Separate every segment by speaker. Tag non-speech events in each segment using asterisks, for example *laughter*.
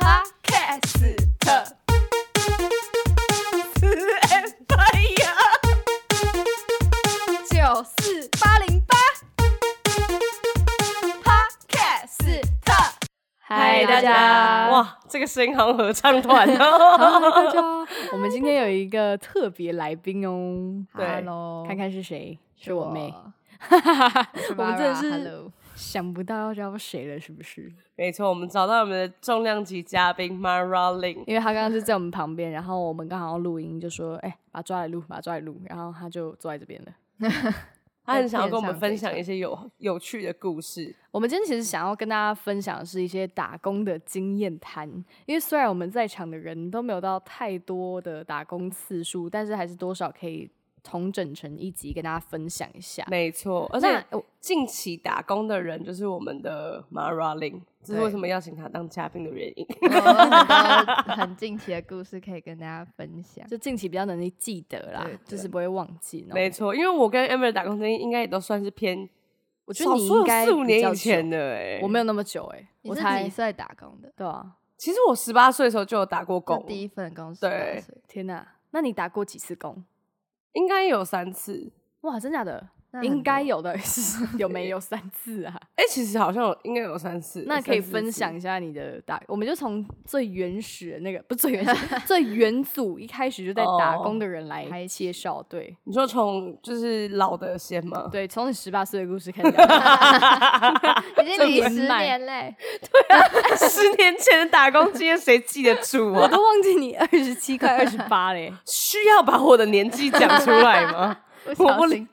Speaker 1: 哎
Speaker 2: 嗨大家
Speaker 3: 哇，这个声音好像合唱团
Speaker 2: *laughs* 嗨
Speaker 3: 哦。
Speaker 2: 大家，我们今天有一个特别来宾哦，
Speaker 3: *laughs* 对
Speaker 1: Hello，
Speaker 2: 看看是谁？是我妹，
Speaker 1: *laughs* 我
Speaker 2: 我们真的是
Speaker 1: Hello，
Speaker 2: 想不到要叫谁了，是
Speaker 3: *laughs*
Speaker 2: 不是？
Speaker 3: 没错，我们找到我们的重量级嘉宾 Mara Lin。
Speaker 2: 因为他刚刚就在我们旁边，然后我们刚好要录音，就说：“哎、把他抓来录，把他抓来录。”然后他就坐在这边了。
Speaker 3: 他很想要跟我们分享一些有有趣的故事。
Speaker 2: 我们今天其实想要跟大家分享的是一些打工的经验谈，因为虽然我们在场的人都没有到太多的打工次数，但是还是多少可以统整成一集跟大家分享一下。
Speaker 3: 没错，而
Speaker 2: 那
Speaker 3: 且近期打工的人就是我们的 Mara Lin，这是
Speaker 2: 对
Speaker 3: 为什么邀请他当嘉宾的原因。
Speaker 1: 我有很多很近期的故事可以跟大家分
Speaker 2: *laughs*
Speaker 1: 享。
Speaker 2: 就近期比较能记得啦
Speaker 1: 对，
Speaker 2: 就是不会忘记那种。
Speaker 3: 没错，因为我跟 Amber 打工经验应该也都算是偏，
Speaker 2: 我
Speaker 3: 我
Speaker 2: 觉得你应该
Speaker 3: 四五
Speaker 2: 比
Speaker 3: 年
Speaker 2: 较
Speaker 3: 以前
Speaker 2: 久，
Speaker 3: 的哎、
Speaker 2: 我没有那么久哎、
Speaker 1: 你
Speaker 2: 我
Speaker 1: 是
Speaker 2: 才
Speaker 1: 几岁打工的？
Speaker 2: 对啊，
Speaker 3: 其实我十八岁的时候就有打过
Speaker 1: 就
Speaker 3: 工，
Speaker 1: 第一份工是
Speaker 3: 对
Speaker 1: 几岁？
Speaker 2: 天哪！那你打过几次工？
Speaker 3: 应该有三次。
Speaker 2: 哇，真假的？
Speaker 1: 那很
Speaker 2: 应该
Speaker 1: 多
Speaker 2: 有的，有没有三次啊？
Speaker 3: 哎、其实好像有应该有三次。
Speaker 2: 那可以
Speaker 3: 三四
Speaker 2: 分
Speaker 3: 次
Speaker 2: 享一下你的打，我们就从最原始的那个，不是最原始，最元祖一开始就在打工的人来
Speaker 1: 开
Speaker 2: 介绍，对
Speaker 3: 你说从就是老的先吗？
Speaker 2: 对，从你十八岁的故事开始聊，
Speaker 1: 已经离
Speaker 2: 这
Speaker 1: 十
Speaker 2: 年迈
Speaker 1: 年嘞，
Speaker 3: 十年前的打工经验谁记得住
Speaker 2: 我
Speaker 3: 啊？
Speaker 2: 都忘记你二十七快二十八嘞，
Speaker 3: 需要把我的年纪讲出来吗？
Speaker 1: 不
Speaker 3: 我
Speaker 1: 小 *laughs*
Speaker 3: 不
Speaker 1: 心，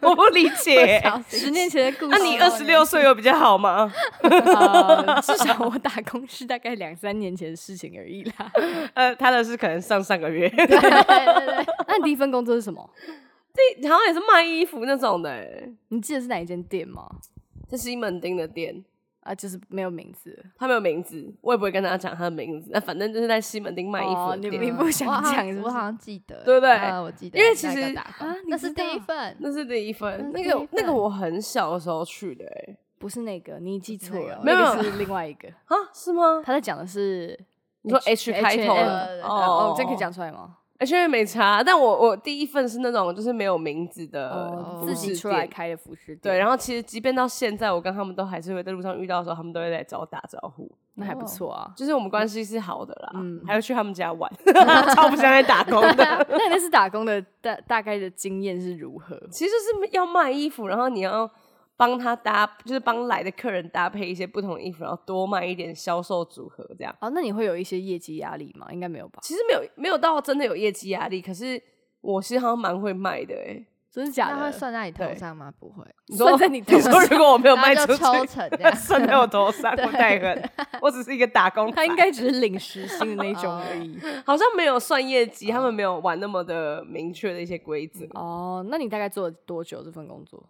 Speaker 3: 我不理解、
Speaker 1: 不小心
Speaker 2: 十年前的故
Speaker 3: 那、
Speaker 2: 事。
Speaker 3: 你二十六岁有比较好吗？
Speaker 2: 呃，至少我打工是大概两三年前的事情而已啦。 *laughs*
Speaker 3: 呃，他的是可能上上个月，
Speaker 1: 对对对，
Speaker 2: 那你第一份工作是什么？
Speaker 3: 对，好像也是卖衣服那种的、欸，
Speaker 2: 你记得是哪一间店吗？
Speaker 3: 在西门町的店，
Speaker 2: 啊，就是没有名字。
Speaker 3: 他没有名字，我也不会跟他讲他的名字。那反正就是在西门町卖衣服
Speaker 2: 哦
Speaker 3: 的
Speaker 2: 你
Speaker 3: 店，
Speaker 2: *laughs* 你不想
Speaker 1: 我好
Speaker 2: 讲
Speaker 1: 像
Speaker 2: 是不
Speaker 1: 我
Speaker 2: 是
Speaker 1: 好像记得，
Speaker 3: 对不对
Speaker 1: 啊我记得，
Speaker 3: 因为其
Speaker 1: 那个
Speaker 3: 实
Speaker 1: 打
Speaker 2: 啊
Speaker 1: 工，
Speaker 2: 你
Speaker 1: 那是
Speaker 2: 知道
Speaker 1: 第一份，
Speaker 3: 那是第一份，
Speaker 1: 那
Speaker 3: 那
Speaker 1: 是第一
Speaker 3: 个
Speaker 1: 份
Speaker 3: 那个我很小的时候去的、欸，
Speaker 2: 不是那个，你记错了，
Speaker 3: 没有
Speaker 2: 那个是另外一个。
Speaker 3: 啊，是吗？
Speaker 2: *laughs* 他在讲的是
Speaker 3: 你说 H 开头
Speaker 2: H&M
Speaker 3: 的
Speaker 1: 对对对
Speaker 2: 哦，这可以讲出来吗？
Speaker 3: 因为没差，啊但我我第一份是那种就是没有名字的
Speaker 2: 哦，
Speaker 3: 服
Speaker 2: 自
Speaker 3: 饰
Speaker 2: 己出来
Speaker 3: 店，
Speaker 2: 开的服饰店，
Speaker 3: 对。然后其实即便到现在，我跟他们都还是会在路上遇到的时候，他们都会来找我打招呼，
Speaker 2: 那还不错 *laughs* 啊。
Speaker 3: 就是我们关系是好的啦。
Speaker 2: 嗯
Speaker 3: 还会去他们家
Speaker 2: *laughs*
Speaker 3: 玩，超不像在打工的。 *laughs*
Speaker 2: 那你那次打工的大大概的经验是如何？
Speaker 3: 其实就是要卖衣服，然后你要帮他搭，就是帮来的客人搭配一些不同的衣服，然后多卖一点销售组合这样。
Speaker 2: 哦，那你会有一些业绩压力吗？应该没有吧？
Speaker 3: 其实没有没有到真的有业绩压力，可是我其实好像蛮会卖的哎、欸。
Speaker 2: 真的假
Speaker 1: 那会
Speaker 2: 的？
Speaker 1: 算在你头
Speaker 3: 对
Speaker 1: 上吗？不会，
Speaker 3: 你说
Speaker 2: 算在
Speaker 3: *laughs*
Speaker 2: 你头
Speaker 3: 你说
Speaker 2: 上
Speaker 3: 如果我没有卖
Speaker 1: 那
Speaker 3: 出
Speaker 1: 就
Speaker 3: 去，
Speaker 1: 抽成这样，
Speaker 3: *laughs* 算在我头上，我太狠，我只是一个打工仔，
Speaker 2: 他应该只是领时薪的那 *laughs* 种而已。
Speaker 3: 好像没有算业绩，他们没有玩那么的明确的一些规则，
Speaker 2: 哦，那你大概做了多久这份工作？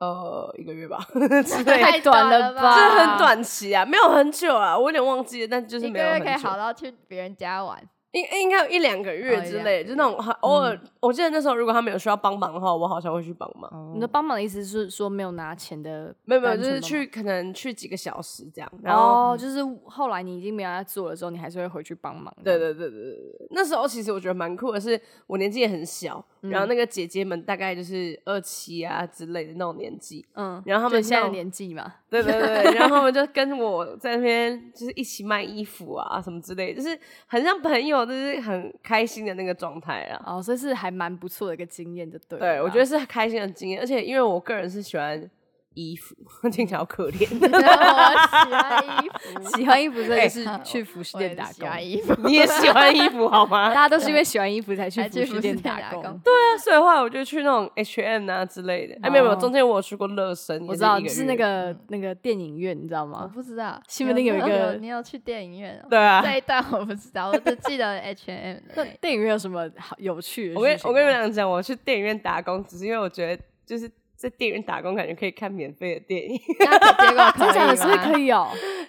Speaker 3: 呃，一个月 *laughs* 吧之类的。
Speaker 1: 太短
Speaker 2: 了
Speaker 1: 了吧
Speaker 3: 这
Speaker 1: 这
Speaker 3: 很，短期啊，没有很久啊，我有点忘记了，但就是
Speaker 1: 一
Speaker 3: 没
Speaker 1: 个
Speaker 3: 有
Speaker 1: 月
Speaker 3: 很
Speaker 1: 可以好
Speaker 3: 久，
Speaker 1: 到去别人家玩，
Speaker 3: 应应该有一两个月嗯
Speaker 1: 哦
Speaker 3: 之
Speaker 1: 一
Speaker 3: 类，
Speaker 1: 两
Speaker 3: 就那种很偶尔。我记得那时候如果他们有需要帮忙的话，我好像会去帮忙，
Speaker 2: 你的帮忙的意思是说没有拿钱的
Speaker 3: 没有
Speaker 2: 单
Speaker 3: 没有，
Speaker 2: 纯帮忙？
Speaker 3: 就是去可能去几个小时这样，然后
Speaker 2: 哦，就是后来你已经没有在做了之后，你还是会回去帮忙。
Speaker 3: 对，对对对对对，那时候其实我觉得蛮酷的是，我年纪也很小，然后
Speaker 2: 嗯
Speaker 3: 那个姐姐们大概就是二七啊之类的那种年纪，
Speaker 2: 嗯，
Speaker 3: 然后他
Speaker 2: 就
Speaker 3: 们
Speaker 2: 你现在的
Speaker 3: 那种
Speaker 2: 年纪嘛，
Speaker 3: 对对对，然后他们
Speaker 2: *laughs*
Speaker 3: 就跟我在那边就是一起卖衣服啊什么之类的，就是很像朋友，就是很开心的那个状态啊。
Speaker 2: 哦，所以是还蛮不错的一个经验，就对了啦。
Speaker 3: 对，我
Speaker 2: *laughs*
Speaker 3: 觉得是开心的经验，而且因为我个人是喜欢衣服，听起来好可怜，哦 *laughs*
Speaker 1: 我喜欢衣服，
Speaker 2: *laughs* 喜欢衣服真的
Speaker 3: 哎
Speaker 2: 是去服饰店打
Speaker 1: 我也喜
Speaker 2: 工，
Speaker 1: 欢 *laughs* 衣服，
Speaker 3: 你也喜欢衣服好吗
Speaker 2: 大？
Speaker 3: *laughs*
Speaker 2: 家都是因为喜欢衣服才去
Speaker 1: 还去
Speaker 2: 服饰
Speaker 1: 服
Speaker 2: 店
Speaker 1: 饰店打
Speaker 2: 工
Speaker 1: 工。
Speaker 2: 对，
Speaker 3: 所以后来我就去那种 H M 啊之类的，哎、没有没有，中间我有去过乐生，
Speaker 2: 我知道，
Speaker 3: 也
Speaker 2: 就是
Speaker 3: 一
Speaker 2: 是
Speaker 3: 个
Speaker 2: 那
Speaker 3: 月
Speaker 2: 个那个电影院，你知道
Speaker 1: 我
Speaker 2: 吗？
Speaker 1: 不知道。
Speaker 2: 西门町有一个
Speaker 1: 你有去电影
Speaker 2: *laughs*
Speaker 1: 院哦？
Speaker 3: 对啊，
Speaker 1: 这一段我不知道，我只记得 H M
Speaker 2: 那 *laughs*
Speaker 1: 的。
Speaker 2: 电影院有什么好有趣的事情
Speaker 3: 我
Speaker 2: 吗？
Speaker 3: 跟我跟你们俩讲，我去电影院打工，只是因为我觉得就是在电影院打工，感觉可以看免费的电影， *laughs*
Speaker 1: 那可结果可
Speaker 2: 真
Speaker 1: 以
Speaker 2: 假
Speaker 1: 吗
Speaker 2: 的是不是可以哦？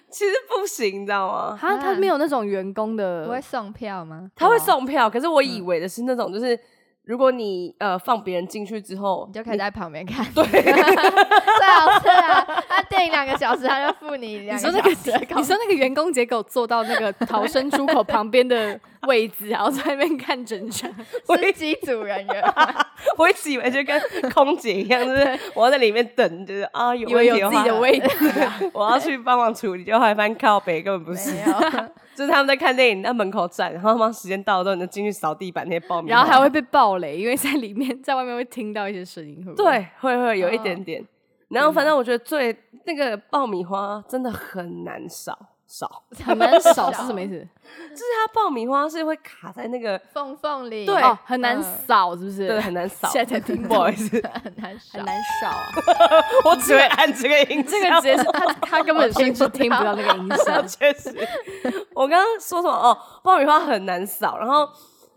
Speaker 3: 其实不行，你知道吗？
Speaker 2: 他他没有那种员工
Speaker 1: 不会
Speaker 2: 的，
Speaker 1: 送票吗？
Speaker 3: 他会
Speaker 2: 啊
Speaker 3: 送票，可是我
Speaker 2: 嗯
Speaker 3: 以为的是那种，就是如果你呃放别人进去之后
Speaker 1: *laughs*
Speaker 3: *laughs*
Speaker 1: 你，就可以在旁边看，
Speaker 3: 对，
Speaker 1: 最好是啊，他定两个小时，他就付你两
Speaker 2: 你
Speaker 1: 个
Speaker 2: 说
Speaker 1: 小
Speaker 2: 那个，
Speaker 1: 时的工
Speaker 2: 你说那个员工结构坐到那个逃生出口旁边的位置，然后在那边看整场，
Speaker 3: 我
Speaker 1: 是机组人员吗，
Speaker 2: *laughs*
Speaker 3: 我一直以为就跟空姐一样，就是我要在里面等，就是啊有
Speaker 2: 以为
Speaker 3: 问题
Speaker 2: 有自己的啊
Speaker 3: 话， *laughs*
Speaker 2: 位置。
Speaker 3: 我要去帮忙处理，就后来发现靠北根本不是
Speaker 1: 没，有，
Speaker 3: 就是他们在看电影，在门口站，然后他们时间到了之后，你就进去扫地板那些爆米花，
Speaker 2: 然后还会被暴雷，因为在里面在外面会听到一些声音，会不会？
Speaker 3: 对，会会有一点点。然后反正我觉得最那个爆米花真的很难扫扫，*laughs*
Speaker 2: 很难少是什么意思？
Speaker 3: 就是它爆米花是会卡在那个
Speaker 1: 缝缝里，
Speaker 3: 对
Speaker 2: 哦，很难
Speaker 1: 嗯
Speaker 2: 扫，是不是？
Speaker 3: 对很 *laughs* 难扫，
Speaker 2: 现在才听
Speaker 3: 不
Speaker 2: 懂
Speaker 3: 好意思，
Speaker 1: 很难少
Speaker 2: 很，难少啊！
Speaker 3: 我只会按这个音效，。
Speaker 2: *laughs* 这个直接是他，他根本甚至听不到那个音
Speaker 3: *laughs*
Speaker 2: 响 *laughs*
Speaker 3: 确实，啊我刚刚说什么哦？爆米花很难扫，然后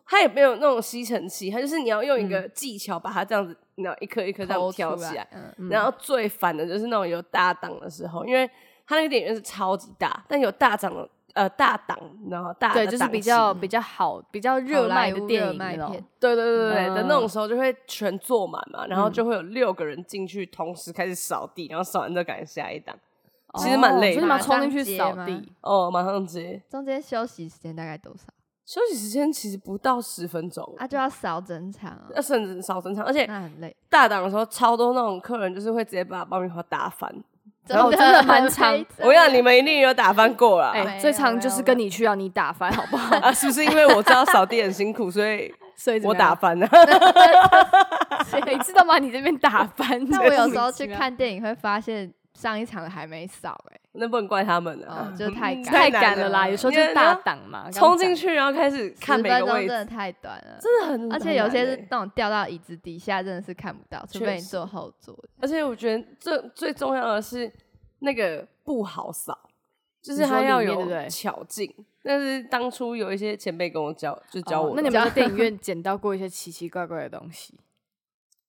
Speaker 3: 它也没有那种吸尘器，它就是你要用一个
Speaker 2: 嗯
Speaker 3: 技巧把它这样子，你要一颗一颗这样
Speaker 1: 抠
Speaker 3: 挑
Speaker 1: 出
Speaker 3: 起来。
Speaker 1: 嗯，
Speaker 3: 然后最烦的就是那种有大档的时候，因为它那个电影院是超级大，但有大档的呃大档，然后大的
Speaker 2: 对，就是
Speaker 3: 档
Speaker 2: 比
Speaker 3: 期
Speaker 2: 较比较好、比较热
Speaker 1: 好莱
Speaker 2: 卖的
Speaker 1: 坞
Speaker 2: 电
Speaker 1: 热
Speaker 2: 影
Speaker 1: 卖
Speaker 2: 那种哦
Speaker 1: 片。
Speaker 3: 对对对对、对的那种
Speaker 2: 嗯
Speaker 3: 时候就会全坐满嘛，然后就会有六个人进去同时开始扫地，然后扫完再赶下一档，其实蛮
Speaker 2: 哦
Speaker 3: 累
Speaker 2: 所以
Speaker 3: 的
Speaker 2: 你们要
Speaker 1: 马
Speaker 2: 冲
Speaker 1: 上
Speaker 2: 进去
Speaker 1: 接
Speaker 2: 扫
Speaker 1: 吗
Speaker 2: 地。
Speaker 3: 哦，马上接。
Speaker 1: 中间休息时间大概多少？
Speaker 3: 休息时间其实不到十分钟
Speaker 1: 啊，就要扫整场哦，
Speaker 3: 那甚至少正常，而且
Speaker 2: 嗯
Speaker 1: 那很累，
Speaker 3: 大档的时候超多那种客人，就是会直接把爆米花打翻。
Speaker 2: 然后
Speaker 1: 的
Speaker 2: 真的蛮
Speaker 1: 很
Speaker 2: 长
Speaker 1: 悲欸
Speaker 3: 我想你们一定有打翻过啦，
Speaker 2: 哎、
Speaker 1: 没
Speaker 2: 最
Speaker 1: 有
Speaker 2: 常
Speaker 1: 没
Speaker 2: 就
Speaker 1: 有
Speaker 2: 是
Speaker 1: 没
Speaker 2: 跟
Speaker 1: 有
Speaker 2: 你去让你打翻，好不好？ *laughs*
Speaker 3: 啊，是不是因为我知道扫地很辛苦，所以
Speaker 2: 所以怎
Speaker 3: 我
Speaker 2: 么样
Speaker 3: 打，翻了？
Speaker 2: *laughs* 你知道吗？你这边打翻。
Speaker 1: 但
Speaker 2: 真
Speaker 1: 我
Speaker 2: 是
Speaker 1: 有
Speaker 2: 莫
Speaker 1: 时候
Speaker 2: 名其
Speaker 1: 去
Speaker 2: 妙，
Speaker 1: 看电影会发现上一场的还没扫哎、
Speaker 3: *laughs* 那不能怪他们啊
Speaker 1: 哦，就太赶
Speaker 2: 太
Speaker 3: 难
Speaker 2: 赶了
Speaker 3: 了
Speaker 2: 啦！有时候
Speaker 3: 因
Speaker 2: 就
Speaker 3: 为
Speaker 2: 是
Speaker 3: 你
Speaker 2: 大
Speaker 3: 要
Speaker 2: 档嘛，刚
Speaker 3: 冲进
Speaker 2: 讲。
Speaker 3: 去，然后开始看
Speaker 1: 十
Speaker 3: 每
Speaker 1: 分
Speaker 3: 个
Speaker 1: 钟
Speaker 3: 位
Speaker 1: 真的
Speaker 3: 置，
Speaker 1: 太短了，
Speaker 3: 真的很，
Speaker 1: 而且有些
Speaker 3: 很难
Speaker 1: 是
Speaker 3: 欸。
Speaker 1: 那种掉到椅子底下，真的是看不到，除
Speaker 3: 确
Speaker 1: 非你
Speaker 3: 实
Speaker 1: 坐后座。
Speaker 3: 而且我觉得最最重要的是那个不好扫，就是
Speaker 2: 你说
Speaker 3: 它要
Speaker 2: 里面对
Speaker 3: 有
Speaker 2: 不对
Speaker 3: 巧劲。但是当初有一些前辈跟我教，就教我
Speaker 2: 哦
Speaker 3: 的。
Speaker 2: 那你们在电影
Speaker 3: *laughs*
Speaker 2: 院捡到过一些奇奇怪怪的东西？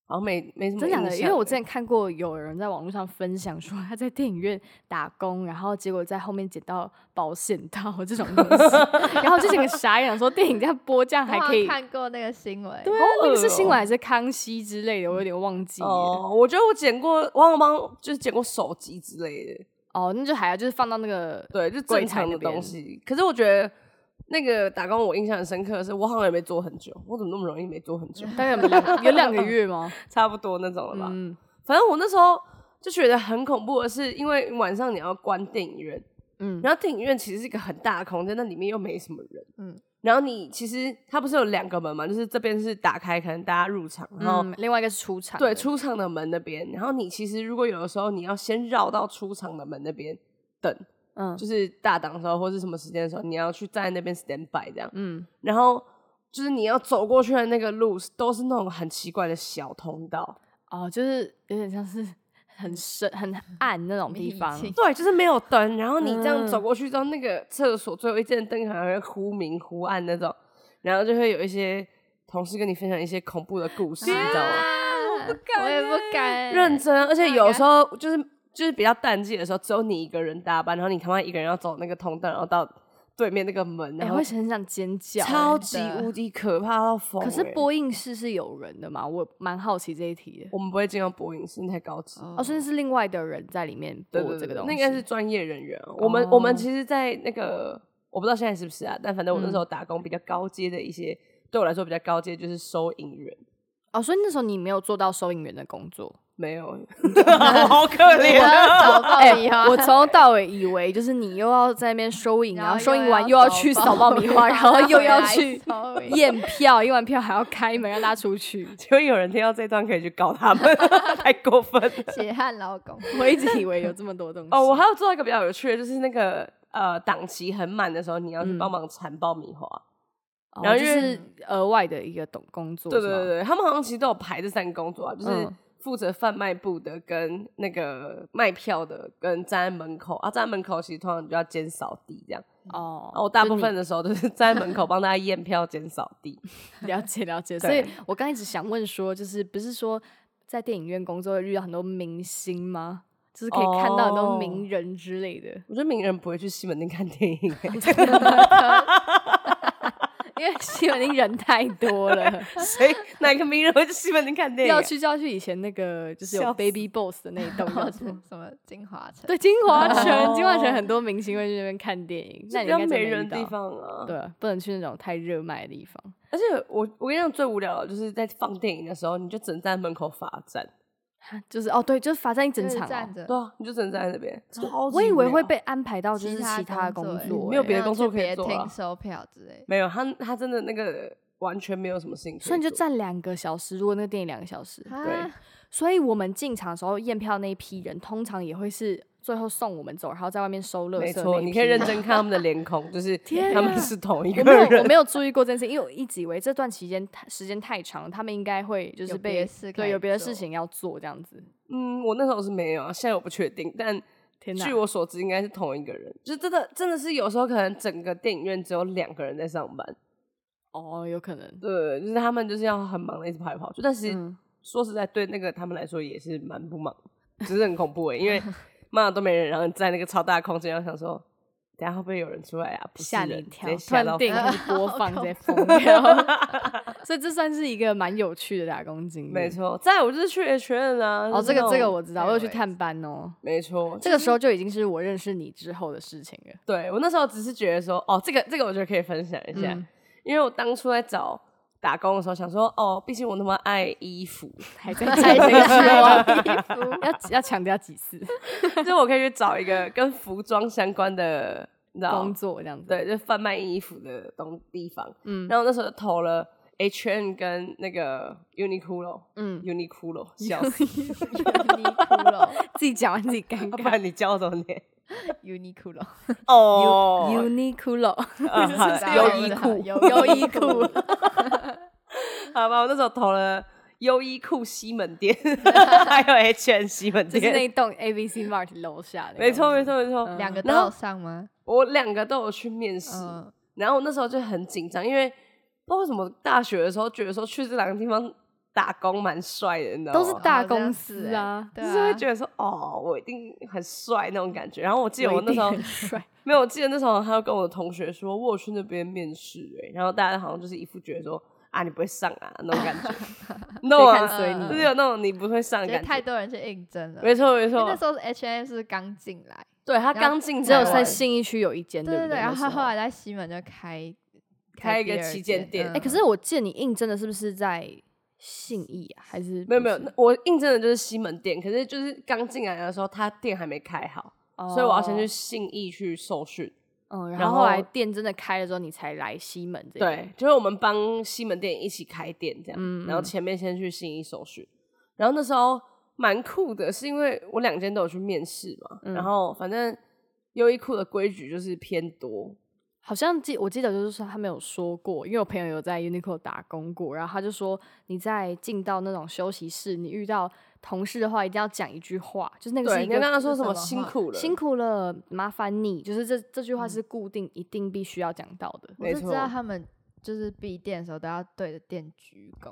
Speaker 3: 好像没没什么
Speaker 2: 真假
Speaker 3: 印
Speaker 2: 的？因
Speaker 3: 象
Speaker 2: 为我
Speaker 3: 欸
Speaker 2: 之前看过有人在网络上分享说他在电影院打工，然后结果在后面捡到保险套这种东
Speaker 3: *laughs*
Speaker 2: 西，然后就整个傻眼，想说电影这样播这样
Speaker 1: 我
Speaker 2: *laughs* 还
Speaker 1: 好
Speaker 2: 可
Speaker 1: 像
Speaker 2: 以。
Speaker 1: 看过那个新闻，
Speaker 2: 对啊
Speaker 3: 好，
Speaker 2: 那个
Speaker 3: 恶
Speaker 2: 是新
Speaker 3: 哦
Speaker 2: 闻还是康熙之类的，我有点忘记了。
Speaker 3: 哦，我觉得我捡过，我好帮就是捡过手机之类的，
Speaker 2: 哦，那就还要就是放到那个
Speaker 3: 对，就
Speaker 2: 柜
Speaker 3: 正
Speaker 2: 台
Speaker 3: 常的
Speaker 2: 那边
Speaker 3: 东西。可是我觉得那个打工，我印象很深刻的是，我好像也没做很久，我怎么那么容易没做很久？
Speaker 2: 大概有两有两个月吗？
Speaker 3: 差不多那种了吧。
Speaker 2: 嗯
Speaker 3: 反正我那时候就觉得很恐怖的是，因为晚上你要关电影院，
Speaker 2: 嗯，
Speaker 3: 然后电影院其实是一个很大的空间，那里面又没什么人，嗯
Speaker 1: 嗯。
Speaker 3: 然后你其实它不是有两个门嘛，就是这边是打开，可能大家入场， *laughs* 然后
Speaker 2: 嗯，另外一个是出场的，
Speaker 3: 对出场的门那边，然后你其实如果有的时候你要先绕到出场的门那边等，
Speaker 2: 嗯
Speaker 3: 就是大档的时候或是什么时间的时候，你要去站在那边 stand by 这样，
Speaker 2: 嗯，
Speaker 3: 然后就是你要走过去的那个路都是那种很奇怪的小通道，
Speaker 2: 哦，就是有点像是很深很暗那种地
Speaker 1: 迷
Speaker 2: 方，
Speaker 1: *laughs* 情
Speaker 3: 对，就是没有灯，然后你这样
Speaker 2: 嗯
Speaker 3: 走过去之后，那个厕所最后一间灯还会忽明忽暗那种，然后就会有一些同事跟你分享一些恐怖的故事，你知道吗？
Speaker 1: 啊
Speaker 3: 不敢
Speaker 1: 我也不
Speaker 3: 欸
Speaker 1: 敢，
Speaker 3: 认真，而且
Speaker 1: 那
Speaker 3: 有
Speaker 1: 该
Speaker 3: 时候就是就是比较淡季的时候，只有你一个人搭班，然后你他妈一个人要走那个通道，然后到对面那个门，
Speaker 2: 哎，
Speaker 3: 然后
Speaker 2: 会很想尖叫，
Speaker 3: 超
Speaker 2: 哎
Speaker 3: 级
Speaker 1: 真的
Speaker 3: 无敌可怕到疯欸。
Speaker 2: 可是播映室是有人的嘛？我蛮好奇这一题的。
Speaker 3: 我们不会进到播影室，那太高级。
Speaker 2: 哦，甚至是另外的人在里面播
Speaker 3: 对对
Speaker 2: 这个
Speaker 3: 对，
Speaker 2: 东西，
Speaker 3: 那应该是专业人员。我们我们
Speaker 2: 哦
Speaker 3: 其实，在那个我不知道现在是不是啊，但反正我那时
Speaker 2: 嗯
Speaker 3: 候打工比较高阶的一些，对我来说比较高阶就是收银员。
Speaker 2: 哦，所以那时候你没有做到收银员的工
Speaker 3: *laughs*
Speaker 2: 作。
Speaker 3: 没
Speaker 2: *laughs*
Speaker 3: 有，我好可
Speaker 1: 你
Speaker 3: 怜
Speaker 1: 要
Speaker 3: 啊！
Speaker 1: 扫爆米花，
Speaker 2: 哎我从头到尾以为就是你又要在那
Speaker 3: *laughs*
Speaker 2: 边收银，
Speaker 1: 然
Speaker 2: 然后
Speaker 1: 后
Speaker 2: 收
Speaker 1: 又
Speaker 2: 银完
Speaker 1: 要
Speaker 2: 又要
Speaker 1: 扫
Speaker 2: 去
Speaker 1: 爆
Speaker 2: 扫爆米花，然后又要去
Speaker 1: 扫尾
Speaker 2: *laughs* 验票，验完票还要开门让大家出去。
Speaker 3: *laughs* 请问有人听到这段可以去告他们， *laughs* 太过分了。
Speaker 1: 血汗劳
Speaker 2: *laughs*
Speaker 1: 工，
Speaker 2: 我一直以为有这么多东西。
Speaker 3: 哦，我还有做到一个比较有趣的，就是那个呃档期很满的时候，你要去
Speaker 2: 嗯
Speaker 3: 帮忙缠爆米花。
Speaker 2: 哦
Speaker 3: 然后
Speaker 2: 就
Speaker 3: 因为
Speaker 2: 是额外的一个懂工作，
Speaker 3: 对
Speaker 2: 是
Speaker 3: 对
Speaker 2: 吗
Speaker 3: 对，对，他们好像其实都有排这三个工作啊，就是
Speaker 2: 嗯
Speaker 3: 负责贩卖部的、跟那个卖票的、跟站在门口啊，站在门口其实通常就要兼扫地这样。
Speaker 2: 哦
Speaker 3: 然后我大
Speaker 2: 就
Speaker 3: 部
Speaker 2: 你
Speaker 3: 分的时候都是站在门口帮大家验票、兼扫
Speaker 2: *laughs*
Speaker 3: 地。
Speaker 2: 了解
Speaker 3: *laughs*
Speaker 2: 了解，
Speaker 3: 对
Speaker 2: 所以我刚一直想问说，就是不是说在电影院工作会遇到很多明星吗？就是可以看到很
Speaker 3: 哦
Speaker 2: 多名人之类的。 *laughs*
Speaker 3: 我觉得名人不会去西门町看电影、欸，
Speaker 2: 因为西门町人太多了。
Speaker 3: 谁哪个名人会去西门町看电影啊？
Speaker 2: 要去就要去以前那个就是有
Speaker 3: 笑死
Speaker 2: Baby Boss 的那一栋
Speaker 1: 或
Speaker 2: 叫
Speaker 1: 者
Speaker 3: *laughs*
Speaker 2: 什么，
Speaker 1: 什么金华城，
Speaker 2: 对，金华城，金华
Speaker 3: 哦
Speaker 2: 城很多明星会去那边看电影，
Speaker 3: 就比
Speaker 2: 那你
Speaker 3: 较
Speaker 2: 应该真
Speaker 3: 没
Speaker 2: 遇
Speaker 3: 人的地
Speaker 2: 到。
Speaker 3: 方啊。
Speaker 2: 对，不能去那种太热卖的地方。
Speaker 3: 而且我我跟你讲最无聊的就是在放电影的时候，你就只能站在门口罚站。
Speaker 2: 就是哦，对，就是罚站一整
Speaker 1: 就是
Speaker 2: 场、
Speaker 1: 站
Speaker 2: 哦。
Speaker 1: 着
Speaker 3: 对。啊，你就只能站在那边，超级
Speaker 2: 我以为
Speaker 3: 无
Speaker 2: 会
Speaker 3: 聊
Speaker 2: 被安排到啊就是其他工
Speaker 1: 工
Speaker 2: 作、
Speaker 1: 作欸
Speaker 2: 欸，
Speaker 3: 没有别的
Speaker 1: 那
Speaker 3: 工作
Speaker 1: 就
Speaker 3: 可以
Speaker 1: 别
Speaker 3: 做啊
Speaker 1: 听售票之类。
Speaker 3: 没有他他真的那个完全没有什么兴趣，
Speaker 2: 所以你就站两个小时，如果那个电影两个小时， *laughs*
Speaker 3: 对
Speaker 1: 啊，
Speaker 2: 所以我们进场的时候验票那一批人，通常也会是最后送我们走，然后在外面收垃圾。
Speaker 3: 没错，你可以认。真看他们的脸孔，就是
Speaker 2: *laughs* 天
Speaker 3: 他
Speaker 2: 啊
Speaker 3: 们是同一
Speaker 2: 我
Speaker 3: 个
Speaker 2: 没有，我
Speaker 3: 人。
Speaker 2: 没有注意过这件事，因为我一直以为这段期间太时间太长，他们应该会就是
Speaker 1: 有
Speaker 2: 被
Speaker 1: 别的事可
Speaker 2: 对
Speaker 1: 以
Speaker 2: 有别的事
Speaker 1: 做
Speaker 2: 情要做这样子。
Speaker 3: 嗯，我那时候是没有啊，现在我不确定，但
Speaker 2: 天哪
Speaker 3: 据！我所知应该是同一个人，就真的真的是有时候可能整个电影院只有两个人在上班，
Speaker 2: 哦，有可能。
Speaker 3: 对，就是他们就是要很忙的一直跑来跑去，但是
Speaker 2: 嗯，
Speaker 3: 说实在，对那个他们来说也是蛮不忙，只是很恐怖诶、欸因为
Speaker 2: *laughs*
Speaker 3: 妈的都没人，然后你在那个超大的空间，然后想说，等一下会不会有人出来啊？不是
Speaker 2: 吓你一
Speaker 3: 人，直
Speaker 2: 跳
Speaker 3: 接，
Speaker 2: 突
Speaker 3: 吓
Speaker 2: 然
Speaker 3: 到
Speaker 2: 电影
Speaker 3: 疯
Speaker 2: 开
Speaker 3: *laughs*
Speaker 2: 始播
Speaker 1: 好
Speaker 2: 放，直
Speaker 1: 恐
Speaker 2: 接疯掉。所以这算是一个蛮有趣的打工经历。
Speaker 3: 没。错，再来我就是去 H N 啊。就
Speaker 2: 哦，
Speaker 3: 是
Speaker 2: 这个
Speaker 3: 那
Speaker 2: 这个
Speaker 3: 种
Speaker 2: 我知道，
Speaker 1: 对
Speaker 2: 我有
Speaker 1: 我
Speaker 2: 去
Speaker 1: 也
Speaker 2: 探班
Speaker 3: *laughs*
Speaker 2: 哦。
Speaker 3: 没错，
Speaker 2: 这个时候就已经是我认识你之后的事情了。
Speaker 3: 对我那时候只是觉得说，哦，这个这个我觉得可以分享一下，
Speaker 2: 嗯
Speaker 3: 因为我当初在找打工的时候想说，哦，毕竟我那么爱衣服， *laughs*
Speaker 2: 还在
Speaker 1: 还
Speaker 2: 这
Speaker 1: 在
Speaker 2: 个
Speaker 1: 爱 *laughs*
Speaker 2: *laughs* 说，要要强调几次
Speaker 3: 就我可以去找一个跟服装相关的，你知道
Speaker 2: 工，作这样子？
Speaker 3: 对，就贩卖衣服的东地方。
Speaker 2: 嗯
Speaker 3: 然后我那时候就投了 H N 跟那个 Uniqlo，
Speaker 2: 嗯， *laughs*
Speaker 3: Uniqlo，笑死！
Speaker 1: Uniqlo
Speaker 2: 自己讲完自己
Speaker 3: *laughs*
Speaker 2: 尴
Speaker 3: 要不
Speaker 2: 尬。
Speaker 3: 然你教我怎
Speaker 2: *laughs*
Speaker 3: 么念？
Speaker 1: Uniqlo
Speaker 3: 哦
Speaker 2: U Uniqlo， *laughs*
Speaker 3: 呃好
Speaker 1: 是在
Speaker 3: 优
Speaker 1: 我
Speaker 3: 衣
Speaker 1: 的
Speaker 3: 库，
Speaker 1: *laughs* 优
Speaker 2: 优
Speaker 3: *laughs*
Speaker 2: 衣 *laughs* 库，
Speaker 3: *laughs* 好吧，我那时候投了优衣库西门
Speaker 2: *laughs*
Speaker 3: 店，还有 H N 西门
Speaker 2: 就是嗯那
Speaker 3: 店，
Speaker 2: 一栋 A B C Mart 楼下的。
Speaker 3: 没错，没错，没错。
Speaker 1: 两个都
Speaker 3: 然后
Speaker 1: 有上吗？
Speaker 3: 我两个都有去面试，
Speaker 1: 嗯，
Speaker 3: 然后我那时候就很紧张，因为不知道为什么大学的时候觉得说去这两个地方打工蛮帅的，你知道吗？
Speaker 1: 哦
Speaker 2: 都是大公司啊
Speaker 1: 好像是欸对
Speaker 3: 就是会
Speaker 1: 啊，
Speaker 3: 觉得说哦，我一定很帅那种感觉。然后我记得
Speaker 2: 我
Speaker 3: 我
Speaker 2: 一
Speaker 3: 那
Speaker 2: 定
Speaker 3: 时候 *laughs*
Speaker 2: 很帅，
Speaker 3: 没有，我记得那时候还要跟我的同学说，我有去那边面试哎、然后大家好像就是一副觉得说啊，你不会上啊那种感
Speaker 2: *laughs*
Speaker 3: 觉，你懂
Speaker 2: 谁看
Speaker 3: 吗？
Speaker 2: 随
Speaker 1: 嗯
Speaker 3: 就
Speaker 2: 你
Speaker 3: 是。有那种你不会上的
Speaker 1: 觉得
Speaker 3: 感
Speaker 1: 太
Speaker 3: 觉。
Speaker 1: 多人去应征了。
Speaker 3: 没
Speaker 1: 因
Speaker 3: 错没
Speaker 1: 为
Speaker 3: 错
Speaker 1: 那，时候 H N 是刚进来，
Speaker 3: 对
Speaker 1: 然
Speaker 3: 他
Speaker 1: 后
Speaker 3: 刚进
Speaker 2: 只有
Speaker 3: 台
Speaker 2: 在
Speaker 3: 湾，
Speaker 2: 信义区有一间，
Speaker 1: 对
Speaker 2: 不
Speaker 1: 对对，
Speaker 2: 对？
Speaker 1: 然后
Speaker 2: 那时
Speaker 1: 他
Speaker 2: 候
Speaker 1: 后
Speaker 3: 嗯
Speaker 1: 来在西门就开
Speaker 3: 开一个
Speaker 1: 第二嗯
Speaker 3: 旗舰店
Speaker 2: 哎，可是我记得你应征的是不是在信义啊？还是
Speaker 3: 没有
Speaker 2: 不
Speaker 3: 没有
Speaker 2: 是，
Speaker 3: 那我应征的就是西门店，可是就是刚进来的时候，他店还没开好，所以我要先去
Speaker 2: 哦。
Speaker 3: 信义去受训。
Speaker 2: 嗯，然
Speaker 3: 然
Speaker 2: 后后来
Speaker 3: 后
Speaker 2: 店真的开了之后，你才来西门这边。
Speaker 3: 对，就是我们帮西门店一起开店这样，
Speaker 2: 嗯
Speaker 3: 然后
Speaker 2: 嗯
Speaker 3: 前面先去信义手续，然后那时候蛮酷的，是因为我两间都有去面试嘛，
Speaker 2: 嗯
Speaker 3: 然后反正优衣库的规矩就是偏多，
Speaker 2: 好像记我记得就是说他们有说过，因为我朋友有在 Uniqlo 打工过，然后他就说你在进到那种休息室，你遇到同事的话一定要讲一句话，就是那个是
Speaker 3: 对，
Speaker 2: 一
Speaker 3: 你刚
Speaker 2: 个
Speaker 3: 刚说什么
Speaker 1: 是什么话
Speaker 3: 辛苦了，
Speaker 2: 辛，苦了，麻烦你，就是这这句话是固定、一定必须要讲到的。
Speaker 1: 我
Speaker 3: 没
Speaker 1: 是
Speaker 3: 错
Speaker 1: 知道他们就是闭店的时候都要对着店鞠躬，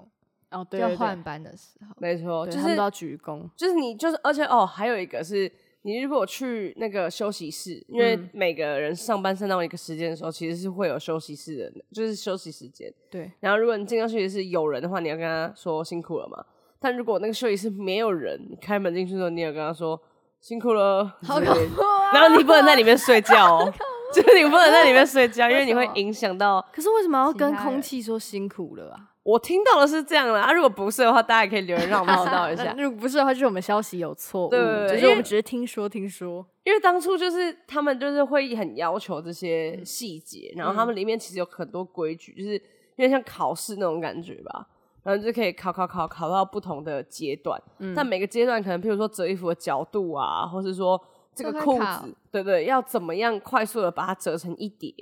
Speaker 2: 哦，对
Speaker 1: 就
Speaker 2: 对
Speaker 1: 换
Speaker 2: 对，
Speaker 1: 班的时候。
Speaker 3: 没错，
Speaker 2: 对
Speaker 3: 就
Speaker 2: 他们
Speaker 3: 是
Speaker 2: 都要鞠躬。
Speaker 3: 就是你就是，而且哦，还有一个是。你如果去那个休息室，因为
Speaker 2: 嗯
Speaker 3: 每个人上班上到一个时间的时候，其实是会有休息室的，就是休息时间。
Speaker 2: 对，
Speaker 3: 然后如果你进到休息室有人的话，你要跟他说辛苦了嘛。但如果那个休息室没有人，你开门进去的时候，你有跟他说辛苦了，
Speaker 1: 好
Speaker 3: 之
Speaker 1: 恐
Speaker 3: 类的
Speaker 1: 怖啊！
Speaker 3: 然后你不能在里面睡觉哦，就是你不能在里面睡觉，因为你会
Speaker 1: 为什么
Speaker 3: 影响到。
Speaker 2: 可是为什么要
Speaker 1: 其
Speaker 2: 跟
Speaker 1: 他
Speaker 2: 空
Speaker 1: 人
Speaker 2: 气说辛苦了啊？
Speaker 3: 我听到的是这样的啊，如果不是的话，大家也可以留言让我们知道一
Speaker 2: 那
Speaker 1: *laughs*
Speaker 3: 下。
Speaker 2: 如果不是的话，就是我们消息有错误，
Speaker 3: 对对对
Speaker 2: 就是
Speaker 3: 因
Speaker 2: 我
Speaker 3: 为
Speaker 2: 们只是听说听说。
Speaker 3: 因为当初就是他们就是会很要求这些细节，然后他们里面其实有很多规矩，就是有点像考试那种感觉吧。然后就可以考考考考到不同的阶段，
Speaker 2: 嗯
Speaker 3: 但每个阶段可能，譬如说折衣服的角度啊，或是说这个
Speaker 1: 都会
Speaker 3: 裤
Speaker 1: 考
Speaker 3: 子，对对，要怎么样快速的把它折成一叠，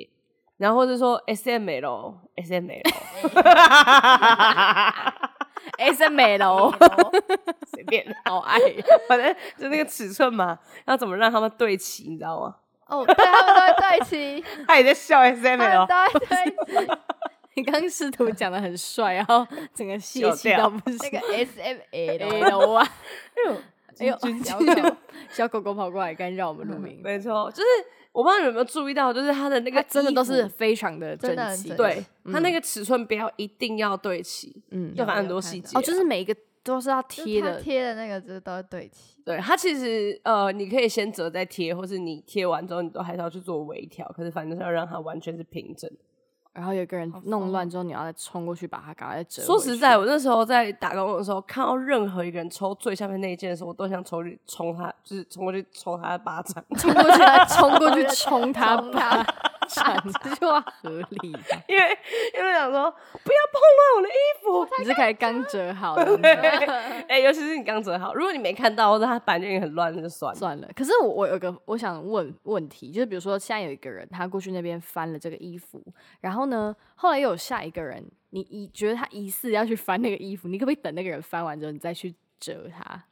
Speaker 3: 然后或是说 S M L S M L，
Speaker 2: S
Speaker 3: *laughs*
Speaker 2: M L，
Speaker 3: 随便，好爱，反正就那个尺寸嘛，要怎么让他们对齐，你知道吗？
Speaker 1: 哦，对，他们都会对齐，
Speaker 3: *laughs* 他也在笑 S M
Speaker 1: 他们
Speaker 3: L，
Speaker 1: 都会对齐。
Speaker 2: 你刚刚试图讲的很帅，然后整个泄
Speaker 3: 笑
Speaker 2: 气
Speaker 3: 掉
Speaker 2: 到 *laughs* 不行
Speaker 1: 那。个 S M L，
Speaker 2: L 啊，
Speaker 3: 哎呦
Speaker 2: *laughs* 哎呦，
Speaker 3: 君君
Speaker 2: 小
Speaker 3: 君
Speaker 2: 狗小狗狗跑过来，刚让我们录音。
Speaker 3: 没错，就是我不知道你有没有注意到，就是它的那
Speaker 2: 它
Speaker 3: 个
Speaker 2: 真的
Speaker 3: 衣
Speaker 2: 都
Speaker 3: 服
Speaker 2: 是非常的嗯整
Speaker 1: 真的很
Speaker 2: 齐，
Speaker 1: 整
Speaker 3: 对
Speaker 1: 齐，
Speaker 3: 它那个尺寸标一定要对齐，
Speaker 2: 嗯，
Speaker 3: 就
Speaker 1: 有
Speaker 3: 反正很
Speaker 1: 有
Speaker 3: 多
Speaker 1: 看
Speaker 3: 细
Speaker 1: 到
Speaker 3: 节啊。
Speaker 2: 哦，就是每一个都是要贴
Speaker 1: 就是
Speaker 2: 的
Speaker 1: 他，贴的那个就是都会对
Speaker 3: *laughs*
Speaker 1: 齐，
Speaker 3: 对它其实呃，你可以先折再贴，或是你贴完之后你都还是要去做微调，可是反正是要让它完全是平整。
Speaker 2: 然后有一个人
Speaker 1: 好
Speaker 2: 弄
Speaker 1: 疯
Speaker 2: 乱之后，你要再冲过去把它赶快再折回去。
Speaker 3: 说实在，我那时候在打工的时候，看到任何一个人抽最下面那一件的时候，我都想冲去冲他，就是冲过去抽他的巴掌， *laughs*
Speaker 2: 冲过去，再冲过去冲他
Speaker 1: 冲他
Speaker 2: 巴掌， *laughs* 这句话合理吧？
Speaker 3: 因为因为想说不要碰乱我的衣服，
Speaker 2: 你是可以刚折好的，
Speaker 3: *laughs* 哎、尤其是你刚折好，如果你没看到，或者它版面很乱，那就算了。
Speaker 2: 算了。可是我我有个我想问问题，就是比如说现在有一个人他过去那边翻了这个衣服，然后呢，后来又有下一个人，你疑觉得他疑似要去翻那个衣服，你可不可以等那个人翻完之后你再去折他？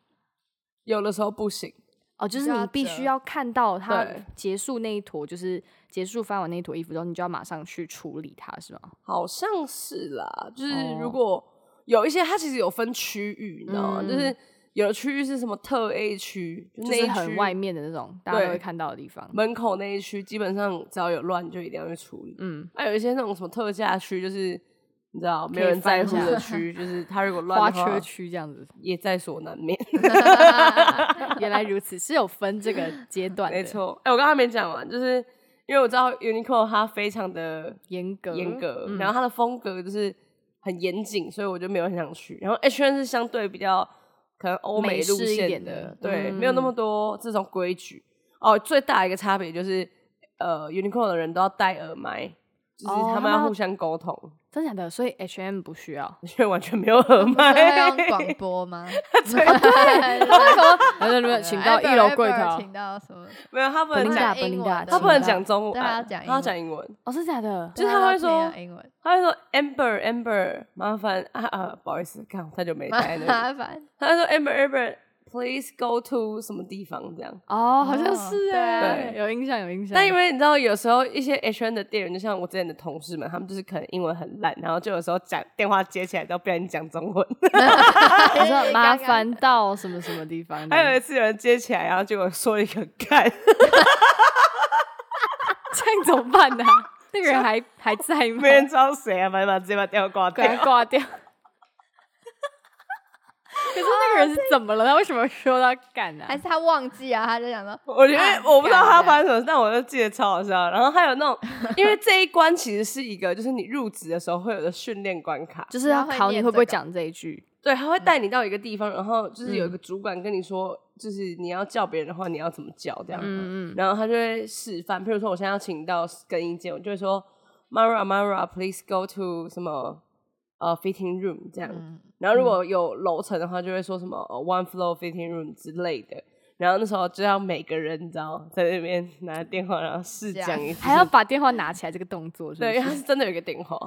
Speaker 3: 有的时候不行，
Speaker 2: 哦，就是
Speaker 1: 就
Speaker 2: 你
Speaker 1: 要
Speaker 2: 必
Speaker 1: 折
Speaker 2: 须要看到他
Speaker 3: 对
Speaker 2: 结束那一坨，就是结束翻完那一坨衣服之后，你就要马上去处理它，是吗？
Speaker 3: 好像是啦，就是
Speaker 2: 哦
Speaker 3: 如果有一些，它其实有分区域，你知道吗？
Speaker 2: 嗯
Speaker 3: 就是有的区域是什么特 A 区，就
Speaker 2: 就
Speaker 3: 那一
Speaker 2: 是
Speaker 3: 区
Speaker 2: 很外面的那种，大家都
Speaker 3: 对
Speaker 2: 会看到的地方。
Speaker 3: 门口那一区，基本上只要有乱，你就一定要去处理。啊
Speaker 2: 嗯，
Speaker 3: 还、有一些那种什么特价区，就是你知道没
Speaker 2: 可以
Speaker 3: 有人在
Speaker 2: 翻
Speaker 3: 乎
Speaker 2: 一下
Speaker 3: 的区，就是它
Speaker 2: *laughs*
Speaker 3: 如果
Speaker 2: 花
Speaker 3: 乱的
Speaker 2: 车
Speaker 3: 话，
Speaker 2: 区这样
Speaker 3: *laughs*
Speaker 2: 子。
Speaker 3: 也在所难
Speaker 2: *laughs*
Speaker 3: 免。
Speaker 2: 原来如此，是有分这个阶段的，
Speaker 3: 没错，哎、我刚刚没讲完，就是因为我知道 Uniqlo 它非常的
Speaker 2: 严格
Speaker 3: 严格，
Speaker 2: 嗯
Speaker 3: 然后它的风格就是很严谨，所以我就没有很想去。然后 H N 是相对比较可能欧
Speaker 2: 美
Speaker 3: 路
Speaker 2: 式一
Speaker 3: 线
Speaker 2: 点
Speaker 3: 的，
Speaker 2: 的
Speaker 3: 对，
Speaker 2: 嗯
Speaker 3: 没有那么多这种规矩。哦，最大一个差别就是，呃，Uniqlo 的人都要戴耳麦，就是
Speaker 2: 哦
Speaker 3: 他
Speaker 2: 他
Speaker 3: 们
Speaker 2: 们
Speaker 3: 要
Speaker 2: 要
Speaker 3: 互相沟通，
Speaker 2: 真假的，所以 H M 不需要。
Speaker 3: 因为完全没有
Speaker 2: 哦
Speaker 3: 耳麦
Speaker 1: 不是会用广播吗？对，
Speaker 2: 他 *laughs* 为什么？没有没有，哎请到一楼
Speaker 1: Apple，
Speaker 2: 柜台啊
Speaker 1: Apple，。请到什么？
Speaker 3: 没有，他不能
Speaker 2: 不能
Speaker 3: 讲，
Speaker 2: 打
Speaker 1: 英
Speaker 2: 不能打
Speaker 1: 文的，
Speaker 3: 他不能
Speaker 2: 请到
Speaker 3: 讲中文，
Speaker 1: 对他要讲英文
Speaker 3: 他要讲英文。
Speaker 2: 哦，是假的，
Speaker 3: 就是他会
Speaker 1: 对
Speaker 3: 说
Speaker 1: 他要英文，
Speaker 3: 他会说 Amber Amber，麻烦啊啊，不好意思，看我太久没待在那
Speaker 2: *laughs*
Speaker 3: 里。
Speaker 1: *laughs* 麻烦。
Speaker 3: 他会说 Amber Amber，please go to 什么地方这样。
Speaker 2: 哦，好像是
Speaker 1: 哦
Speaker 2: 哎，
Speaker 3: 对
Speaker 2: 有印象有印象。
Speaker 3: 但因为你知道，有时候一些 H N 的店员，就像我之前的同事们，他们就是可能英文很烂，然后就有时候讲电话接起来都不小心讲中文。 *laughs*
Speaker 2: 你 *laughs*
Speaker 1: *laughs*
Speaker 2: 说麻
Speaker 1: 刚刚
Speaker 2: 烦到什么什么地方，
Speaker 3: 还有一次有人接起来，然后结果说一个干， *laughs*
Speaker 2: 这样怎么办呢？ *laughs* 那个人还还在吗
Speaker 3: 没？人知道谁啊，反正把直接把电话挂
Speaker 2: *laughs* 给他
Speaker 3: 掉。
Speaker 2: 挂 *laughs* 掉。可是那个人是怎么了？他为什么说到干呢、
Speaker 1: 还是他忘记啊？他就想
Speaker 3: *laughs*
Speaker 1: 说，
Speaker 3: 我觉得
Speaker 1: 啊
Speaker 3: 我不知道他
Speaker 1: 干
Speaker 3: 发生什么事，但我就记得超好笑。然后还有那种，因为这一关其实是一个，就是你入职的时候会有的训练关卡，
Speaker 2: 就是要考你会不会讲这一句。
Speaker 3: 对，他
Speaker 2: 嗯
Speaker 3: 会带你到一个地方，然后就是有一个主管跟你说，就是你要叫别人的话，你要怎么叫这样。
Speaker 2: 嗯嗯，
Speaker 3: 然后他就会示范，譬如说我现在要请你到更衣间，我就会说 Mara Mara please go to 什么呃 fitting room 这样。
Speaker 1: 嗯，
Speaker 3: 然后如果有楼层的话，就会说什么、呃 one floor fitting room 之类的。然后那时候就要每个人你知道在那边拿电话，然后试
Speaker 1: 这样
Speaker 3: 讲一次，
Speaker 2: 还要把电话拿起来这个动作是不
Speaker 3: 对，因为他
Speaker 2: 是，
Speaker 3: 是真的有一个电话，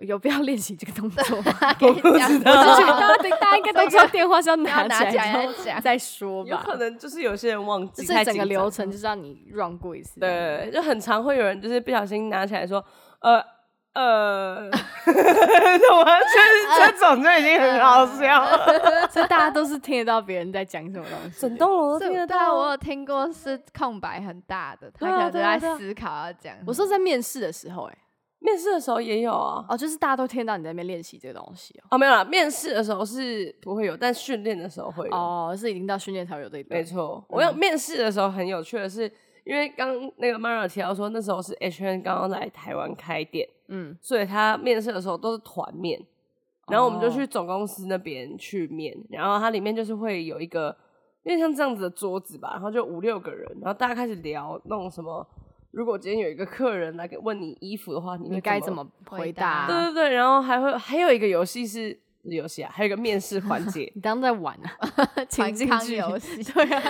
Speaker 2: 有必要练习这个动作 *laughs* 吗？
Speaker 3: 我不知
Speaker 1: *laughs*
Speaker 3: 道，
Speaker 2: 就是大家对大家应该都知道电话是要拿
Speaker 1: 要拿
Speaker 2: 起
Speaker 1: 起来
Speaker 2: 来
Speaker 1: 再
Speaker 2: 然后
Speaker 1: 讲
Speaker 2: 再说
Speaker 3: 有
Speaker 2: 吧。
Speaker 3: 可能就是有些人忘记，
Speaker 2: 就
Speaker 3: 太
Speaker 2: 是整
Speaker 3: 紧
Speaker 2: 个
Speaker 3: 张
Speaker 2: 流程就是让你 run 过一次。
Speaker 3: 对，就很常会有人就是不小心拿起来说，呃呃，我就是这种就已经很好笑了。
Speaker 2: 所以大家都是听得到别人在讲什么东
Speaker 3: *laughs*
Speaker 2: 西。
Speaker 3: 整栋楼都
Speaker 1: 是
Speaker 3: 听得
Speaker 1: 对啊，
Speaker 3: 到
Speaker 1: 我有听过是空白很大的，他
Speaker 3: 对啊
Speaker 1: 可能
Speaker 3: 对
Speaker 1: 就
Speaker 3: 啊
Speaker 1: 在
Speaker 3: 对啊
Speaker 1: 思考要讲什么。
Speaker 2: 我说在面试的时候、欸，
Speaker 3: 面试的时候也有啊。
Speaker 2: 哦，就是大家都听得到你在那边练习这个东西
Speaker 3: 哦，没有啦，面试的时候是不会有，但训练的时候会有。
Speaker 2: 哦。哦，是已经到训练才有这一段。
Speaker 3: 没错，我
Speaker 2: 嗯
Speaker 3: 想面试的时候很有趣的是，因为刚那个 Mara 提到说，那时候是 H N 刚刚来台湾开店，
Speaker 2: 嗯，
Speaker 3: 所以他面试的时候都是团面，然后我们就
Speaker 2: 哦
Speaker 3: 去总公司那边去面，然后它里面就是会有一个，因为像这样子的桌子吧，然后就五六个人，然后大家开始聊弄什么。如果今天有一个客人来给问你衣服的话，你
Speaker 2: 你
Speaker 3: 会
Speaker 2: 该
Speaker 3: 怎
Speaker 2: 怎
Speaker 3: 么？
Speaker 2: 么回
Speaker 1: 回
Speaker 2: 答？，
Speaker 1: 答
Speaker 3: 对对对，然后还会还有一个游戏是游戏啊，还有一个面试环节
Speaker 2: 你当在玩啊，情
Speaker 1: 团
Speaker 2: 境
Speaker 1: 康
Speaker 2: 剧
Speaker 3: *laughs*
Speaker 1: 游戏，
Speaker 2: 对啊，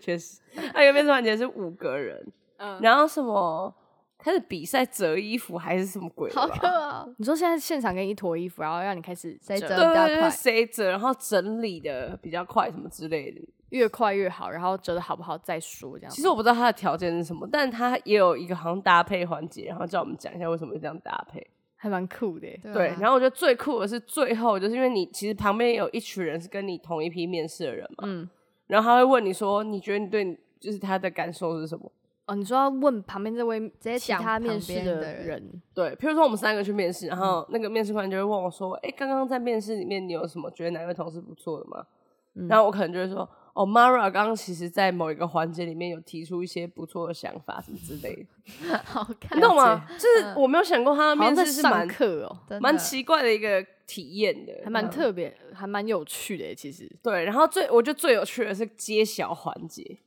Speaker 3: 确实，还有一个面试环节是五个人，
Speaker 2: 嗯，
Speaker 3: 然后什么开始比赛折衣服还是什么鬼的
Speaker 1: *laughs* 好
Speaker 3: 吧
Speaker 1: 酷哦！
Speaker 2: 你说现在现场给你一坨衣服，然后让你开始
Speaker 1: 谁折
Speaker 3: 对
Speaker 1: 比较
Speaker 3: 对对，
Speaker 1: 快
Speaker 3: 谁折，然后整理的比较快，什么之类的。
Speaker 2: 越快越好，然后折的好不好再说这样。
Speaker 3: 其实我不知道它的条件是什么，但它也有一个好像搭配环节，然后叫我们讲一下为什么这样搭配。
Speaker 2: 还蛮酷的耶，欸
Speaker 3: 对，
Speaker 1: 啊
Speaker 3: 然后我觉得最酷的是最后，就是因为你其实旁边有一群人是跟你同一批面试的人嘛，
Speaker 2: 嗯，
Speaker 3: 然后他会问你说，你觉得你对你就是他的感受是什么？
Speaker 2: 哦，你说要问旁边这位直
Speaker 1: 接
Speaker 2: 其
Speaker 1: 讲
Speaker 2: 他面
Speaker 1: 旁
Speaker 2: 试
Speaker 1: 边
Speaker 2: 的
Speaker 1: 的人
Speaker 2: 人，
Speaker 3: 对，譬如说我们三个去面试，然
Speaker 2: 嗯
Speaker 3: 后那个面试官就会问我说：“哎、刚刚在面试里面，你有什么觉得哪位同事不错的吗？”
Speaker 2: 嗯
Speaker 3: 然后我可能就会说：“哦，Mara 刚刚其实在某一个环节里面有提出一些不错的想法，什么之
Speaker 2: *laughs*
Speaker 3: 类的，
Speaker 1: 好看，
Speaker 3: 你懂吗？就是我没有想过他的
Speaker 2: 嗯好像
Speaker 3: 面
Speaker 2: 在
Speaker 3: 试是
Speaker 2: 上
Speaker 3: 蛮
Speaker 2: 课哦，
Speaker 1: 真的？
Speaker 3: 蛮奇怪的一个体验的，
Speaker 2: 还蛮特别，还蛮有趣的耶其实。
Speaker 3: 对。然后最我觉得最有趣的是揭晓环节，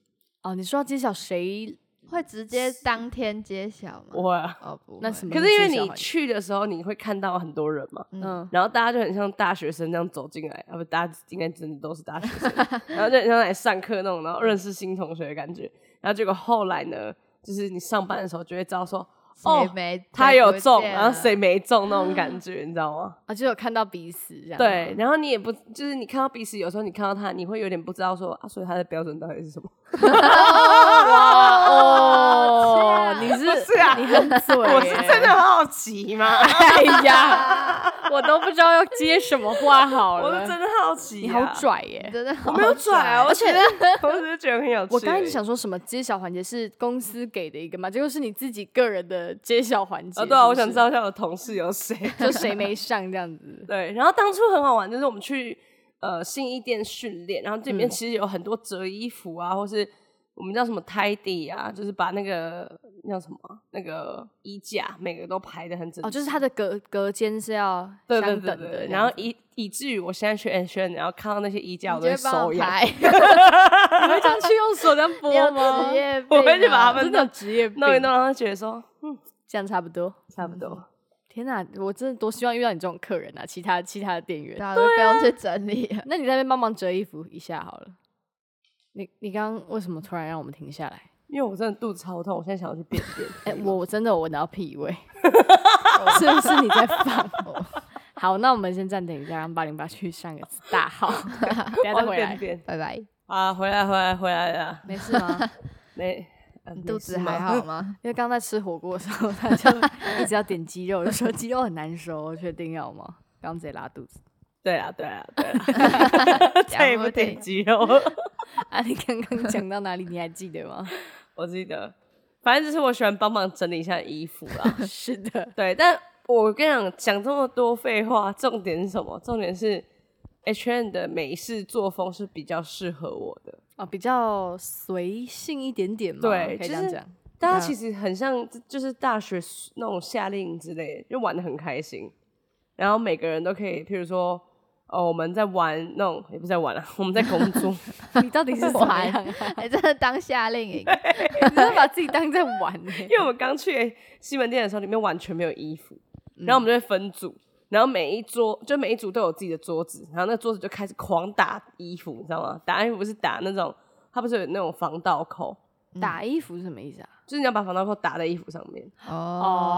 Speaker 2: 哦，你说要揭晓谁？
Speaker 1: 会直接当天揭晓吗？
Speaker 3: 我啊
Speaker 1: 哦不会，
Speaker 2: 那什么
Speaker 3: 可是因为
Speaker 2: 揭晓
Speaker 3: 你
Speaker 2: 环节
Speaker 3: 去的时候，你会看到很多人嘛，
Speaker 2: 嗯，
Speaker 3: 然后大家就很像大学生那样走进来，啊不，大家应该真的都是大学 *laughs* 生，然后就很像来上课那种，然后认识新同学的感觉。然后结果后来呢，就是你上班的时候就会知道说，
Speaker 1: 谁
Speaker 3: 哦，
Speaker 1: 没谁
Speaker 3: 他有
Speaker 1: 不
Speaker 3: 中，
Speaker 1: 见
Speaker 3: 然后
Speaker 1: 了
Speaker 3: 谁没中那 *laughs* 种感觉，你知道吗？
Speaker 2: 啊，就有看到彼此这样。
Speaker 3: 对，，然后你也不就是你看到彼此，有时候你看到他，你会有点不知道说啊，所以他的标准到底是什么？
Speaker 2: 哇
Speaker 3: *laughs*
Speaker 2: 哦，
Speaker 1: 天
Speaker 2: 你
Speaker 1: 啊
Speaker 2: 是
Speaker 3: 不是啊
Speaker 2: *laughs* 你很嘴，
Speaker 3: 我是真的很好奇嘛，
Speaker 2: 哎 *laughs* 呀，我都不知道要接什么话好了。
Speaker 3: 我是真的好奇、
Speaker 2: *laughs*
Speaker 3: 啊
Speaker 2: 你好，拽耶！
Speaker 1: 真
Speaker 3: *laughs*
Speaker 1: 的
Speaker 3: 我
Speaker 1: 好
Speaker 3: 没有拽啊，我
Speaker 2: 而
Speaker 3: 只
Speaker 2: 且
Speaker 3: 是 *laughs* 我只是觉得很有趣而已。
Speaker 2: 我刚开始想说什么揭晓环节是公司给的一个嘛，结果是你自己个人的揭晓环节。
Speaker 3: 啊，对啊，
Speaker 2: 是不
Speaker 3: 我想
Speaker 2: 是
Speaker 3: 知道一下我同事有谁。
Speaker 2: 就谁没上这
Speaker 3: *laughs*
Speaker 2: 样子。
Speaker 3: 对，然后当初很好玩，就是我们去呃信义店训练，然后这里面
Speaker 2: 嗯
Speaker 3: 其实有很多折衣服啊，或是我们叫什么 tidy 啊，就是把那个那叫什么啊那个衣架每个都排的很整齐。
Speaker 2: 哦，就是它的隔隔间是要
Speaker 3: 对
Speaker 2: 相
Speaker 3: 对
Speaker 2: 等
Speaker 3: 对
Speaker 2: 的
Speaker 3: 对
Speaker 2: 这
Speaker 3: 对，
Speaker 2: 样子，
Speaker 3: 然后以以至于我现在去 N 轩，然后看到那些衣架，我
Speaker 1: 你
Speaker 3: 都
Speaker 1: 就
Speaker 3: 会
Speaker 1: 会帮
Speaker 3: 手
Speaker 1: 我
Speaker 3: 痒， *laughs*
Speaker 1: 排，
Speaker 2: 你会这样去用 *laughs* 手这样拨吗
Speaker 1: 你有职？业病
Speaker 3: 我会去把
Speaker 1: 啊
Speaker 3: 它们
Speaker 2: 真的有哦职业病，
Speaker 3: 弄一弄，然后觉得说嗯
Speaker 2: 这样差不多。
Speaker 3: 差不多。
Speaker 2: 天哪、我真的多希望遇到你这种客人啊！其他其他的店员
Speaker 1: 对，啊，都不用去整理了。
Speaker 2: 那你在那边帮忙折衣服一下好了。你你刚刚为什么突然让我们停下来？
Speaker 3: 因为我真的肚子超痛，我现在想要去便便。
Speaker 2: 哎、我我真的有闻到屁 *laughs* 味，是不是你在放
Speaker 1: 哦
Speaker 2: 我？ *laughs* 好，那我们先暂停一下，让八零八去上个大 *laughs* 号，等一下
Speaker 3: 我要
Speaker 2: 再回
Speaker 3: 去哦便
Speaker 2: 来。
Speaker 3: 便
Speaker 1: 拜
Speaker 3: *laughs*
Speaker 1: 拜，
Speaker 3: 啊，回来回来回来了，
Speaker 2: 没事吗？
Speaker 3: *laughs* 没，呃
Speaker 1: 你肚子
Speaker 3: 没事吗
Speaker 1: 还好吗？
Speaker 2: 因为刚在吃火锅的时候，他 *laughs* 就一直要点鸡肉，就说鸡肉很难熟，确定要吗？刚直接拉肚子。
Speaker 3: 对啊，对啊，对啊，再也
Speaker 1: 讲
Speaker 3: 不
Speaker 1: 不
Speaker 3: 点
Speaker 1: 停，
Speaker 3: 鸡肉。
Speaker 2: 啊，你刚刚讲到哪里？你还记得吗？
Speaker 3: *laughs* 我记得，反正就是我喜欢帮忙整理一下衣服啦。 *laughs*
Speaker 2: 是的，
Speaker 3: 对，但我跟你讲，讲这么多废话，重点是什么？重点是 H N 的美式作风是比较适合我的。
Speaker 2: 哦，比较随性一点点嘛，
Speaker 3: 对
Speaker 2: 可
Speaker 3: 就
Speaker 2: 以这样
Speaker 3: 是
Speaker 2: 讲。
Speaker 3: 大家
Speaker 2: 嗯
Speaker 3: 其实很像，就是大学那种夏令营之类的，就玩的很开心。然后每个人都可以，譬如说，哦，我们在玩那种，也不是在玩啊，我们在工作。
Speaker 2: 你到
Speaker 3: *laughs*
Speaker 2: 底是怎么
Speaker 1: 玩
Speaker 2: 样啊？
Speaker 1: 还真的当夏令营，
Speaker 2: 你真的把自己当在玩呢、
Speaker 3: 因为我们刚去西门店的时候，里面完全没有衣服，然后我们就会分组，然后每一桌就每一组都有自己的桌子，然后那桌子就开始狂打衣服，你知道吗？打衣服是打那种，它不是有那种防盗扣，
Speaker 2: *laughs* 打衣服是什么意思啊？
Speaker 3: 就是你要把防盗扣打在衣服上面。
Speaker 1: 哦，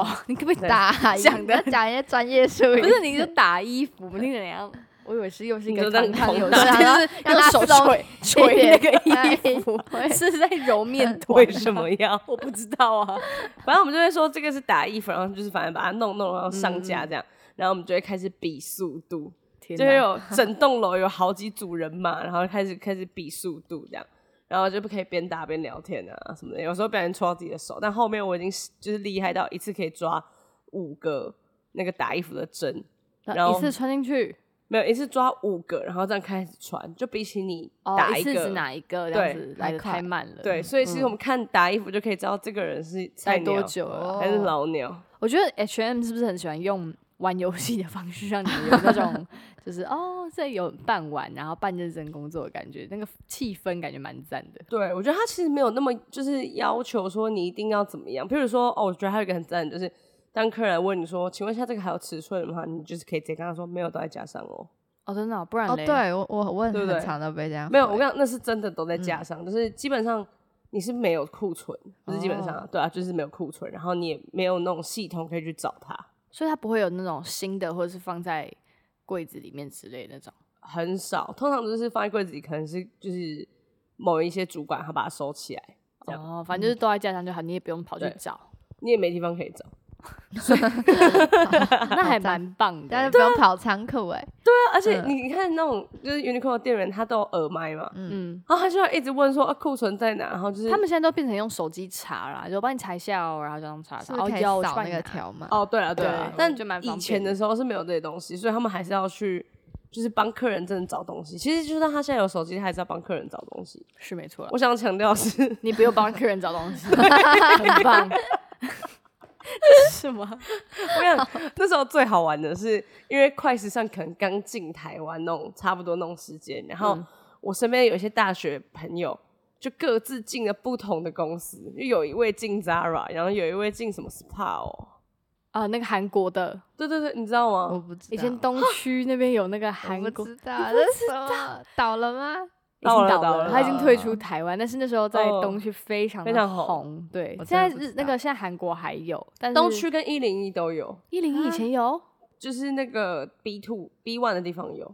Speaker 2: 哦，你可不可以打？
Speaker 1: 打
Speaker 2: 讲得
Speaker 1: 要讲一些专业术语，
Speaker 2: 不是，你就打衣服，那个怎样？ *laughs* 我以为是又是一
Speaker 3: 你
Speaker 2: 个
Speaker 3: 就这样
Speaker 2: 堂堂
Speaker 3: 捅
Speaker 2: 有
Speaker 3: 他
Speaker 2: 神， *laughs* 就是
Speaker 1: 啊让
Speaker 2: 用
Speaker 1: 他
Speaker 2: 手
Speaker 1: 松
Speaker 2: 捶捶那个衣 *laughs* 服，
Speaker 1: 哎
Speaker 2: 是在揉 *laughs* 面团
Speaker 3: 为
Speaker 2: 吗
Speaker 3: 什么要？
Speaker 2: 我不知道
Speaker 3: *laughs*
Speaker 2: 啊，
Speaker 3: 反正我们就会说这个是打衣服，然后就是反正把它弄弄，然后上架这样，然后我们就会开始比速度，
Speaker 2: 天
Speaker 3: 就
Speaker 2: 哪
Speaker 3: 会有整栋楼有好几组人嘛，然后开始开始比速度这样，然后就不可以边打边聊天啊什么的。有时候不小心戳到自己的手，但后面我已经是就是厉害到一次可以抓五个那个打衣服的针，然后
Speaker 2: 一次穿进去，
Speaker 3: 没有一次抓五个，然后这样开始穿，就比起你
Speaker 2: 哦
Speaker 3: 打
Speaker 2: 一次
Speaker 3: 个。
Speaker 2: 只哪一个这
Speaker 3: 对
Speaker 2: 样子来的太慢了。
Speaker 3: 对，，所以其实我们看打衣服就可以知道这个人是菜
Speaker 2: 待多
Speaker 3: 鸟
Speaker 2: 久了？
Speaker 1: 哦
Speaker 3: 还是老鸟。
Speaker 2: 我觉得 H M 是不是很喜欢用玩游戏的方式，让你有那 *laughs* 种就是哦，这有半玩然后半认真工作的感觉，那个气氛感觉蛮赞的。
Speaker 3: 对，我觉得他其实没有那么就是要求说你一定要怎么样。譬如说，哦，我觉得还有一个很赞，就是当客人来问你说：“请问一下，这个还有尺寸吗？”你就是可以直接跟他说：“没有，都在架上哦。
Speaker 2: 哦，真的哦，不然
Speaker 1: 哦，
Speaker 2: 嘞，
Speaker 1: 对我我我
Speaker 3: 对不
Speaker 1: 很
Speaker 3: 对
Speaker 1: 很常都被这样回，
Speaker 3: 没有，
Speaker 1: *laughs*
Speaker 3: 我跟你讲，那是真的都在架上，就是基本上你是没有库存，不是基本上啊、对啊，就是没有库存，然后你也没有那种系统可以去找他，
Speaker 2: 所以它不会有那种新的，或者是放在柜子里面之类的那种。
Speaker 3: 很少，通常就是放在柜子里，可能是就是某一些主管他把它收起来，这样
Speaker 2: 嗯 *laughs* 哦，反正就是都在架上就好，你也不用跑去
Speaker 3: 对
Speaker 2: 找。
Speaker 3: 你也没地方可以找。
Speaker 2: 那还
Speaker 1: 赞 *laughs*
Speaker 2: 蛮棒
Speaker 1: 大家
Speaker 2: 的。
Speaker 1: 不用跑仓库哎，
Speaker 3: 而且你看那种就是 Uniqlo 的店员，他都有耳麦嘛，
Speaker 2: 嗯，
Speaker 3: 然后他就要一直问说啊库存在哪，然后就是
Speaker 2: 他们现在都变成用手机查啦，就帮你查一下哦，然后这样查
Speaker 1: 是
Speaker 2: 查，
Speaker 1: 不
Speaker 2: 哦
Speaker 1: 是可以扫那
Speaker 2: 有
Speaker 1: 个。
Speaker 2: 我去帮你拿
Speaker 1: 条码。
Speaker 3: 哦对了对了
Speaker 2: 对，
Speaker 3: 但
Speaker 2: 就蛮方便
Speaker 3: 以前的时候是没有这些东西，所以他们还是要去就是帮客人真的找东西。其实就算他现在有手机，他还是要帮客人找东西。
Speaker 2: 是没错啦
Speaker 3: 我，想强调的是 *laughs*
Speaker 2: 你不用帮客人找东
Speaker 1: *laughs*
Speaker 2: 西，很棒。这 *laughs* 是什么？
Speaker 3: 我想那时候最好玩的是，因为快时尚可能刚进台湾那种差不多那种时间，然后
Speaker 2: 嗯
Speaker 3: 我身边有一些大学朋友就各自进了不同的公司，就有一位进 Zara，然后有一位进什么 SPA 哦，
Speaker 2: 啊，那个韩国的，
Speaker 3: 对对对，你知道
Speaker 1: 我
Speaker 3: 吗？
Speaker 1: 不知道，
Speaker 2: 以前东区那边有那个韩
Speaker 1: 我不
Speaker 2: 国，
Speaker 1: 知道，这是什么倒了吗？
Speaker 2: 已经
Speaker 3: 倒了
Speaker 2: 倒
Speaker 3: 倒了
Speaker 2: 他已经退出台湾，但是那时候在
Speaker 3: 哦
Speaker 2: 东区非常
Speaker 3: 非
Speaker 2: 的
Speaker 3: 常红
Speaker 2: 红。对，
Speaker 1: 我
Speaker 2: 现在
Speaker 1: 真的不
Speaker 2: 日
Speaker 1: 知
Speaker 2: 那
Speaker 1: 道
Speaker 2: 个现在韩国还有，但是
Speaker 3: 东区啊跟一零一都有，
Speaker 2: 一零一以前有，
Speaker 3: 就是那个 B two B one 的地方有，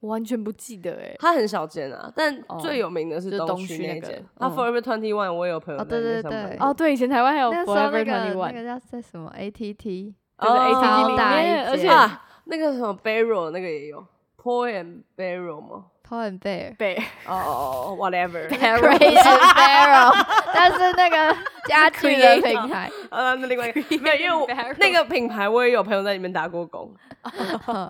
Speaker 2: 我完全不记得哎。
Speaker 3: 它很少见啊，但
Speaker 2: 哦
Speaker 3: 最有名的是
Speaker 2: 就是
Speaker 3: 东
Speaker 2: 东区
Speaker 3: 那
Speaker 2: 那个
Speaker 3: 间。它
Speaker 2: 嗯
Speaker 3: Forever Twenty One 我也有朋友
Speaker 1: 哦
Speaker 3: 在
Speaker 1: 对
Speaker 3: 那边
Speaker 1: 对
Speaker 3: 上班
Speaker 1: 对
Speaker 3: 过，
Speaker 2: 哦，对，以前台湾还有
Speaker 1: 那时候
Speaker 2: Forever
Speaker 1: 那个那
Speaker 2: Twenty One，
Speaker 1: 个叫叫什么 ATT，
Speaker 2: 就是
Speaker 3: 哦
Speaker 2: ATT
Speaker 1: 超
Speaker 2: 里
Speaker 1: 大一
Speaker 2: 面，而
Speaker 1: 间
Speaker 2: 且
Speaker 3: 啊，那个什么 Barrel 那个也有 Poem Barrel 吗？
Speaker 1: Paul and
Speaker 2: *laughs*
Speaker 1: Bear。
Speaker 2: 北
Speaker 3: 哦哦哦，whatever，
Speaker 1: Crazy Barrel，但 *laughs* 是那个家具的品牌，
Speaker 3: *laughs* 啊，那另外一个没有，因为我
Speaker 2: Barrel
Speaker 3: 那个品牌我也有朋友在里面打过工，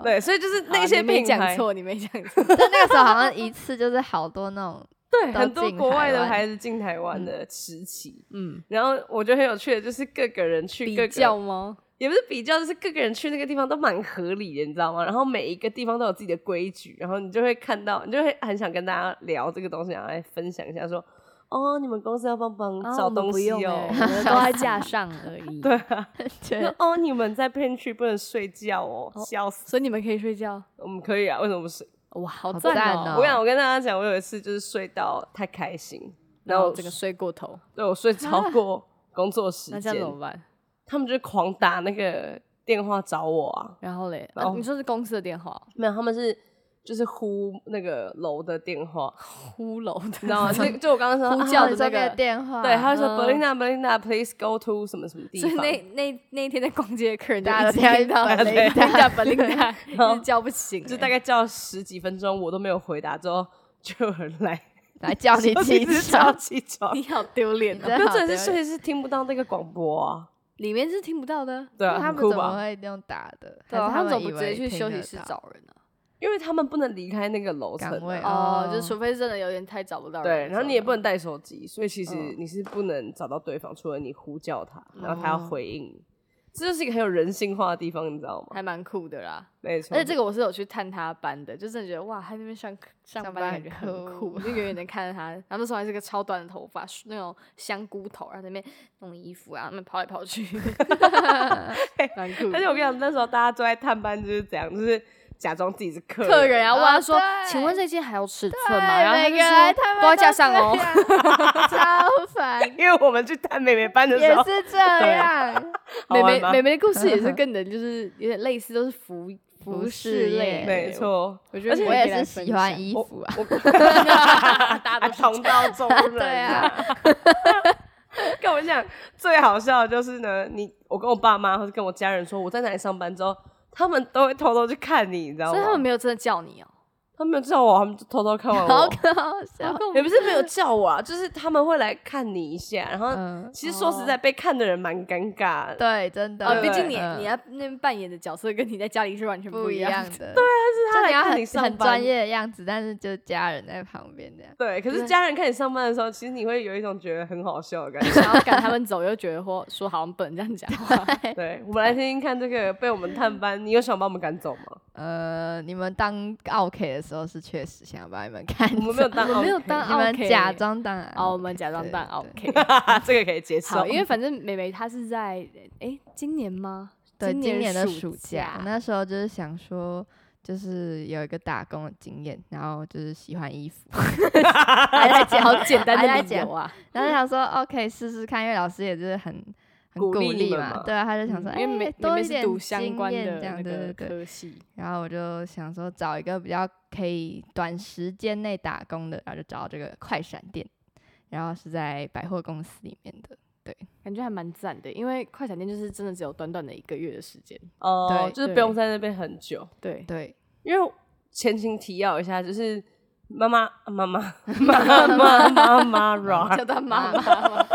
Speaker 3: 对，所以就是那些
Speaker 2: 啊你没
Speaker 3: 品
Speaker 2: 讲
Speaker 3: 牌，
Speaker 2: 错，你没讲
Speaker 3: *laughs*
Speaker 2: 错。
Speaker 1: 但那个时候好像一次就是好多那种，
Speaker 3: 对，
Speaker 1: 都
Speaker 3: 很多
Speaker 1: 进
Speaker 3: 国外的
Speaker 1: 台湾
Speaker 3: 牌子进台湾的时期。
Speaker 2: 嗯，
Speaker 3: 然后我觉得很有趣的就是各个人去各
Speaker 2: 比
Speaker 3: 个
Speaker 2: 较吗？
Speaker 3: 也不是比较，就是各个人去那个地方都蛮合理的，你知道吗？然后每一个地方都有自己的规矩，然后你就会看到，你就会很想跟大家聊这个东西，然后来分享一下说，哦，你们公司要帮忙
Speaker 2: 啊
Speaker 3: 找
Speaker 2: 我们
Speaker 3: 东
Speaker 2: 不
Speaker 3: 西
Speaker 2: 用
Speaker 3: 哦 *laughs*
Speaker 2: 欸，我们都在架上而已。
Speaker 3: 对啊，
Speaker 1: 觉
Speaker 3: 说
Speaker 1: 得
Speaker 3: 哦，你们在片区不能睡觉哦，笑死，
Speaker 2: 所以你们可以睡觉。
Speaker 3: 我们可以啊，为什么不行？
Speaker 2: 哇，好
Speaker 1: 好
Speaker 2: 赞
Speaker 1: 赞
Speaker 2: 哦！
Speaker 1: 哦
Speaker 3: 我想我跟大家讲，我有一次就是睡到太开心，
Speaker 2: 然
Speaker 3: 然后
Speaker 2: 后这个睡过头，
Speaker 3: 对我睡超过工作 *laughs* 时
Speaker 2: 那这
Speaker 3: 间
Speaker 2: 样，怎么办？
Speaker 3: 他们就狂打那个电话找我啊，
Speaker 2: 然后嘞，
Speaker 3: 然
Speaker 2: 啊
Speaker 3: 后
Speaker 2: 你说是公司的电话，
Speaker 3: 没有，他们是就是呼那个楼的电话，
Speaker 2: 呼楼的，
Speaker 3: 你知道
Speaker 2: *laughs*
Speaker 3: 吗？就就我刚刚说
Speaker 2: 呼
Speaker 3: 啊
Speaker 2: 叫的
Speaker 1: 你
Speaker 2: 这
Speaker 1: 说啊
Speaker 2: 个
Speaker 1: 个电话，
Speaker 3: 对，他会说
Speaker 2: 嗯
Speaker 3: Belinda Belinda please go to 什么什么地
Speaker 2: 所以
Speaker 3: 方，
Speaker 2: 那那那一天在逛街，客人就
Speaker 1: 大家
Speaker 2: 一
Speaker 1: 都
Speaker 2: 直
Speaker 1: 听
Speaker 2: 听到
Speaker 1: 到
Speaker 2: Belinda Belinda，
Speaker 3: 然
Speaker 2: 一
Speaker 3: 后
Speaker 2: 直 *laughs* 叫
Speaker 3: *laughs*
Speaker 2: 不醒，
Speaker 3: 就大
Speaker 2: 概
Speaker 3: 概叫十几分钟，我都没有回答，之后就有人来
Speaker 1: 来叫 *laughs* 你起
Speaker 3: 叫
Speaker 1: 床，
Speaker 3: 起床。
Speaker 2: 你好丢脸
Speaker 1: 你
Speaker 2: 哦。
Speaker 1: 真
Speaker 3: 那
Speaker 1: 好丢
Speaker 3: 真的
Speaker 1: 脸
Speaker 3: 是睡是听不到那个广播啊，
Speaker 2: *laughs* 里面是听不到的，
Speaker 3: 对啊，
Speaker 1: 他
Speaker 3: 很
Speaker 1: 们
Speaker 3: 酷
Speaker 1: 怎么
Speaker 3: 吧？
Speaker 1: 会用打的？
Speaker 2: 对啊，
Speaker 1: 还是
Speaker 2: 他们怎
Speaker 1: 以
Speaker 2: 么不直
Speaker 1: 为
Speaker 2: 接去
Speaker 1: 听
Speaker 2: 休息
Speaker 1: 得
Speaker 2: 室
Speaker 1: 到
Speaker 2: 找人呢？
Speaker 3: 因为他们不能离开那个楼层
Speaker 1: 岗位
Speaker 3: 啊、
Speaker 2: 哦
Speaker 1: 哦，
Speaker 2: 就是除非真的有点太找不到人的时
Speaker 3: 对，
Speaker 2: 候，
Speaker 3: 然后你也不能带手机，所以其实
Speaker 2: 嗯
Speaker 3: 你是不能找到对方，除了你呼叫他，然后他要
Speaker 1: 哦
Speaker 3: 回应你。这就是一个很有人性化的地方，你知道吗？
Speaker 2: 还蛮酷的啦。
Speaker 3: 没错，
Speaker 2: 而且这个我是有去探他班的，就真的觉得哇，他那边上课上
Speaker 1: 上
Speaker 2: 班
Speaker 1: 班
Speaker 2: 的感觉
Speaker 1: 很
Speaker 2: 很
Speaker 1: 酷
Speaker 2: 酷，就远远的看着他，然后那时候还是个超短的头发，那种香菇头，然啊后在那边弄衣服啊，那边跑来跑去，蛮
Speaker 1: 嗯
Speaker 2: 酷的。
Speaker 3: 而且我跟你讲，那时候大家都在探班，就是怎样，就是假装自己是客人，
Speaker 2: 客人啊，问他说
Speaker 1: 哦：“对
Speaker 2: 请问这件还有尺寸
Speaker 1: 对，
Speaker 2: 吗？”然后
Speaker 1: 哎每
Speaker 2: 他
Speaker 1: 个人
Speaker 2: 就说
Speaker 1: 他：“们
Speaker 2: 都要加上哦。
Speaker 1: 这 *laughs* 样，超烦，
Speaker 3: 因为我们去探妹妹班的
Speaker 1: 也
Speaker 3: 时候，
Speaker 1: 是这样，”
Speaker 3: 好
Speaker 2: 美
Speaker 3: 玩
Speaker 2: 眉
Speaker 3: 吗
Speaker 2: 美眉的故事也是跟你的，就是有点类似，都是服服饰
Speaker 1: 服饰
Speaker 2: 类
Speaker 1: 业
Speaker 2: 的。
Speaker 3: 没错，
Speaker 2: 我觉得
Speaker 1: 我也是喜欢衣服啊，
Speaker 3: *laughs* 我
Speaker 2: 大
Speaker 3: 啊
Speaker 2: 家都
Speaker 3: 同道中人，
Speaker 1: 对啊。
Speaker 3: *laughs* 跟我讲，最好笑的就是呢，你我跟我爸妈或者跟我家人说我在哪里上班之后，他们都会偷偷去看你，你知道吗？
Speaker 2: 所以他们没有真的叫你哦。
Speaker 3: 他们没有叫 *laughs* 我，他们就偷偷看完
Speaker 1: *laughs* 好
Speaker 3: 我，
Speaker 1: 可好笑，
Speaker 3: 也不是没有叫我啊，就是他们会来看你一下，然后。
Speaker 1: 嗯，
Speaker 3: 其实说实在，
Speaker 2: 哦
Speaker 3: 被看的人蛮尴尬的，
Speaker 1: 对，真的，
Speaker 2: 哦，毕竟
Speaker 3: 对
Speaker 2: 你
Speaker 1: 嗯
Speaker 2: 你要那边扮演的角色跟你在家里是完全
Speaker 1: 不
Speaker 2: 一
Speaker 1: 一
Speaker 2: 样
Speaker 1: 样
Speaker 2: 的。
Speaker 1: *laughs* 的，对啊，是
Speaker 3: 他来
Speaker 1: 你要
Speaker 3: 看你
Speaker 1: 很
Speaker 3: 上
Speaker 1: 很
Speaker 3: 班
Speaker 1: 专业的样子，但是就家人在旁边这样，
Speaker 3: 对，可是
Speaker 2: 对
Speaker 3: 家人看你上班的时候，其实你会有一种觉得很好笑的感觉。
Speaker 2: 想要赶他们走，又觉得或说好像不能这样讲话。
Speaker 3: 对，我们来听听看这个被我们
Speaker 2: *laughs*
Speaker 3: 探班，你有想把我们赶走吗？
Speaker 1: 呃，你们当 OK 的时候是确实想把你们看
Speaker 3: 我
Speaker 1: 走，
Speaker 3: 们没有当，
Speaker 2: *laughs* 我们
Speaker 1: *laughs*
Speaker 2: 没有当
Speaker 1: 你们
Speaker 2: OK
Speaker 1: 假装当然
Speaker 2: 哦，我们假装扮
Speaker 1: 对
Speaker 2: OK。
Speaker 1: *laughs*
Speaker 3: OK，这个哦 *laughs* 可以接受
Speaker 2: 好，，因为反正美美她是在诶今年吗？ *laughs*
Speaker 1: 对，今年的
Speaker 2: 暑
Speaker 1: 暑假，我那时候就是想说，就是有一个打工的经验，然后就是喜欢衣服，
Speaker 2: 还在讲好简单
Speaker 1: 还在
Speaker 2: 的理
Speaker 1: 讲
Speaker 2: 由啊，
Speaker 1: 然后想
Speaker 2: *laughs*
Speaker 1: 说 OK 试试看，因为老师也就是很很
Speaker 3: 鼓
Speaker 1: 鼓
Speaker 3: 励你
Speaker 1: 励
Speaker 3: 们
Speaker 1: 嘛
Speaker 3: 嘛，
Speaker 1: 对啊，他就想说，哎、
Speaker 2: 嗯因为美美
Speaker 1: 多
Speaker 2: 美
Speaker 1: 一
Speaker 2: 是
Speaker 1: 点
Speaker 2: 读相关
Speaker 1: 经验
Speaker 2: 的
Speaker 1: 这样，
Speaker 2: 那
Speaker 1: 对对
Speaker 2: 个
Speaker 1: 对。
Speaker 2: 科系，
Speaker 1: 然后我就想说找一个比较可以短时间内打工的，然后就找这个快闪店，然后是在百货公司里面的对
Speaker 2: 感觉还蛮赞的，因为快闪店就是真的只有短短的一个月的时间。
Speaker 3: 哦
Speaker 1: 对，
Speaker 3: 就是不
Speaker 2: 对
Speaker 3: 用在那边很久。
Speaker 2: 对，
Speaker 1: 对，
Speaker 3: 因为前情提要一下，就是妈妈妈
Speaker 2: *laughs*
Speaker 3: 妈妈妈妈妈 ra
Speaker 2: 叫他妈妈嘛。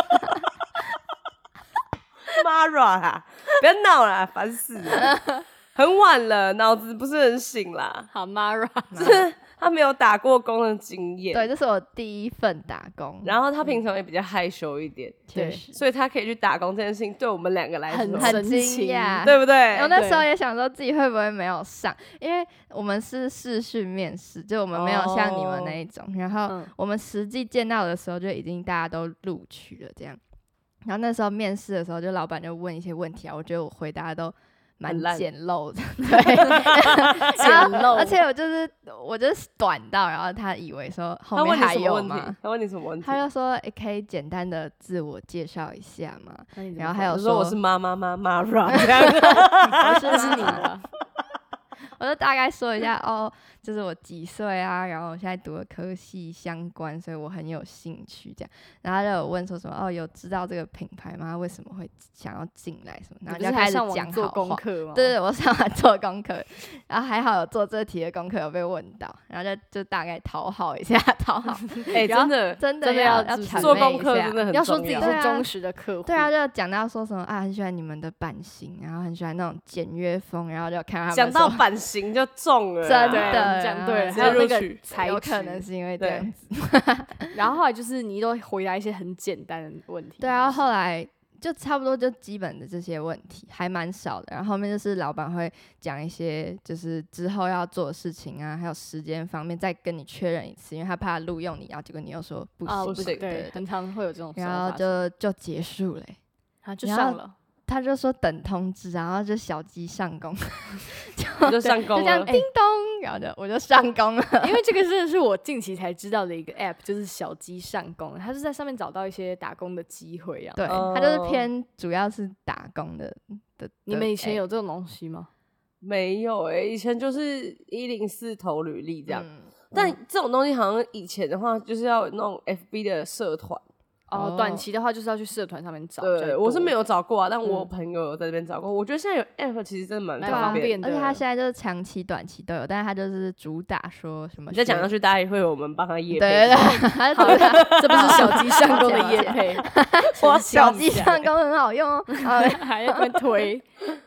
Speaker 3: 妈 ra 啦，不要闹啦，烦死了。
Speaker 2: *laughs*
Speaker 3: 很晚了，脑子不是很醒啦。
Speaker 2: 好 Mara，
Speaker 3: 就是他没有打过工的经验，
Speaker 1: 对，这是我第一份打
Speaker 2: *laughs*
Speaker 1: 工，
Speaker 3: 然后他平常也比较害羞一点，
Speaker 1: 确
Speaker 2: 对
Speaker 1: 实。
Speaker 3: 所以他可以去打工这件事情，对我们两个来说，
Speaker 2: 很
Speaker 1: 很
Speaker 2: 神
Speaker 1: 惊
Speaker 2: 奇
Speaker 1: 讶，
Speaker 3: 对不对
Speaker 1: 我？那时候
Speaker 2: 对
Speaker 1: 也想说自己会不会没有上，因为我们是试训面试，就我们没有像你们
Speaker 3: 哦
Speaker 1: 那一种，然后
Speaker 2: 嗯
Speaker 1: 我们实际见到的时候就已经大家都录取了这样。然后那时候面试的时候，就老板就问一些问题啊，我觉得我回答都蛮
Speaker 3: 很烂
Speaker 1: 简陋
Speaker 3: *laughs*
Speaker 1: 的，对，
Speaker 2: 简
Speaker 1: 然后
Speaker 2: 陋
Speaker 1: 啊而且我就是我就是短到，然后他以为说
Speaker 3: 他
Speaker 1: 后面
Speaker 3: 问你
Speaker 1: 还
Speaker 3: 什么
Speaker 1: 有
Speaker 3: 问题
Speaker 1: 吗？？
Speaker 3: 他问你什么问题？
Speaker 1: 他就说、诶可以简单的自我介绍一下吗？然后还有
Speaker 3: 我说我
Speaker 1: 说
Speaker 3: 是妈妈妈妈 ra 这样，
Speaker 2: 不
Speaker 1: 是
Speaker 2: 是
Speaker 1: 妈
Speaker 2: 你的，
Speaker 1: 我就大概说一下哦，就是我几岁啊，然后我现在读的科系相关，所以我很有兴趣这样。然后他就有问说什么哦，有知道这个品牌吗？为什么会想要进来什么？啊然后就
Speaker 2: 你不是
Speaker 1: 开
Speaker 2: 还
Speaker 1: 始
Speaker 2: 上
Speaker 1: 讲
Speaker 2: 网做
Speaker 1: 好
Speaker 2: 功
Speaker 1: 话。
Speaker 2: 课吗？
Speaker 1: 对对，我上网做功课，然后还好有做这题的功课有被问到，然后就就大概讨好一下，讨
Speaker 2: *laughs*
Speaker 1: 好
Speaker 3: 哎，
Speaker 2: 然后
Speaker 3: 真的
Speaker 1: 真的
Speaker 2: 真的
Speaker 1: 要
Speaker 2: 要
Speaker 1: 谄
Speaker 3: 做
Speaker 1: 媚
Speaker 3: 功
Speaker 1: 一
Speaker 3: 课
Speaker 1: 下
Speaker 3: 真的很
Speaker 2: 要说
Speaker 3: 重
Speaker 2: 自己
Speaker 1: 对
Speaker 2: 是
Speaker 1: 啊
Speaker 2: 忠实的客户。
Speaker 1: 对啊，就讲到说什么啊，很喜欢你们的版型，然后很喜欢那种简约风，然后就看他们
Speaker 3: 讲到
Speaker 1: 说
Speaker 3: 版型就中了啦，
Speaker 1: 真
Speaker 2: 对， *laughs*
Speaker 1: 的
Speaker 2: 讲对了，
Speaker 3: 直接
Speaker 2: 还有那
Speaker 3: 录
Speaker 2: 个
Speaker 3: 取
Speaker 2: 才
Speaker 1: 有可能是因为这
Speaker 3: 对
Speaker 1: 样子。
Speaker 2: 然后后来就是你都回答一些很简单的问题。
Speaker 1: 对啊，后来就差不多就基本的这些问题还蛮少的，然后后面就是老板会讲一些就是之后要做的事情啊，还有时间方面再跟你确认一次，因为他怕录用你，然后啊结果你又说不行、
Speaker 2: 啊，
Speaker 3: 不
Speaker 2: 不
Speaker 3: 行
Speaker 2: 行，
Speaker 1: 对
Speaker 2: 对，很常会有这种时候
Speaker 1: 然后
Speaker 2: 发生，
Speaker 1: 就就结束了欸、
Speaker 2: 他就
Speaker 1: 然
Speaker 2: 上
Speaker 1: 后
Speaker 2: 了，
Speaker 1: 他就说等通知，然后就小鸡上工，
Speaker 3: 你就上
Speaker 1: 就
Speaker 3: 工
Speaker 1: 这样哎
Speaker 3: 了。
Speaker 1: 叮咚，然后就我就上工了。
Speaker 2: 因为这个真的是我近期才知道的一个 app，就是小鸡上工，它是在上面找到一些打工的机会啊。
Speaker 1: 对，
Speaker 3: 哦
Speaker 1: 他就是偏主要是打工的的。
Speaker 2: 你
Speaker 1: 的
Speaker 2: 们以前
Speaker 1: 哎
Speaker 2: 有这种东西吗？
Speaker 3: 没有哎，以前就是一零四投履历这样，
Speaker 1: 嗯
Speaker 3: 但这种东西好像以前的话就是要有那种 FB 的社团。
Speaker 2: 哦
Speaker 1: 哦，
Speaker 2: 短期的话就是要去社团上面找。
Speaker 3: 对，我是没
Speaker 2: 有。
Speaker 3: 有找 *laughs* 过啊，但我
Speaker 2: 嗯
Speaker 3: 朋友有在这边找过。我觉得现在有 app 其实真的蛮
Speaker 2: 蛮
Speaker 1: 方
Speaker 3: 便
Speaker 2: 便
Speaker 3: 的。
Speaker 2: 的
Speaker 1: 啊而且他现在就是长期、短期都有，但是他就是主打说什么
Speaker 3: 你再讲
Speaker 1: 学
Speaker 3: 下去，大家也会我们帮他
Speaker 1: 对
Speaker 3: 夜配。
Speaker 1: 对 *laughs* 对，他是
Speaker 2: 好
Speaker 1: 主
Speaker 2: 了
Speaker 1: 打，
Speaker 2: 这不是小鸡上工的夜配，
Speaker 3: *laughs* 哇，
Speaker 1: 小鸡
Speaker 3: 啊
Speaker 1: 上工很好用
Speaker 3: *laughs*
Speaker 1: 哦。呃
Speaker 2: 还要被推。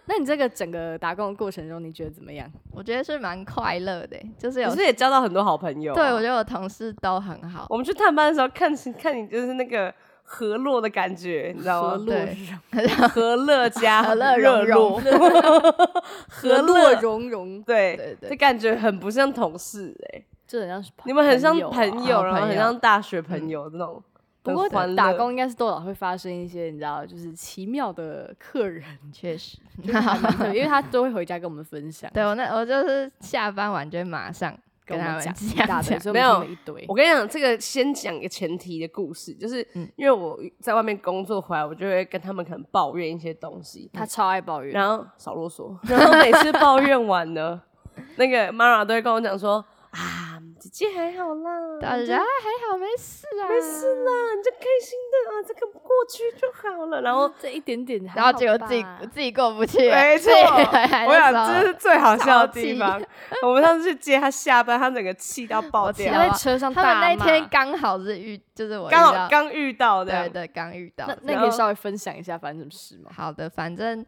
Speaker 2: 那你这个整个打工的过程中，你觉得怎么样？
Speaker 1: 我觉得是蛮快乐的，欸就是有
Speaker 3: 可是也交到很多好朋友啊、哦
Speaker 1: 对我觉得我同事都很好，
Speaker 3: 我们去探班的时候，看 *laughs* 看你就是那个河洛的感觉，你知道
Speaker 2: 河
Speaker 3: 吗？
Speaker 2: 洛
Speaker 1: 对
Speaker 2: 是什么
Speaker 3: 河乐加
Speaker 1: *laughs* 和乐
Speaker 3: 热
Speaker 1: 融
Speaker 3: 络，
Speaker 1: *laughs*
Speaker 2: 河
Speaker 3: 河
Speaker 2: 洛
Speaker 3: 洛
Speaker 2: 融融，
Speaker 3: 对，
Speaker 1: 对对
Speaker 3: 这，感觉很不像同事哎、
Speaker 2: 这很像是朋
Speaker 3: 你们很像
Speaker 2: 啊
Speaker 3: 朋友，
Speaker 1: 好
Speaker 3: 然后
Speaker 1: 朋
Speaker 3: 很
Speaker 1: 友嗯
Speaker 3: 像大学朋友这种。
Speaker 2: 不过
Speaker 3: 很欢乐
Speaker 2: 打工应该是多少会发生一些你知道，就是奇妙的客人， *laughs*
Speaker 1: 确实。
Speaker 2: 还蛮特别因为他都会回家跟我们分享，
Speaker 1: 对我那我就是下班完就会马上 *laughs*
Speaker 2: 跟
Speaker 1: 跟他
Speaker 2: 我
Speaker 1: 们
Speaker 2: 们讲
Speaker 1: 这
Speaker 2: 一
Speaker 1: 样
Speaker 2: 大
Speaker 1: 讲，
Speaker 2: 堆，所以我
Speaker 3: 没
Speaker 2: 们
Speaker 3: 有
Speaker 2: 听了一堆
Speaker 3: 我。跟你讲，这个先讲一个前提的故事，就是
Speaker 1: 嗯
Speaker 3: 因为我在外面工作回来，我就会跟他们可能抱怨一些东西，
Speaker 2: 他超爱抱怨，
Speaker 3: 然后少啰嗦， *laughs* 然后每次抱怨完呢，那个 Mara 都会跟我讲说啊，姐姐还好啦，
Speaker 1: 大
Speaker 3: 你就
Speaker 1: 家啊还好没事啊，
Speaker 3: 没事啦，你就开心的啊，这个过去就好了。然
Speaker 1: *laughs*
Speaker 3: 后
Speaker 2: 嗯这一点点还好吧，
Speaker 1: 然后结果自己自己过不去了，
Speaker 3: 没错
Speaker 1: 自己回来
Speaker 3: 我
Speaker 1: 的哎
Speaker 3: 想
Speaker 1: 时候
Speaker 3: 这是最好笑的地
Speaker 1: 气
Speaker 3: 方。我们上次去接他下班，他整个气到爆
Speaker 1: 我气
Speaker 3: 掉
Speaker 1: 到，
Speaker 2: 他在车上
Speaker 1: 他
Speaker 2: 大
Speaker 1: 们那
Speaker 2: 骂
Speaker 1: 天刚好是遇，就是我遇
Speaker 3: 刚
Speaker 1: 到
Speaker 3: 好刚遇到
Speaker 1: 对
Speaker 3: 的。
Speaker 1: 对刚遇到
Speaker 2: 那
Speaker 1: 这
Speaker 2: 那
Speaker 1: 样
Speaker 2: 你可以稍微分享一下发生什么事吗？
Speaker 1: 好的，反正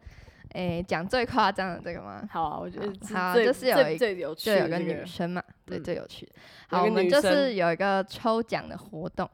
Speaker 1: 诶讲最夸张的这个吗？
Speaker 2: 好啊，我觉得
Speaker 1: 好
Speaker 2: 是
Speaker 1: 好
Speaker 2: 最
Speaker 1: 就是有
Speaker 2: 最
Speaker 1: 一
Speaker 2: 最有趣
Speaker 1: 就
Speaker 2: 的
Speaker 1: 有
Speaker 2: 这
Speaker 1: 个
Speaker 2: 个
Speaker 1: 女生嘛，对，
Speaker 2: 嗯
Speaker 1: 最有趣的。
Speaker 3: 有
Speaker 1: 好，
Speaker 3: 个
Speaker 1: 我们
Speaker 3: 女
Speaker 1: 就
Speaker 3: 生
Speaker 1: 是有一个抽奖的活动，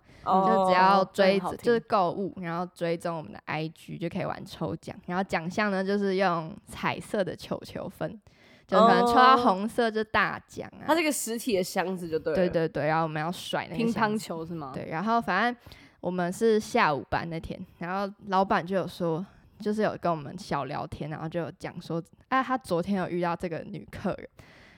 Speaker 1: 就
Speaker 3: 哦
Speaker 1: 只要
Speaker 2: 真
Speaker 1: 追
Speaker 2: 好
Speaker 1: 就是购物，然后追踪我们的 IG 就可以玩抽奖。然后奖项呢，就是用彩色的球球分，就可能抽到
Speaker 3: 哦
Speaker 1: 红色就大奖啊。
Speaker 3: 它是一个实体的箱子就对了。
Speaker 1: 对对对，然后我们要甩那个
Speaker 2: 乒
Speaker 1: 箱
Speaker 2: 乓
Speaker 1: 子
Speaker 2: 球是吗？
Speaker 1: 对，然后反正我们是下午班那天，然后老板就有说，就是有跟我们小聊天，然后就有讲说，啊，他昨天有遇到这个女客人，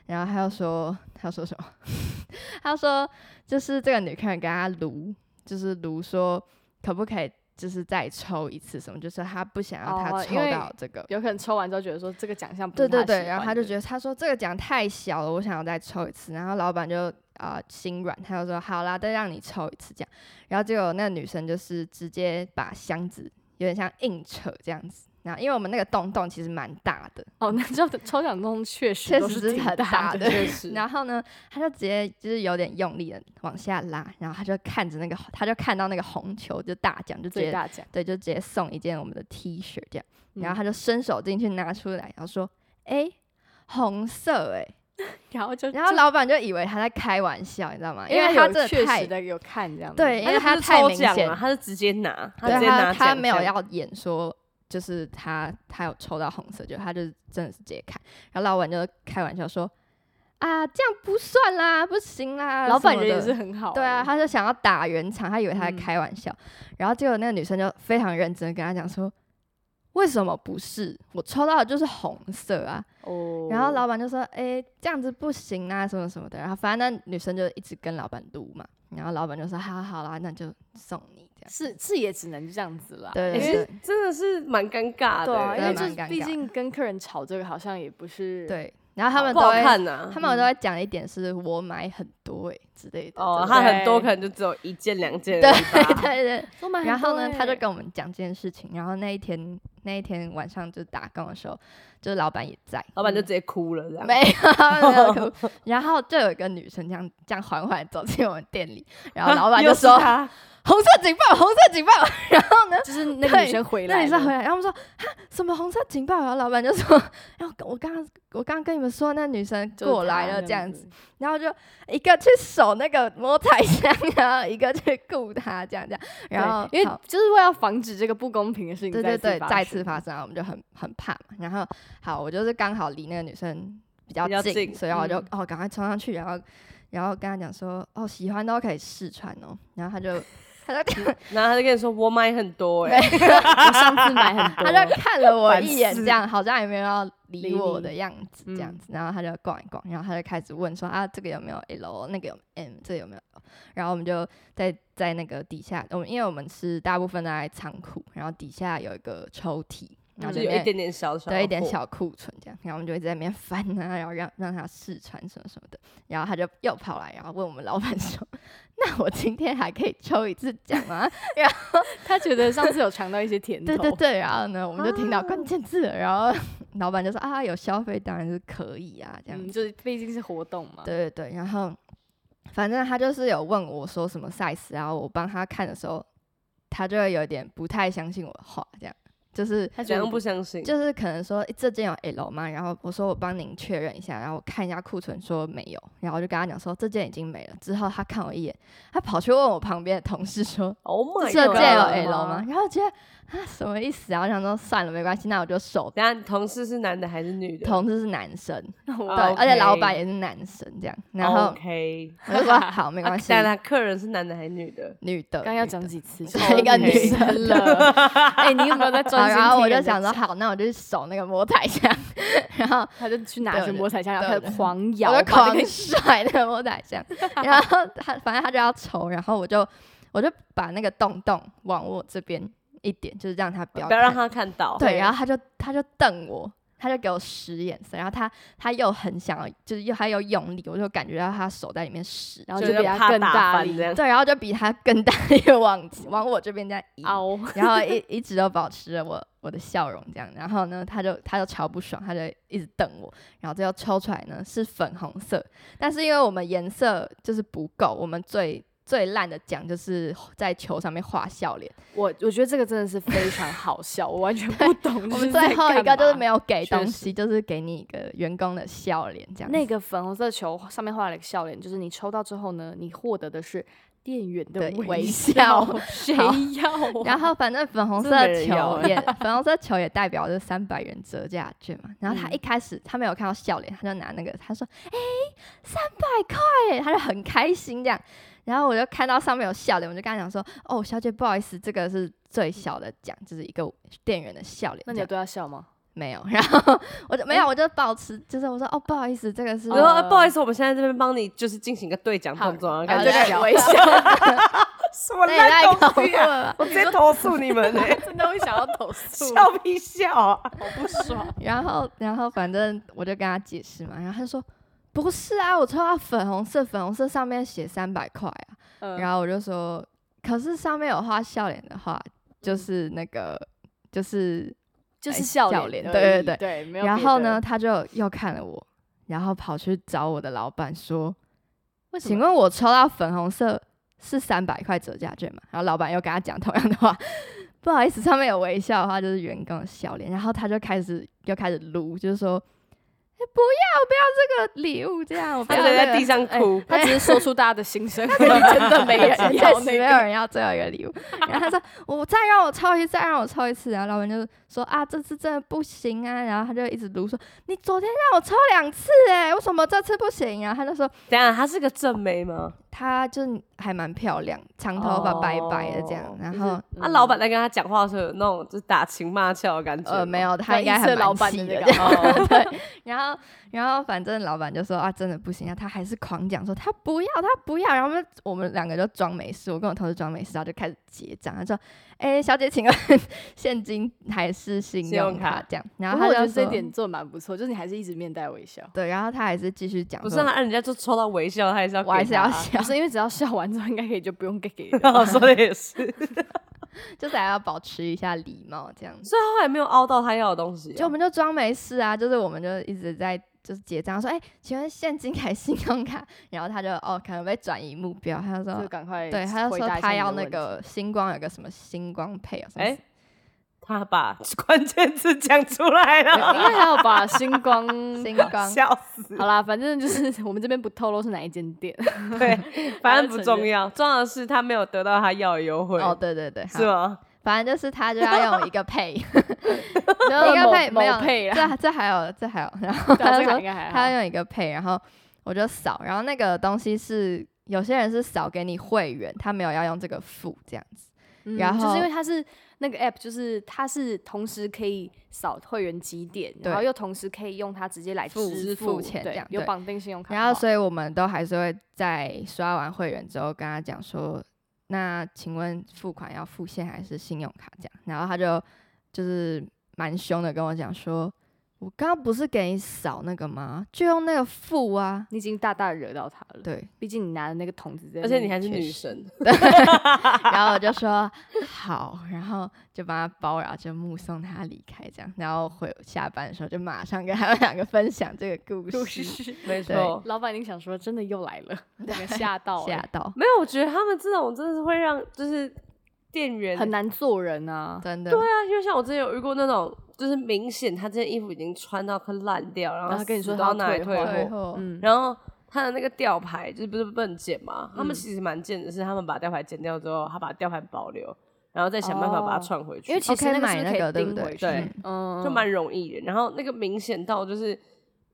Speaker 1: 然后他又说，他说什么？ *laughs* 他说就是这个女客人跟他撸，就是撸说可不可以就是再抽一次什么，就是他不想要他
Speaker 2: 哦
Speaker 1: 抽
Speaker 2: 因为
Speaker 1: 到这个。
Speaker 2: 有可能抽完之后觉得说这个奖项不
Speaker 1: 对
Speaker 2: 是
Speaker 1: 对
Speaker 2: 他
Speaker 1: 对，
Speaker 2: 喜
Speaker 1: 然后
Speaker 2: 欢
Speaker 1: 他就
Speaker 2: 的
Speaker 1: 觉得他说这个奖太小了，我想要再抽一次。然后老板就啊、呃心软，他就说好啦，再让你抽一次这样。然后结果那个女生就是直接把箱子有点像硬扯这样子。然后因为我们那个洞洞其实蛮大的，
Speaker 2: 哦，那这抽奖中确实
Speaker 1: 确
Speaker 2: 都
Speaker 1: 实
Speaker 2: 是
Speaker 1: 是
Speaker 2: 挺
Speaker 1: 很
Speaker 2: 大
Speaker 1: 大
Speaker 2: 的
Speaker 1: 的 *laughs*
Speaker 3: 确实，
Speaker 1: 然后呢，他就直接就是有点用力的往下拉，然后他就看着那个，他就看到那个红球就大奖，就直
Speaker 2: 最
Speaker 1: 接
Speaker 2: 大奖。
Speaker 1: 对，就直接送一件我们的 T 恤这样，然后
Speaker 2: 嗯
Speaker 1: 他就伸手进去拿出来，然后说：“哎、红色哎、
Speaker 2: 然后呃就
Speaker 1: 然后老板就以为他在开玩笑，你知道吗？
Speaker 2: 因
Speaker 1: 为他真
Speaker 2: 有
Speaker 1: 的
Speaker 2: 确
Speaker 1: 太
Speaker 2: 实的有看这样子，
Speaker 1: 对因为他
Speaker 3: 他就不是
Speaker 1: 太
Speaker 3: 抽
Speaker 1: 明
Speaker 3: 奖
Speaker 1: 显
Speaker 3: 了，他是直接拿，他直
Speaker 1: 对
Speaker 3: 接拿
Speaker 1: 他
Speaker 3: 奖
Speaker 1: 他
Speaker 3: 项
Speaker 1: 没有要演说，就是他他有抽到红色，就他就是真的是直接看。然后老板就开玩笑说：“啊，这样不算啦，不行啦。”
Speaker 2: 老板
Speaker 1: 什么
Speaker 2: 人也
Speaker 1: 的
Speaker 2: 是很好欸，
Speaker 1: 对 *laughs* 啊，他就想要打圆场，他以为他在
Speaker 2: 嗯
Speaker 1: 开玩笑，然后结果那个女生就非常认真地跟他讲说：“为什么不是？我抽到的就是红色啊。”
Speaker 2: 哦，
Speaker 1: 然后老板就说：“诶，这样子不行啊，什么什么的。”然后反正那女生就一直跟老板撸嘛，然后老板就说：“好好啦，那就送你这样。
Speaker 2: 是是也只能这样子啦，
Speaker 1: 对
Speaker 2: 因
Speaker 3: 其
Speaker 1: 对
Speaker 2: 为
Speaker 3: 实真的是蛮尴尬的，
Speaker 2: 对啊，因为
Speaker 1: 真的蛮
Speaker 2: 这
Speaker 1: 尴
Speaker 2: 毕
Speaker 1: 尬
Speaker 2: 竟跟客人吵这个好像也不是”
Speaker 1: 对，然后他们
Speaker 3: 不
Speaker 1: 都
Speaker 3: 好
Speaker 1: 会，
Speaker 3: 看啊呐
Speaker 1: 他。们都会讲一点是我买很多诶、欸之类的。
Speaker 3: 哦，
Speaker 1: 对
Speaker 3: 他很多
Speaker 2: 对
Speaker 3: 可能就只有一件两件
Speaker 1: 对
Speaker 3: 而已吧，
Speaker 1: 对对，
Speaker 2: 都蛮
Speaker 1: 然
Speaker 2: 很
Speaker 1: 后
Speaker 2: 多
Speaker 1: 呢，他就
Speaker 2: 欸
Speaker 1: 跟我们讲这件事情。然后那一天，那一天晚上就打工的时候，就是老板也在，
Speaker 3: 老板就
Speaker 1: 嗯
Speaker 3: 直接哭了，这样
Speaker 1: 没有没有哭。然后就有一个女生这样这样缓缓地走进我们店里，然后老板
Speaker 3: *laughs* 又
Speaker 1: 就是说
Speaker 3: 他：“
Speaker 1: 红色警报，红色警报。”然后呢，
Speaker 2: 就是
Speaker 1: *laughs*
Speaker 2: 那个女
Speaker 1: 对
Speaker 2: 生回来了，
Speaker 1: 那女生回来，然后我们说：“哈，什么红色警报？”然后老板就说：“然后我刚刚我刚刚跟你们说，那女生
Speaker 2: 就是
Speaker 1: 过来
Speaker 2: 她
Speaker 1: 了，
Speaker 2: 那
Speaker 1: 这样子。”
Speaker 2: 子，
Speaker 1: 然后就一个去守那个 *laughs* 摸彩箱，然后一个去顾她，这样这样。然后
Speaker 2: 对因
Speaker 1: 好
Speaker 2: 为就是为了防止这个不公平的事情
Speaker 1: 对对对，再
Speaker 2: 再
Speaker 1: 次
Speaker 2: *laughs* 生
Speaker 1: 发生，然后啊我们就很很怕嘛。然后好，我就是刚好离那个女生比较
Speaker 3: 比较
Speaker 1: 近，
Speaker 3: 近
Speaker 1: 所以我就、
Speaker 2: 嗯
Speaker 1: 哦赶快冲上去，然后然后跟她讲说哦喜欢都可以试穿哦，然后她就她就
Speaker 3: 然后他就跟你说我买很多哎、
Speaker 2: 我上次买很多，
Speaker 1: 她就看了我
Speaker 3: 反
Speaker 1: 一眼，这
Speaker 3: 思
Speaker 1: 样好像也没有要理
Speaker 2: 理
Speaker 1: 我
Speaker 2: 你
Speaker 1: 的样子，这样
Speaker 2: 嗯
Speaker 1: 子。然后她就逛一逛，然后她就开始问说啊这个有没有 L，那个有没有 M，这个有没有 L？然后我们就在在那个底下，我们因为我们是大部分都在仓库，然后底下有一个抽屉，然后
Speaker 3: 就
Speaker 1: 里
Speaker 3: 嗯有一
Speaker 1: 面
Speaker 3: 点点小小的
Speaker 1: 对，一点
Speaker 3: 货
Speaker 1: 小库存这样，然后我们就一直在那边翻啊，然后让让他试穿什么什么的，然后他就又跑来，然后问我们老板说：“那我今天还可以抽一次奖吗
Speaker 2: 他觉得上次有尝到一些？” *laughs* 甜头，
Speaker 1: *laughs* 对对对，然后呢，我们就
Speaker 2: 啊
Speaker 1: 听到关键字了，然后 *laughs* 老板就说：“啊，有消费当然是可以啊，这样
Speaker 2: 嗯，
Speaker 1: 子。
Speaker 2: 就是毕竟是活动嘛，
Speaker 1: 对对对，然后反正他就是有问我说什么 size，然后我帮他看的时候，他就会有点不太相信我的话，这样就是
Speaker 2: 他觉
Speaker 3: 怎
Speaker 2: 得
Speaker 3: 样不相信？
Speaker 1: 就是可能说、诶这件有 L 吗？然后我说我帮您确认一下，然后我看一下库存，说没有，然后我就跟他讲说这件已经没了。之后他看我一眼，他跑去问我旁边的同事说
Speaker 2: *laughs*
Speaker 3: Oh my
Speaker 1: 这
Speaker 3: god！
Speaker 1: 件有 L
Speaker 2: 吗
Speaker 1: 吗？然后我觉得啊什么意思啊？我想说算了，没关系，那我就手。
Speaker 3: 等下你同事是男的还是女的？
Speaker 1: 同事是男生，
Speaker 2: 我
Speaker 1: 对，
Speaker 2: 啊
Speaker 3: OK
Speaker 1: 而且老板也是男生，这样，
Speaker 2: 哦
Speaker 1: 然后
Speaker 3: OK，
Speaker 1: *laughs* 我就说好，没
Speaker 3: 没
Speaker 1: 关系，
Speaker 3: 但他客人是男的还是女的？
Speaker 1: 女的，
Speaker 2: 啊刚要
Speaker 1: 呃女的
Speaker 2: 讲几次，
Speaker 1: 一个女
Speaker 2: OK
Speaker 1: 生
Speaker 2: 了， *laughs* 哎，你有没有在
Speaker 1: 好
Speaker 2: 专心听人家讲？
Speaker 1: 然后我就想说好，那我就去守那个摸彩箱， *laughs* 然后
Speaker 2: 他就去拿
Speaker 1: 对
Speaker 2: 去
Speaker 1: 对
Speaker 2: 摸彩箱，然后
Speaker 1: 对
Speaker 2: 开始
Speaker 1: 对
Speaker 2: 狂摇，
Speaker 1: 我就
Speaker 2: 把那个
Speaker 1: 狂甩那个摸彩箱，然后他反正他就要抽，然后我就我就把那个洞洞往我这边一点，就是让他不要
Speaker 3: 不要让
Speaker 1: 看
Speaker 3: 他看到。
Speaker 1: 对，然后他就他就瞪我，他就给我使眼色，然后他他又很想要，就是又他又用力，我就感觉到他手在里面使，
Speaker 2: 然后
Speaker 3: 就
Speaker 2: 就比
Speaker 3: 是
Speaker 2: 他
Speaker 3: 怕
Speaker 2: 更
Speaker 3: 打
Speaker 2: 大
Speaker 3: 翻
Speaker 2: 力
Speaker 3: 这样。
Speaker 1: 对，然后就比他更大 *laughs* 力地往往我这边在移，
Speaker 2: *laughs* 凹，
Speaker 1: 然后一一直都保持着我我的笑容这样，然后呢，他就他就超不爽，他就一直瞪我，然后最后抽出来呢是粉红色，但是因为我们颜色就是不够，我们最最烂的奖就是在球上面画笑脸，
Speaker 2: 我我觉得这个真的是非常好笑，我完全不懂。
Speaker 1: 我们最后一个就是没
Speaker 2: 有
Speaker 1: 有给
Speaker 2: 确
Speaker 1: 东西，就是给你一个员工的笑脸这样子。
Speaker 2: 那个粉红色球上面画了一个笑脸，就是你抽到之后呢，你获得的是店员的
Speaker 1: 对微
Speaker 2: 笑，
Speaker 1: 笑
Speaker 2: *laughs*
Speaker 1: *laughs*
Speaker 2: 谁
Speaker 1: 好
Speaker 2: 要啊？
Speaker 1: *laughs* 然后反正粉红
Speaker 3: 真
Speaker 1: 色
Speaker 3: 的没人要
Speaker 1: 球
Speaker 3: 欸
Speaker 1: 也 *laughs* 粉红色球也代表就是三百元折价券嘛。然后他哎
Speaker 2: 嗯
Speaker 1: 一开始他没有看到笑脸，他就拿那个他说：“哎、三百块耶！”他就很开心这样。然后我就看到上面有笑脸，我就跟他讲说：“哦，小姐，不好意思，这个是最小的奖，就是一个店员的笑脸。”
Speaker 2: 那你有对他笑吗？
Speaker 1: 没有？然后我就没有，我就保持就是我说：“哦，不好意思，这个是
Speaker 3: 我说、啊
Speaker 2: 哦
Speaker 3: 不好意思，我们现在这边帮你就是进行一个对讲
Speaker 2: 好
Speaker 3: 动作，然后
Speaker 1: 然
Speaker 3: 感
Speaker 1: 后
Speaker 3: 觉
Speaker 1: 就
Speaker 2: 对
Speaker 1: 开始微 *laughs* 笑，
Speaker 3: *laughs* 什么
Speaker 1: 那也太
Speaker 3: 烂
Speaker 1: 恐
Speaker 3: 东
Speaker 1: 怖
Speaker 3: 西啊！
Speaker 1: 了吧。
Speaker 3: 我直接投诉你
Speaker 1: *laughs*
Speaker 3: 们呢、
Speaker 2: *laughs* 真的会想要投诉
Speaker 3: 笑屁笑啊！
Speaker 2: 好
Speaker 1: *laughs*
Speaker 2: 不爽。
Speaker 1: 然后，然后反正我就跟他解释嘛，然后他就说不是啊，我抽到粉红色，粉红色上面写三百块啊。
Speaker 2: 嗯
Speaker 1: 然后我就说，可是上面有画笑脸的话，
Speaker 2: 嗯
Speaker 1: 就是那个就是
Speaker 2: 就是
Speaker 1: 哎
Speaker 2: 笑
Speaker 1: 笑
Speaker 2: 脸
Speaker 1: 脸
Speaker 2: 而
Speaker 1: 对
Speaker 2: 已
Speaker 1: 对对
Speaker 2: 对，没有
Speaker 1: 然
Speaker 2: 别
Speaker 1: 后
Speaker 2: 的
Speaker 1: 呢，？他就又看了我，然后跑去找我的老板说
Speaker 2: 为：“什
Speaker 1: 请
Speaker 2: 么？
Speaker 1: 问我抽到粉红色是三百块折价券吗？”然后老板又跟他讲同样的话， *laughs* 不好意思，上面有微笑的话就是员工的笑脸，然后他就开始又开始撸，就是说：“哎不要不要这个礼物，这样我不
Speaker 3: 他
Speaker 1: 要、
Speaker 3: 就
Speaker 1: 那个、
Speaker 3: 在地上哭，
Speaker 1: 哎
Speaker 2: 他只是说出大家的心 *laughs* 声，可能真
Speaker 1: *laughs*
Speaker 2: 的没人
Speaker 1: 确
Speaker 2: 要
Speaker 1: 实
Speaker 2: 那
Speaker 1: 没有
Speaker 2: 个。
Speaker 1: 人要最后一个礼物。然
Speaker 2: *laughs*
Speaker 1: 后他说：“我再让我抽一次，再让我抽一次。”然后老板就说：“啊，这次真的不行啊。”然后他就一直撸说：“你昨天让我抽两次、欸，为什么这次不行？”然后他就说
Speaker 3: 等一下他是个正妹吗？：“
Speaker 1: 她就还蛮漂亮，长头发白白的这样。
Speaker 3: 哦
Speaker 1: 然
Speaker 3: 就是
Speaker 1: 后嗯
Speaker 3: 啊，老板在跟他讲话的时候有那种就是打情骂俏的感觉吗，
Speaker 1: 呃，没有，他
Speaker 2: 那
Speaker 1: 应
Speaker 2: 一
Speaker 1: 该
Speaker 2: 次
Speaker 1: 还
Speaker 2: 老
Speaker 1: 蛮
Speaker 2: 板
Speaker 1: 细
Speaker 2: 的
Speaker 1: 的 *laughs* 这
Speaker 2: 那个
Speaker 1: 样
Speaker 2: 哦
Speaker 1: 对，然后然后反正老板就说啊，真的不行啊，他还是狂讲说他不要，他不要，然后我们我们两个就装没事，我跟我同事装没事，然后就开始结账，他说，哎、小姐，请问 *laughs* 现金还是信
Speaker 3: 信用
Speaker 1: 用卡
Speaker 3: 卡
Speaker 1: 这样？然
Speaker 2: 不
Speaker 1: 后
Speaker 2: 过
Speaker 1: 他
Speaker 2: 我觉
Speaker 1: 就
Speaker 2: 得这
Speaker 1: 说
Speaker 2: 一，点做得蛮不错，就是你还是一直面带微笑。
Speaker 1: 对，然后他还是继续讲
Speaker 3: 不
Speaker 1: 说，
Speaker 3: 是啊，人家就抽到微笑，他还是要给
Speaker 1: 我
Speaker 3: 他，
Speaker 1: 还是要 *laughs*
Speaker 2: 不
Speaker 1: 笑，
Speaker 2: 是因为只要笑完之后，应该可以就不用给给
Speaker 1: *laughs*
Speaker 3: *laughs*
Speaker 2: 了。
Speaker 3: 我说的也是，
Speaker 1: 就是还要保持一下礼貌这样子。
Speaker 3: 所以他后来没有凹到他要的东西
Speaker 1: 就我
Speaker 3: 哦。
Speaker 1: 们就装没事啊，就是我们就一直在就是结账，说哎、请问现金还是信用卡？ *laughs* 然后他就哦可能被转移目标，他就说
Speaker 2: 就赶快
Speaker 1: 对，他就
Speaker 2: 回
Speaker 1: 说
Speaker 2: 答一下
Speaker 1: 他
Speaker 2: 你
Speaker 1: 要
Speaker 2: 的
Speaker 1: 那
Speaker 2: 问 *laughs*
Speaker 1: 个星光有个什么星光配啊，
Speaker 3: 哎
Speaker 1: 哎，
Speaker 3: 他把 *laughs* 关键字讲出来
Speaker 2: 题，应
Speaker 3: 了，
Speaker 2: 该还有吧？
Speaker 1: *laughs*
Speaker 2: 星光，
Speaker 1: 星
Speaker 2: *laughs*
Speaker 1: 光，
Speaker 3: *laughs* 笑死。
Speaker 2: 好啦，反正就是 *laughs* 我们这边不透露是哪一间
Speaker 1: *laughs*
Speaker 2: 店。
Speaker 3: 对，反正不重要，重要的是他没有得到他要的优惠，
Speaker 1: 哦对对对，
Speaker 3: *laughs* 是
Speaker 1: 好
Speaker 3: 吗？
Speaker 1: 反正就是他就要用一个配，
Speaker 2: *laughs*
Speaker 1: 一
Speaker 2: 然后
Speaker 1: 个
Speaker 2: 某
Speaker 1: 配
Speaker 2: 某
Speaker 1: 没有，
Speaker 2: 配啦，
Speaker 1: 这这还有这还有，
Speaker 2: *laughs*
Speaker 1: 然后
Speaker 2: 对啊
Speaker 1: 他就
Speaker 2: 这个
Speaker 1: 说
Speaker 2: 应该还
Speaker 1: 他
Speaker 2: 好。
Speaker 1: 要用一个配，然后我就扫，然后那个东西是有些人是扫给你会员，他没有要用这个付这样子，
Speaker 2: 嗯
Speaker 1: 然
Speaker 2: 就是
Speaker 1: 后
Speaker 2: 因为它是那个 app，就是它是同时可以扫会员几点，然
Speaker 1: 对
Speaker 2: 后又同时可以用它直接来
Speaker 1: 付
Speaker 2: 支
Speaker 1: 付钱
Speaker 2: 对
Speaker 1: 这样
Speaker 2: 有
Speaker 1: 对
Speaker 2: 绑定信用卡的话。
Speaker 1: 然后所以我们都还是会在刷完会员之后跟他讲说，那请问付款要付现还是信用卡这样？然后他就就是蛮凶的跟我讲说，我刚刚不是给你扫那个吗？就用那个付啊。
Speaker 2: 你已经大大惹到他了， *laughs*
Speaker 1: 对，
Speaker 2: 毕竟你拿的那个桶子在
Speaker 3: 而
Speaker 2: 那里，
Speaker 3: 且你还是女
Speaker 1: 确实 *laughs*
Speaker 3: 生，
Speaker 1: 然后我就说好，然后就帮他包，然后就目送他离开这样。然后回下班的时候就马上跟他们两个分享这个故
Speaker 2: 就
Speaker 1: 事，
Speaker 2: 是
Speaker 3: 没
Speaker 1: 对
Speaker 3: 错。
Speaker 2: 老板，您想说真的又来了，整个吓到欸
Speaker 1: 吓到，
Speaker 3: 没有，我觉得他们这种真的是会让就是店员
Speaker 2: 很难做人啊。
Speaker 1: 真的
Speaker 3: 对啊，因为像我之前有遇过那种，就是明显他这件衣服已经穿到快烂掉，然
Speaker 2: 然
Speaker 3: 后
Speaker 2: 后跟你
Speaker 3: 死
Speaker 2: 说
Speaker 3: 都
Speaker 2: 他
Speaker 3: 要拿来
Speaker 2: 退
Speaker 3: 退
Speaker 2: 货
Speaker 1: 最
Speaker 3: 货，
Speaker 1: 后
Speaker 2: 嗯，
Speaker 3: 哦然后他的那个吊牌就是不是不能剪嘛？
Speaker 2: 嗯
Speaker 3: 他们其实蛮贱的是，他们把吊牌剪掉之后，他把吊牌保留，然后再想办法把它
Speaker 2: 哦
Speaker 3: 串回去，
Speaker 2: 因为其
Speaker 1: OK，
Speaker 2: 实那个
Speaker 1: 买
Speaker 2: 是
Speaker 1: 那
Speaker 2: 可以
Speaker 1: 个对不
Speaker 2: 钉
Speaker 1: 对
Speaker 2: 回去
Speaker 3: 对
Speaker 2: 的，嗯，
Speaker 3: 就蛮容易的。然后那个明显到就是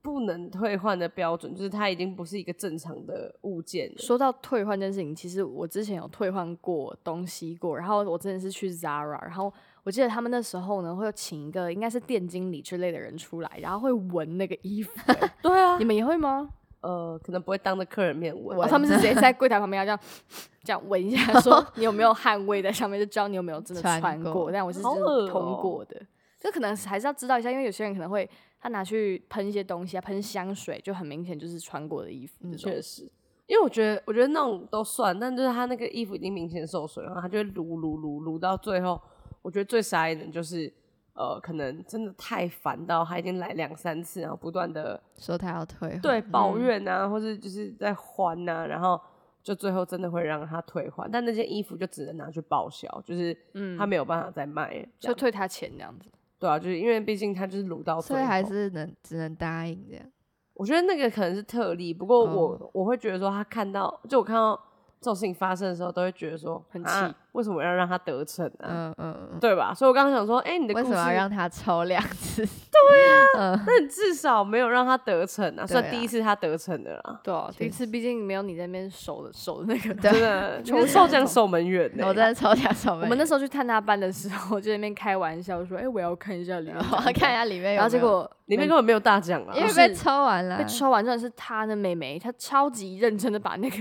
Speaker 3: 不能退换的标准，就是它已经不是一个正常的物件了。
Speaker 2: 说到退换这件事情，其实我之前有退换过东西过，然后我之前是去 Zara，然后我记得他们那时候呢会有请一个应该是店经理之类的人出来，然后会闻那个衣服欸、 *laughs*
Speaker 3: 对啊
Speaker 2: 你，们也会吗？
Speaker 3: 呃，可能不会当着客人面问，
Speaker 2: 哦他们是直接在柜台旁边要这样 *laughs* 这样闻一
Speaker 1: *laughs*
Speaker 2: 下，说你有没有汗味在上面，就知道你有没有真的
Speaker 1: 穿
Speaker 2: 穿
Speaker 1: 过
Speaker 2: 过。但我是
Speaker 3: 好
Speaker 2: 真
Speaker 3: 恶
Speaker 2: 的
Speaker 3: 哦
Speaker 2: 通过的，这可能还是要知道一下，因为有些人可能会他拿去喷一些东西啊，喷香水，就很明显就是穿过的衣服
Speaker 1: 嗯
Speaker 2: 这种
Speaker 1: 哦
Speaker 3: 确。实，因为我觉得，我觉得那种都算，但就是他那个衣服已经明显受损，然后他就会撸撸撸撸到最后，我觉得最傻眼的就是，呃，可能真的太烦到他已经来两三次，然后不断的
Speaker 1: 说他要退货，
Speaker 3: 对
Speaker 1: 嗯
Speaker 3: 抱怨啊，或是就是在还呐、然后就最后真的会让他退还，但那件衣服就只能拿去报销，就是
Speaker 2: 嗯
Speaker 3: 他没有办法再卖了，这
Speaker 2: 就
Speaker 3: 样
Speaker 2: 退他钱这样子，
Speaker 3: 对啊，就是因为毕竟他就是撸到最
Speaker 1: 所以
Speaker 3: 后，
Speaker 1: 还是能只能答应这样。
Speaker 3: 我觉得那个可能是特例，不过我、
Speaker 1: 哦
Speaker 3: 我会觉得说，他看到就我看到这种事情发生的时候，都会觉得说
Speaker 2: 很气
Speaker 3: 啊，为什么要让他得逞啊？
Speaker 1: 嗯嗯嗯，
Speaker 3: 对吧？所以我刚刚想说，哎、你的故
Speaker 1: 为什
Speaker 3: 事，
Speaker 1: 么要让他抽两次？ *laughs*
Speaker 2: 啊
Speaker 1: 嗯
Speaker 3: 那你至少没有让他得逞啊，算
Speaker 1: 对啊
Speaker 3: 第一次他得逞的
Speaker 1: *laughs*
Speaker 3: 啦。
Speaker 2: 对啊，第一
Speaker 1: 确
Speaker 2: 次毕竟没有你在那边守的守的
Speaker 1: *laughs*
Speaker 2: 那个。
Speaker 1: 对啊
Speaker 3: 真的，
Speaker 2: 抽
Speaker 3: 就是受
Speaker 2: 奖
Speaker 3: 奖守门员呢、
Speaker 1: 我真的抽两抽。
Speaker 2: 我们那时候去探他班的时候，就在那边开玩笑说：“哎、我要看一下里面。”
Speaker 1: 候 *laughs* 我要哦看一，下里面有没有，
Speaker 2: 然后结果
Speaker 3: 里面根本没有大奖啊
Speaker 1: 因。为
Speaker 2: 不
Speaker 1: 被
Speaker 2: 是
Speaker 1: 抽完了，
Speaker 2: 被抽完真的是他的妹妹，她超级认真的把那
Speaker 1: *laughs*
Speaker 2: 个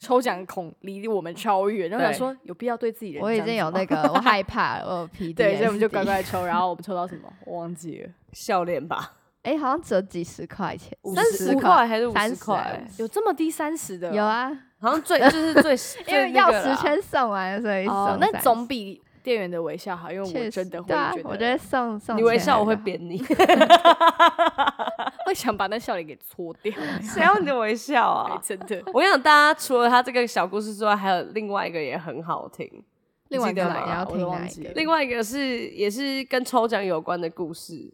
Speaker 2: 抽奖孔离我们超远，然后想
Speaker 3: 对
Speaker 2: 说有必要对自己人
Speaker 1: 我已
Speaker 2: 这
Speaker 1: 经有
Speaker 2: 样子吗
Speaker 1: 那
Speaker 2: *laughs*
Speaker 1: 个，我害怕，我有 P D，
Speaker 2: 对，所以我们就乖乖抽，然后我们抽到什么我忘记
Speaker 1: *laughs*
Speaker 2: 了，
Speaker 3: 笑脸吧，
Speaker 1: 哎，好像只有几十块钱，
Speaker 3: 三
Speaker 1: 十
Speaker 3: 十块还是五
Speaker 1: 三
Speaker 3: 十
Speaker 1: 十啊
Speaker 3: 块？
Speaker 2: 有这么低三十的哦
Speaker 1: 有，啊， *laughs*
Speaker 3: 好像最就是最
Speaker 1: 因为
Speaker 3: 最那
Speaker 1: 钥
Speaker 3: 个啦
Speaker 1: 匙圈送完了，所以
Speaker 2: 哦
Speaker 1: 送
Speaker 2: 那
Speaker 1: 30
Speaker 2: 总比店员的微笑好，因为
Speaker 1: 确
Speaker 2: 我
Speaker 1: 实
Speaker 2: 真的会
Speaker 1: 对啊
Speaker 2: 觉
Speaker 1: 我
Speaker 2: 得
Speaker 1: 得送送
Speaker 3: 你微
Speaker 1: 钱
Speaker 3: 笑
Speaker 1: 还
Speaker 3: 我会
Speaker 1: 比较好 *laughs*
Speaker 3: 扁你，
Speaker 2: 会想把那笑脸给搓
Speaker 1: *laughs*
Speaker 2: 掉，
Speaker 3: 谁要你的微笑啊
Speaker 2: 哎？真的。
Speaker 3: 我跟你讲，大家除了他这个小故事之外，还有另外一个也很好听。
Speaker 2: 另外一
Speaker 3: 记得
Speaker 2: 个
Speaker 3: 吗
Speaker 2: 哪
Speaker 1: 你要
Speaker 2: 个我
Speaker 1: 听
Speaker 2: 都
Speaker 1: 哪
Speaker 2: 忘
Speaker 1: 一
Speaker 2: 记
Speaker 1: 个
Speaker 2: 了。
Speaker 3: 另外一个是也是跟抽奖有关的故事，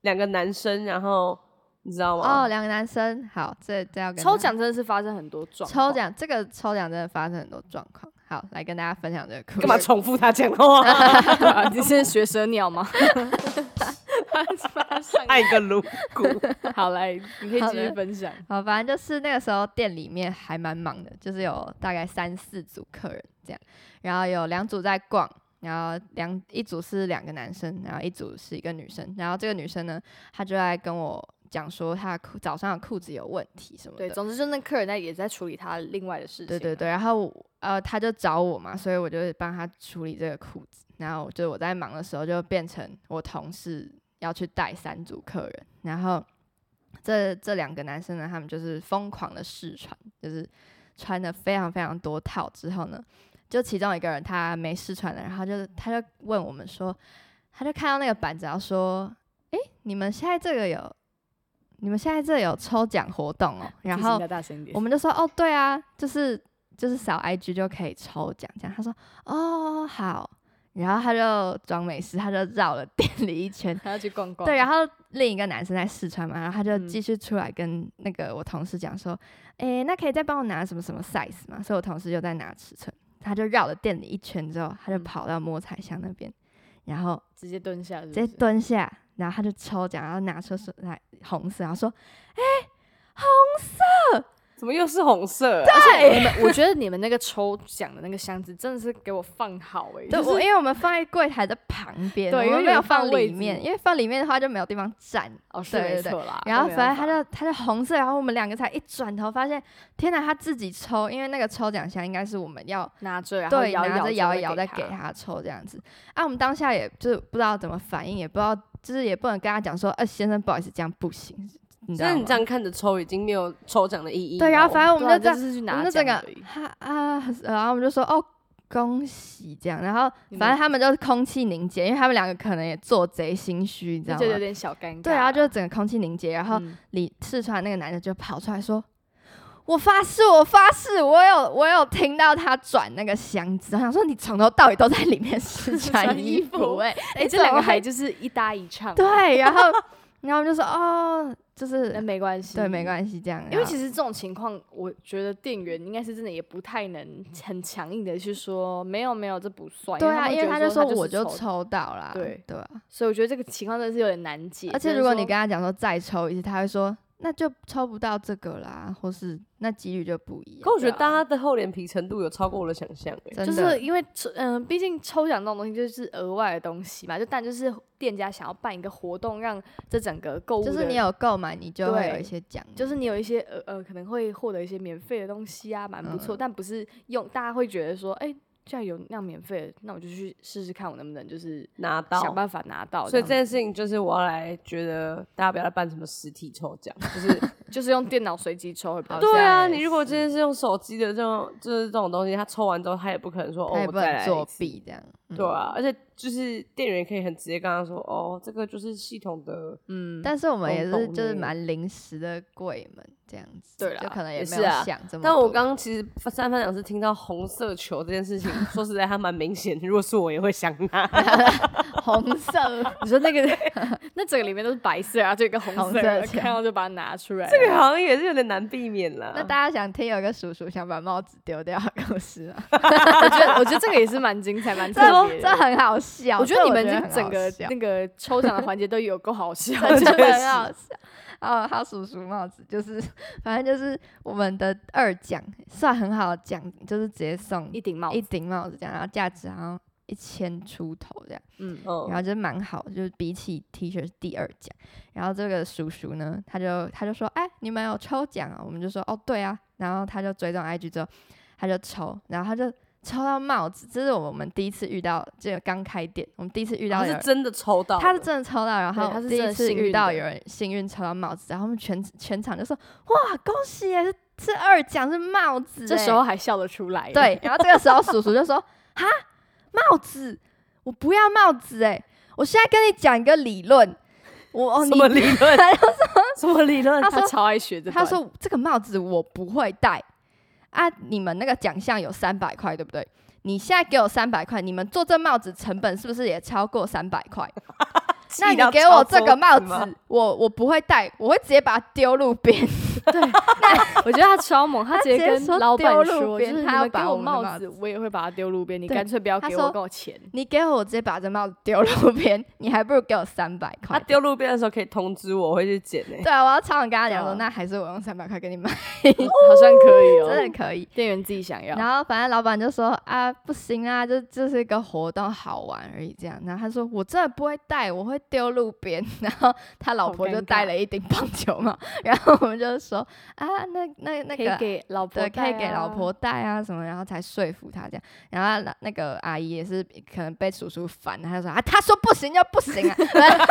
Speaker 3: 两个男生，然后你知道吗？
Speaker 1: 哦，两个男生，好，这这要跟
Speaker 2: 抽
Speaker 1: 大家
Speaker 2: 奖真的是发生很多状
Speaker 1: 抽
Speaker 2: 况，
Speaker 1: 奖这个抽奖真的发生很多状况。好，来跟大家分享这个故事。
Speaker 3: 干嘛重复他讲的话？
Speaker 2: *laughs* 对啊你现在学蛇
Speaker 1: *laughs*
Speaker 2: 鸟吗？ *laughs* 发生 *laughs*
Speaker 3: 爱个颅骨，
Speaker 2: 好来，你可以
Speaker 1: 好
Speaker 2: 继续
Speaker 1: 的
Speaker 2: 分享。
Speaker 1: *laughs* 好，反正就是那个时候店里面还蛮忙的，就是有大概三四组客人这样，然后有两组在逛，然后两一组是两个男生，然后一组是一个女生，然后这个女生呢，她就在跟我讲说她的裤早上的裤子有问题什么的
Speaker 2: 对，，总之就那客人在也在处理他另外的事情。啊
Speaker 1: 对对，对，然后我呃，他就找我嘛，所以我就帮他处理这个裤子。然后就是我在忙的时候，就变成我同事要去带三组客人，然后这这两个男生呢，他们就是疯狂的试穿，就是穿了非常非常多套之后呢，就其中一个人他没试穿了，然后就他就问我们说，他就看到那个板子，然后说，诶，你们现在这个有，你们现在这有抽奖活动哦，然
Speaker 2: 提醒
Speaker 1: 后
Speaker 2: 他大声一点
Speaker 1: 我。们就说哦，对啊，就是就是扫 IG 就可以抽奖这样。他说哦好，然后他就装没事，他就绕了 *laughs* 店里一圈。
Speaker 2: 还要去逛逛。
Speaker 1: 对，然
Speaker 2: 后
Speaker 1: 后另一个男生在试穿嘛，然后他就
Speaker 2: 嗯
Speaker 1: 继续出来跟那个我同事讲说，诶、那可以再帮我拿什么什么 size 嘛？所以我同事就在拿尺寸，他就绕了店里一圈之后，他就
Speaker 2: 嗯
Speaker 1: 跑到摸彩箱那边，然后
Speaker 2: 直接蹲下是不
Speaker 1: 直接
Speaker 2: 是，
Speaker 1: 蹲下，然后他就抽奖，然后拿出手来红色，然后说
Speaker 3: *laughs* 怎么又是红色啊、
Speaker 2: 而且你们，我觉得你们那个抽奖的那个箱子真的是给我放好哎、欸，
Speaker 1: 对，
Speaker 2: 就
Speaker 1: 我
Speaker 2: 是
Speaker 1: 因为我们放在柜台的旁边，
Speaker 2: 对
Speaker 1: 我
Speaker 2: 因为
Speaker 1: 们
Speaker 2: 你
Speaker 1: 没有
Speaker 2: 们放
Speaker 1: 放
Speaker 2: 位
Speaker 1: 里
Speaker 2: 置
Speaker 1: 面，因为放里面的话就没有地方站。
Speaker 2: 哦是
Speaker 1: 对
Speaker 2: 没
Speaker 1: 对对
Speaker 2: 错啦。
Speaker 1: 然后
Speaker 2: 这没
Speaker 1: 反正
Speaker 2: 办
Speaker 1: 他
Speaker 2: 法
Speaker 1: 就他就红色，然后我们两个才一转头发现，天哪，他自己抽，因为那个抽奖箱应该是我们要
Speaker 2: 拿着，然后
Speaker 1: 对
Speaker 2: 摇
Speaker 1: 拿着摇
Speaker 2: 摇
Speaker 1: 一摇再给他抽这样子。啊，我们当下也就是不知道怎么反应，也不知道就是也不能跟他讲说，呃，先生不好意思，这样不行，你知道
Speaker 3: 但是
Speaker 1: 吗
Speaker 3: 你这？样看着抽，已经没有抽奖的意义了。
Speaker 1: 对，然后反正我
Speaker 2: 对
Speaker 1: 们
Speaker 2: 啊
Speaker 1: 就这样
Speaker 2: 就，是去
Speaker 1: 我
Speaker 2: 拿
Speaker 1: 们就
Speaker 2: 这
Speaker 1: 整个
Speaker 2: 个，
Speaker 1: 哈啊，然后我们就说哦，恭喜这样，然后
Speaker 2: 你们
Speaker 1: 反正他们就是空气凝结，因为他们两个可能也做贼心虚，你知
Speaker 2: 就
Speaker 1: 道
Speaker 2: 觉得有
Speaker 1: 吗？
Speaker 2: 点小尴尬。
Speaker 1: 对，然后就整个空气凝结，然后
Speaker 2: 嗯
Speaker 1: 李四川那个男的就跑出来说：“我发誓，我发誓，我有我有听到他转那个箱子，我想说你从头到尾都在里面试穿
Speaker 2: 穿
Speaker 1: 衣
Speaker 2: 衣
Speaker 1: 服
Speaker 2: 服 *laughs*
Speaker 1: 哎、你
Speaker 2: 哎、这
Speaker 1: 怎
Speaker 2: 两
Speaker 1: 么
Speaker 2: 个
Speaker 1: 会
Speaker 2: 还就是一搭一唱，，
Speaker 1: 对，然后然后我们就说哦，就是
Speaker 2: 那没关系，
Speaker 1: 对，没关系这样，
Speaker 2: 因为其
Speaker 1: 实
Speaker 2: 实这种情况，我觉得店员应该是真的也不太能很强硬的去说没有没有这不算，
Speaker 1: 嗯对啊，因为
Speaker 2: 他
Speaker 1: 他就
Speaker 2: 们觉得
Speaker 1: 说
Speaker 2: 说
Speaker 1: 我
Speaker 2: 就
Speaker 1: 就是抽
Speaker 2: 抽，
Speaker 1: 到啦，
Speaker 2: 对
Speaker 1: 对啊。”
Speaker 2: 所以我觉得这个情况真的是有点难解。
Speaker 1: 而且
Speaker 2: 只能
Speaker 1: 如果你
Speaker 2: 说
Speaker 1: 跟他讲说再抽一次，他会说那就抽不到这个啦，或是那几率就不一样。
Speaker 3: 可我觉得
Speaker 2: 对啊
Speaker 3: 大家的厚脸皮程度有超过我的想象、欸，
Speaker 1: 真
Speaker 2: 就
Speaker 1: 的
Speaker 2: 是因为抽嗯、毕竟抽奖这种东西就是额外的东西嘛，就但就是店家想要办一个活动，让这整个购物
Speaker 1: 就是
Speaker 2: 的
Speaker 1: 你，有购买，你就会有
Speaker 2: 对
Speaker 1: 一些奖，
Speaker 2: 就是你有一些呃呃可能会获得一些免费的东西啊，蛮不错，
Speaker 1: 嗯
Speaker 2: 但不是用大家会觉得说，哎、既然有那样免费的，那我就去试试看我能不能就是
Speaker 3: 拿到。
Speaker 2: 想办法拿到样子，
Speaker 3: 所以这件事情就是我要来觉得大家不要来办什么实体抽奖，就是
Speaker 2: 就是用电脑随机抽会比较
Speaker 1: 好
Speaker 3: *laughs*
Speaker 2: 快
Speaker 3: 对啊，
Speaker 1: 像也
Speaker 3: 你如果真的是用手机的这种就是这种东西，他抽完之后他也不可能说
Speaker 1: 他
Speaker 3: 哦
Speaker 1: 也
Speaker 3: 我
Speaker 1: 不
Speaker 3: 再来
Speaker 1: 能
Speaker 3: 一
Speaker 1: 作
Speaker 3: 次，
Speaker 1: 弊这样。嗯
Speaker 3: 对。啊，而且就是店员也可以很直接跟他说哦这个就是系统的，
Speaker 2: 嗯，
Speaker 1: 但是我们也
Speaker 3: 懂
Speaker 1: 是
Speaker 3: 懂
Speaker 1: 就是
Speaker 3: 那个
Speaker 1: 蛮临时的柜门这样子，
Speaker 2: 对啦
Speaker 1: 就可能
Speaker 3: 也
Speaker 1: 没
Speaker 3: 是
Speaker 1: 有
Speaker 3: 啊
Speaker 1: 想这么多。
Speaker 3: 但我刚刚其实三番两次听到红色球这件事情，
Speaker 1: *laughs*
Speaker 3: 说实在还蛮明显，如果是我也会想拿，
Speaker 1: 红色
Speaker 2: *laughs* 你说那个 *laughs* 那整个里面都是白色，然啊后就有一个红
Speaker 1: 红
Speaker 2: 色的，
Speaker 1: 色的
Speaker 2: 看到就把它拿出来了。
Speaker 3: 这个好像也是有点难避免啦。
Speaker 1: *laughs* 那大家想听有一个叔叔想把帽子丢掉的故事
Speaker 2: *laughs*
Speaker 1: 吗？
Speaker 2: 我觉得我觉得这个也是蛮精彩，蛮
Speaker 1: 这
Speaker 2: 特别
Speaker 1: 这
Speaker 2: 的。
Speaker 1: 很好笑，
Speaker 2: 我觉得你们
Speaker 1: 这
Speaker 2: 这整个那个抽奖的环节都有够好笑
Speaker 1: *laughs* 真
Speaker 2: 的，
Speaker 1: 的很好笑。哦，他叔叔帽子就是，反正就是我们的二奖算很好的奖，就是直接送
Speaker 2: 一顶帽
Speaker 1: 一
Speaker 2: 子，
Speaker 1: 顶帽子这样，然后价值好像一千出头这样，
Speaker 2: 嗯，
Speaker 1: 然
Speaker 3: 嗯，
Speaker 1: 后就是蛮好，就是比起 T 恤是第二奖。然后这个叔叔呢，他就他就说，哎，你们有抽奖啊？我们就说，哦，对啊。然后他就追踪 IG 之后，他就抽，然后他就抽到帽子，这是我们第一次遇到，这个刚开店，我们第一次遇
Speaker 2: 哦
Speaker 1: 到有
Speaker 3: 他是
Speaker 1: 人
Speaker 3: 真的抽到的，
Speaker 1: 他是真的抽到，然
Speaker 2: 对
Speaker 1: 后
Speaker 2: 他是
Speaker 1: 第
Speaker 2: 真
Speaker 1: 一
Speaker 2: 的
Speaker 1: 次
Speaker 2: 幸运
Speaker 1: 遇到
Speaker 2: 的
Speaker 1: 有人幸运抽到帽子，然后他们全全场就说：“哇，恭喜耶，是是二奖是帽子耶。”欸
Speaker 2: 这时候还笑得出来。
Speaker 1: 对，然后这个时候叔叔就说：“哈，帽子，我不要帽子哎、我现在跟你讲一个理论，我哦
Speaker 3: 什
Speaker 1: 你
Speaker 3: 么理论？ *laughs* 什么理论？
Speaker 1: 他
Speaker 2: *laughs* 他
Speaker 1: 说
Speaker 2: 超爱学这段。
Speaker 1: 他说这个帽子我不会戴啊，你们那个奖项有三百块，对不对？你现在给我三百块，你们做这帽子成本是不是也超过三百块？那你给我这个帽
Speaker 3: 气到超疯
Speaker 1: 子，我我不会戴，我会直接把它丢路边。 *laughs*
Speaker 2: 我觉得他超猛，他
Speaker 1: 他
Speaker 2: 直
Speaker 1: 直
Speaker 2: 接
Speaker 1: 接
Speaker 2: 跟
Speaker 1: 说
Speaker 2: 老板
Speaker 1: 丢路
Speaker 2: 说，就
Speaker 1: 边
Speaker 2: 是你
Speaker 1: 他要
Speaker 2: 们给
Speaker 1: 把
Speaker 2: 我
Speaker 1: 我们的
Speaker 2: 帽
Speaker 1: 帽
Speaker 2: 子，我也会把它丢路边，你
Speaker 1: 对
Speaker 2: 干脆不要
Speaker 1: 他
Speaker 2: 给我
Speaker 1: 说
Speaker 2: 跟
Speaker 1: *laughs*
Speaker 2: 我钱。
Speaker 1: 你给我，我直接把这帽子丢路边， *laughs* 你还不如给我三百
Speaker 3: 他
Speaker 2: 啊
Speaker 1: 块。
Speaker 3: 丢路边的时候可以通知我，我会去欸捡
Speaker 1: *laughs*
Speaker 3: 诶、
Speaker 1: 对啊，我要超常跟他讲说，
Speaker 2: 对啊
Speaker 1: 那还是我用三百块给你买，
Speaker 2: 好像可以哦，
Speaker 1: 真的可以。
Speaker 2: 店员自己想要。
Speaker 1: 然后反正老板就说啊，不行啊，就就是一个活动好玩而已这样。然后他说我真的不会带，我会丢路边。 *laughs* 然后他老
Speaker 2: 好
Speaker 1: 婆就
Speaker 2: 尴尬
Speaker 1: 带了一顶棒球帽， *laughs* 然后我们就说啊，那那那
Speaker 2: 可以
Speaker 1: 个。
Speaker 2: 给老婆、
Speaker 1: 对，可以给老婆。带啊什么，然后才说服他这样。然后那那个阿姨也是可能被叔叔烦，她就说啊，他说不行就不行啊，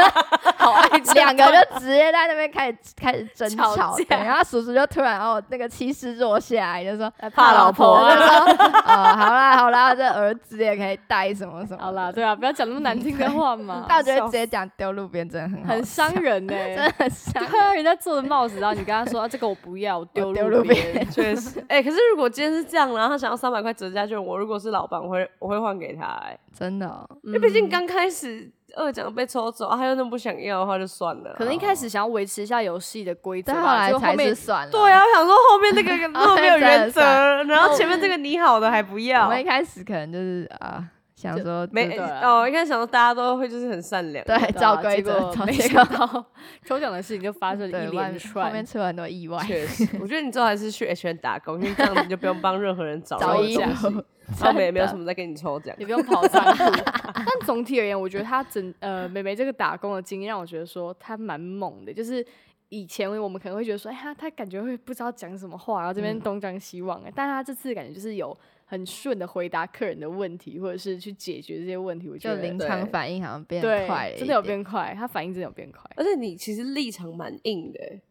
Speaker 2: *laughs* 好爱这
Speaker 1: 两
Speaker 2: 样
Speaker 1: 个就直接在那边开始开始争
Speaker 2: 吵
Speaker 1: 吵。对
Speaker 2: 架
Speaker 1: 然后叔叔就突然哦那个气势弱下来，就说
Speaker 2: 怕老婆
Speaker 1: 就
Speaker 2: *laughs* 啊。
Speaker 1: 说啊，好啦好啦，这儿子也可以带什么什么的。
Speaker 2: 好啦，对啊，不要讲那么难听的
Speaker 1: *laughs*
Speaker 2: 话嘛，
Speaker 1: 但我觉得直接讲丢路边真的很好
Speaker 2: 很伤
Speaker 1: 笑，
Speaker 2: 人呢、
Speaker 1: 真的很伤
Speaker 2: 对。啊，人家做的帽子，然后你跟他说、啊、这个我不要，我丢
Speaker 1: *laughs* 丢
Speaker 2: 路
Speaker 1: 路边
Speaker 2: 边。
Speaker 3: 确实，哎、可是如果今天是这样，然后他想要三百块折价券，我如果是老板，我会我会换给他、欸，
Speaker 1: 真的哦、
Speaker 3: 因
Speaker 2: 嗯
Speaker 3: 为毕竟刚开始二奖被抽走，啊、他又那么不想要的话，就算了啊。
Speaker 2: 可能一开始想要维持一下游戏的规则
Speaker 1: 但
Speaker 2: 吧，
Speaker 1: 后来
Speaker 2: 结果
Speaker 1: 才是
Speaker 2: 面
Speaker 1: 算了。
Speaker 3: 对啊，我想说后面那
Speaker 1: *laughs*
Speaker 3: 个
Speaker 1: 哦
Speaker 3: 如果没有原则，
Speaker 1: 算
Speaker 3: 然后前面这个你好的还不
Speaker 1: 我
Speaker 3: 要
Speaker 1: 们，一开始可能就是啊，想说
Speaker 3: 没
Speaker 1: 就
Speaker 2: 对啊
Speaker 3: 哦，一开始想说大家都会就是很善良，
Speaker 1: 对
Speaker 2: 对啊
Speaker 1: 照规
Speaker 2: 结
Speaker 1: 则，
Speaker 2: 果
Speaker 1: 照
Speaker 2: 没
Speaker 1: 结
Speaker 2: 想
Speaker 1: 果
Speaker 2: 到抽奖的事情就发生了
Speaker 1: 对
Speaker 2: 一
Speaker 1: 外
Speaker 2: 连
Speaker 1: 面后面
Speaker 2: 串。
Speaker 1: 出了很多意外，
Speaker 3: 确实，我觉得你最好还是去 H N 打工，因为这样子你就不用帮任何人找
Speaker 1: 找
Speaker 3: 任何
Speaker 1: 衣
Speaker 3: 东西
Speaker 1: 服，
Speaker 3: 他们也没
Speaker 1: 真
Speaker 3: 有
Speaker 1: 的
Speaker 3: 什么在跟你抽奖
Speaker 2: 你。不用跑仓库，但总体而言，我觉得她整呃美美这个打工的经验让我觉得说她蛮猛的，就是以前我们可能会觉得说，哎呀，她感觉会不知道讲什么话，然后这边
Speaker 1: 嗯
Speaker 2: 东张西望、哎，但她这次感觉就是有很顺的回答客人的问题，或者是去解决这些问题，我觉
Speaker 1: 就
Speaker 2: 得
Speaker 1: 临
Speaker 3: 对
Speaker 1: 场反应好像变
Speaker 2: 对
Speaker 1: 快了，
Speaker 2: 真的有。变快，她反应真的有变快，
Speaker 3: 而且你其实立场蛮硬的欸、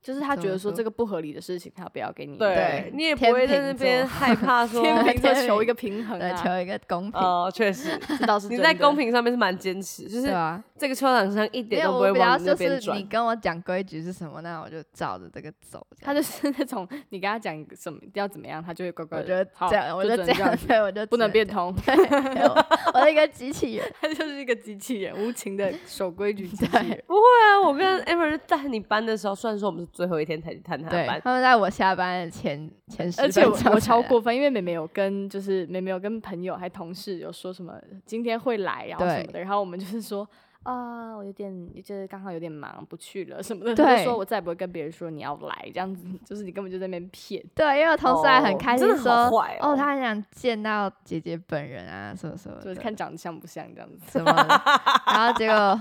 Speaker 2: 就是她觉
Speaker 1: 怎么
Speaker 2: 得说
Speaker 1: 说
Speaker 2: 这个不合理的事情，她不要给你
Speaker 1: 对
Speaker 3: 你也不
Speaker 1: 天
Speaker 3: 会在
Speaker 1: 秤
Speaker 3: 那边
Speaker 1: 座
Speaker 3: 害怕说，
Speaker 2: 天秤座
Speaker 1: 天
Speaker 2: 求一个平
Speaker 1: *laughs*
Speaker 2: 衡
Speaker 1: 对，
Speaker 2: 啊，
Speaker 1: 求一个公平，
Speaker 3: 哦，确实，
Speaker 2: 这倒是
Speaker 3: 你
Speaker 2: 真
Speaker 3: 在
Speaker 2: 的
Speaker 3: 公。屏上面是蛮坚持，就
Speaker 1: 对
Speaker 3: 是
Speaker 1: 啊。
Speaker 3: 这个球场上一
Speaker 1: 因
Speaker 3: 点
Speaker 1: 为
Speaker 3: 都不
Speaker 1: 我
Speaker 3: 会
Speaker 1: 比
Speaker 3: 往
Speaker 1: 较
Speaker 3: 你那
Speaker 1: 就
Speaker 3: 边
Speaker 1: 是
Speaker 3: 转
Speaker 1: 你。跟我讲规矩是什么，那我就照着这个走。这样
Speaker 2: 他就是那种你跟他讲什么要怎么样，他就会乖乖
Speaker 1: 我
Speaker 2: 的。
Speaker 1: 觉得
Speaker 2: 好
Speaker 1: 这样，我
Speaker 2: 就
Speaker 1: 就
Speaker 2: 只
Speaker 1: 这
Speaker 2: 能这
Speaker 1: 样，
Speaker 2: 样
Speaker 1: 所以我就
Speaker 2: 不能变
Speaker 1: 只
Speaker 2: 通，
Speaker 1: 能这样。我我是一个机器人，
Speaker 2: *laughs* 他就是一个机器人，无情 *laughs* 的守规矩机器人。
Speaker 3: 对啊，我跟 Amber 就在你班的时候，虽然说我们是最后一天才去探他
Speaker 1: 对，
Speaker 3: 班，
Speaker 1: 他们在我下班的前前十
Speaker 2: 而
Speaker 1: 分
Speaker 2: 且
Speaker 1: 钟
Speaker 2: 我
Speaker 1: 才来，
Speaker 2: 我超过分，因为妹妹有跟就是妹妹有跟朋友还同事有说什么今天会来，然后什么的，然后我们就是说啊、我有点就是刚好有点忙不去了什么的，他就
Speaker 1: 对
Speaker 2: 说我再也不会跟别人说你要来这样子，就是你根本就在那边骗。
Speaker 1: 对，因为我同事还很
Speaker 3: 哦
Speaker 1: 开心
Speaker 3: 真的
Speaker 1: 说，
Speaker 3: 好坏哦
Speaker 1: 哦，他很想见到姐姐本人啊，什么什么的，
Speaker 2: 就是看长得像不像这样子，
Speaker 1: 什么
Speaker 2: *laughs*
Speaker 1: 的，然后结果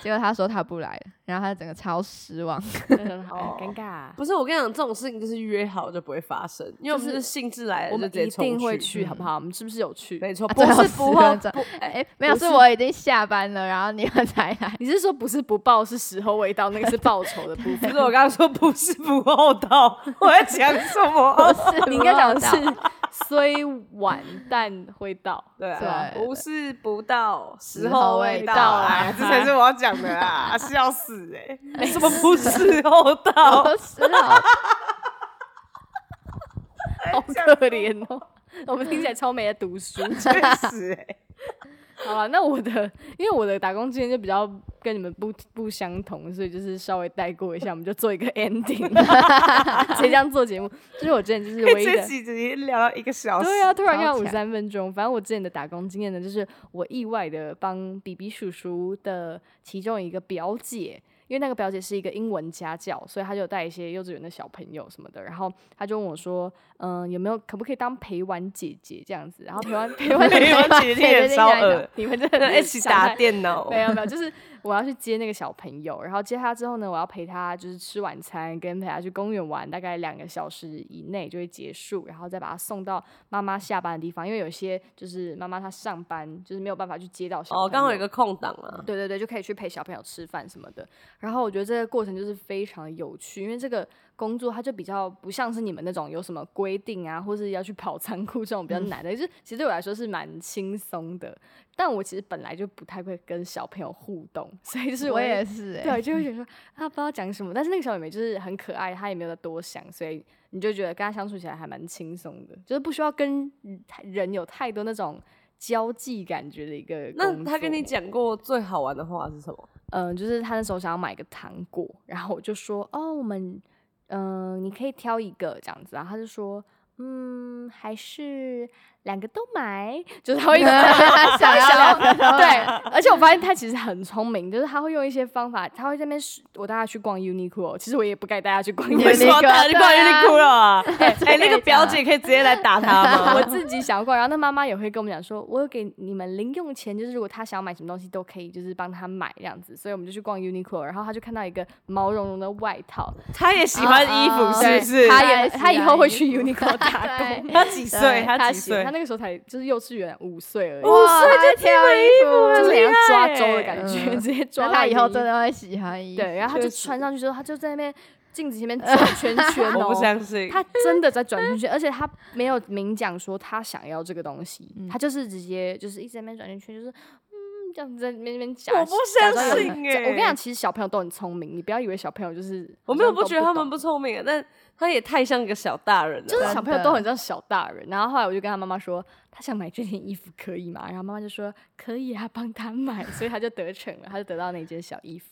Speaker 1: 结果他说他不来了，然后他整个超失望，
Speaker 2: 真 *laughs* 的很
Speaker 3: 哦
Speaker 2: 尴尬啊、
Speaker 3: 不是我跟你讲，这种事情就是约好就不会发生，因为我们
Speaker 2: 就
Speaker 3: 是
Speaker 2: 是
Speaker 3: 兴致来了
Speaker 2: 我
Speaker 3: 就
Speaker 2: 们
Speaker 3: 直接
Speaker 2: 一定
Speaker 3: 冲
Speaker 2: 会
Speaker 3: 去
Speaker 2: 去，嗯好不好？我们是不是有去？
Speaker 3: 没错，
Speaker 1: 啊
Speaker 3: 不
Speaker 1: 最后
Speaker 3: 是
Speaker 1: 十
Speaker 3: 不
Speaker 1: 分
Speaker 3: 会
Speaker 1: 钟
Speaker 3: 不
Speaker 1: 哎，没有，
Speaker 2: 不
Speaker 1: 是
Speaker 2: 是
Speaker 1: 我已经下班了，然后你们才来，
Speaker 2: 哎你是说不是不报是时候未到，那个是报仇的部
Speaker 3: 不
Speaker 2: 分？
Speaker 3: 是我刚刚说不是不厚道，我在讲什
Speaker 1: *laughs*
Speaker 3: 么？
Speaker 1: 不是
Speaker 2: 哦 *laughs* 你应该讲
Speaker 1: 我
Speaker 2: 的
Speaker 1: 知道
Speaker 2: 是虽晚但会到。
Speaker 3: 对
Speaker 1: 对
Speaker 3: 啊，
Speaker 1: 对对
Speaker 3: 不是不到，时
Speaker 1: 时
Speaker 3: 候
Speaker 1: 候
Speaker 3: 未
Speaker 1: 未
Speaker 3: 到
Speaker 1: 到
Speaker 3: 啊，
Speaker 2: 啊
Speaker 3: 这才是我要讲的啊，, *laughs* 笑死哎、欸！什么不是厚道？
Speaker 1: 不是 *laughs* 哦，
Speaker 2: 好可怜哦。 *laughs* 我们听起来超没在读书。
Speaker 3: *laughs* 确实哎、
Speaker 2: 好了，那我的，因为我的打工经验就比较跟你们不不相同，所以就是稍微带过一下，我们就做一个 ending，直接这样做节目。就是我之前就是唯一
Speaker 3: 这
Speaker 2: 的，
Speaker 3: 几集聊到一个小时，
Speaker 2: 对啊，突然
Speaker 1: 超
Speaker 2: 要五
Speaker 1: 强
Speaker 2: 三分钟。反正我之前的打工经验呢，就是我意外的帮 B B 叔叔的其中一个表姐，因为那个表姐是一个英文家教，所以她就有带一些幼稚园的小朋友什么的。然后她就问我说：“嗯、有没有可不可以当陪玩姐姐这样子？”然后陪玩陪玩姐
Speaker 3: 没
Speaker 2: 姐
Speaker 3: 有姐姐
Speaker 2: *laughs*
Speaker 3: 也烧耳，
Speaker 2: 你们真
Speaker 3: *laughs* 那
Speaker 2: 的
Speaker 3: 一起打电脑，
Speaker 2: 没 *laughs* 有没有，就是我要去接那个小朋友，然后接他之后呢，我要陪他就是吃晚餐，跟陪他去公园玩，大概两个小时以内就会结束，然后再把他送到妈妈下班的地方，因为有些就是妈妈她上班就是没有办法去接到小朋友。
Speaker 3: 哦，刚好有一个空档啊，
Speaker 2: 对对对，就可以去陪小朋友吃饭什么的。然后我觉得这个过程就是非常有趣，因为这个工作它就比较不像是你们那种有什么规定啊，或是要去跑仓库这种比较难的，就是其实对我来说是蛮轻松的。但我其实本来就不太会跟小朋友互动，所以就是
Speaker 1: 我
Speaker 2: 会
Speaker 1: 也是、欸，
Speaker 2: 对，就会觉得说啊，不知道讲什么。但是那个小妹妹就是很可爱，她也没有多想，所以你就觉得跟她相处起来还蛮轻松的，就是不需要跟人有太多那种交际感觉的一个。
Speaker 3: 那他跟你，讲过最好玩的话是什么？
Speaker 2: 嗯、就是她那时候想要买个糖果，然后我就说哦，我们嗯、呃你可以挑一个这样子，然后她就说。嗯，还是两个都买，就
Speaker 1: *laughs*
Speaker 2: 是她会一直
Speaker 1: 哎想要
Speaker 2: 对，而且我发现他其实很聪明，就是他会用一些方法，他会在那边说我带他去逛 Uniqlo，其实我也不该带他去逛
Speaker 3: 你为什
Speaker 2: Uniqlo，
Speaker 3: 么要带他去逛
Speaker 1: 对啊
Speaker 3: Uniqlo
Speaker 2: *laughs*
Speaker 3: 啊？哎、
Speaker 1: 可以
Speaker 3: 那个表姐可以直接来打他吗？
Speaker 2: 我自己想要逛。然后那妈妈也会跟我们讲说，我有给你们零用钱，就是如果他想要买什么东西都可以，就是帮他买这样子。所以我们就去逛 Uniqlo，然后他就看到一个毛茸茸的外套，
Speaker 3: 他也喜欢衣
Speaker 1: 哦
Speaker 3: 服，
Speaker 1: 哦
Speaker 3: 是
Speaker 2: 对
Speaker 3: 不是？
Speaker 2: 他
Speaker 1: 他
Speaker 2: 也
Speaker 1: 也喜欢
Speaker 2: 他以后会去
Speaker 1: 衣服
Speaker 2: Uniqlo 打 *laughs* 工。
Speaker 1: 对
Speaker 3: 他几岁？
Speaker 1: 对
Speaker 3: 他几
Speaker 2: 喜欢
Speaker 3: 岁
Speaker 2: 他？那个时候才就是幼稚园五岁而已，
Speaker 3: 哇
Speaker 1: 哇，
Speaker 3: 所以
Speaker 1: 他
Speaker 3: 就
Speaker 1: 挑衣服
Speaker 2: 就是很像抓周的
Speaker 3: 欸
Speaker 2: 感觉，
Speaker 1: 嗯
Speaker 2: *laughs* 直接抓
Speaker 1: 那
Speaker 2: 到
Speaker 1: 他
Speaker 2: 一
Speaker 1: 以
Speaker 2: 个
Speaker 1: 后
Speaker 2: 衣
Speaker 1: 真的会喜欢衣服。
Speaker 2: 对，然后他
Speaker 3: 确
Speaker 2: 就
Speaker 3: 实
Speaker 2: 穿上去之后，他就在那边镜子前面转圈圈
Speaker 3: *laughs* 我不。
Speaker 2: 哦
Speaker 3: 相信。
Speaker 2: 他真的在转圈圈，而且他没有明讲说他想要这个东西，
Speaker 1: 嗯
Speaker 2: 他就是直接就是一直在那边转圈圈，就是嗯这样子在那边那边假
Speaker 3: 我不
Speaker 2: 假装
Speaker 3: 相
Speaker 2: 有
Speaker 3: 信
Speaker 2: 这我跟你
Speaker 3: 欸
Speaker 2: 讲，其实小朋友都很聪明，你不要以为小朋友就是
Speaker 3: 我没有
Speaker 2: 好像
Speaker 3: 不
Speaker 2: 都
Speaker 3: 觉得他们
Speaker 2: 懂
Speaker 3: 不聪明啊，但他也太像个小大人了。
Speaker 2: 就是小
Speaker 1: 真
Speaker 2: 朋友都
Speaker 1: 的
Speaker 2: 很像小大人。然后后来我就跟他妈妈说，他想买这件衣服可以吗？然后妈妈就说可以啊，帮他买，所以他就得逞了，他就得到那件小
Speaker 3: *laughs*
Speaker 2: 衣服。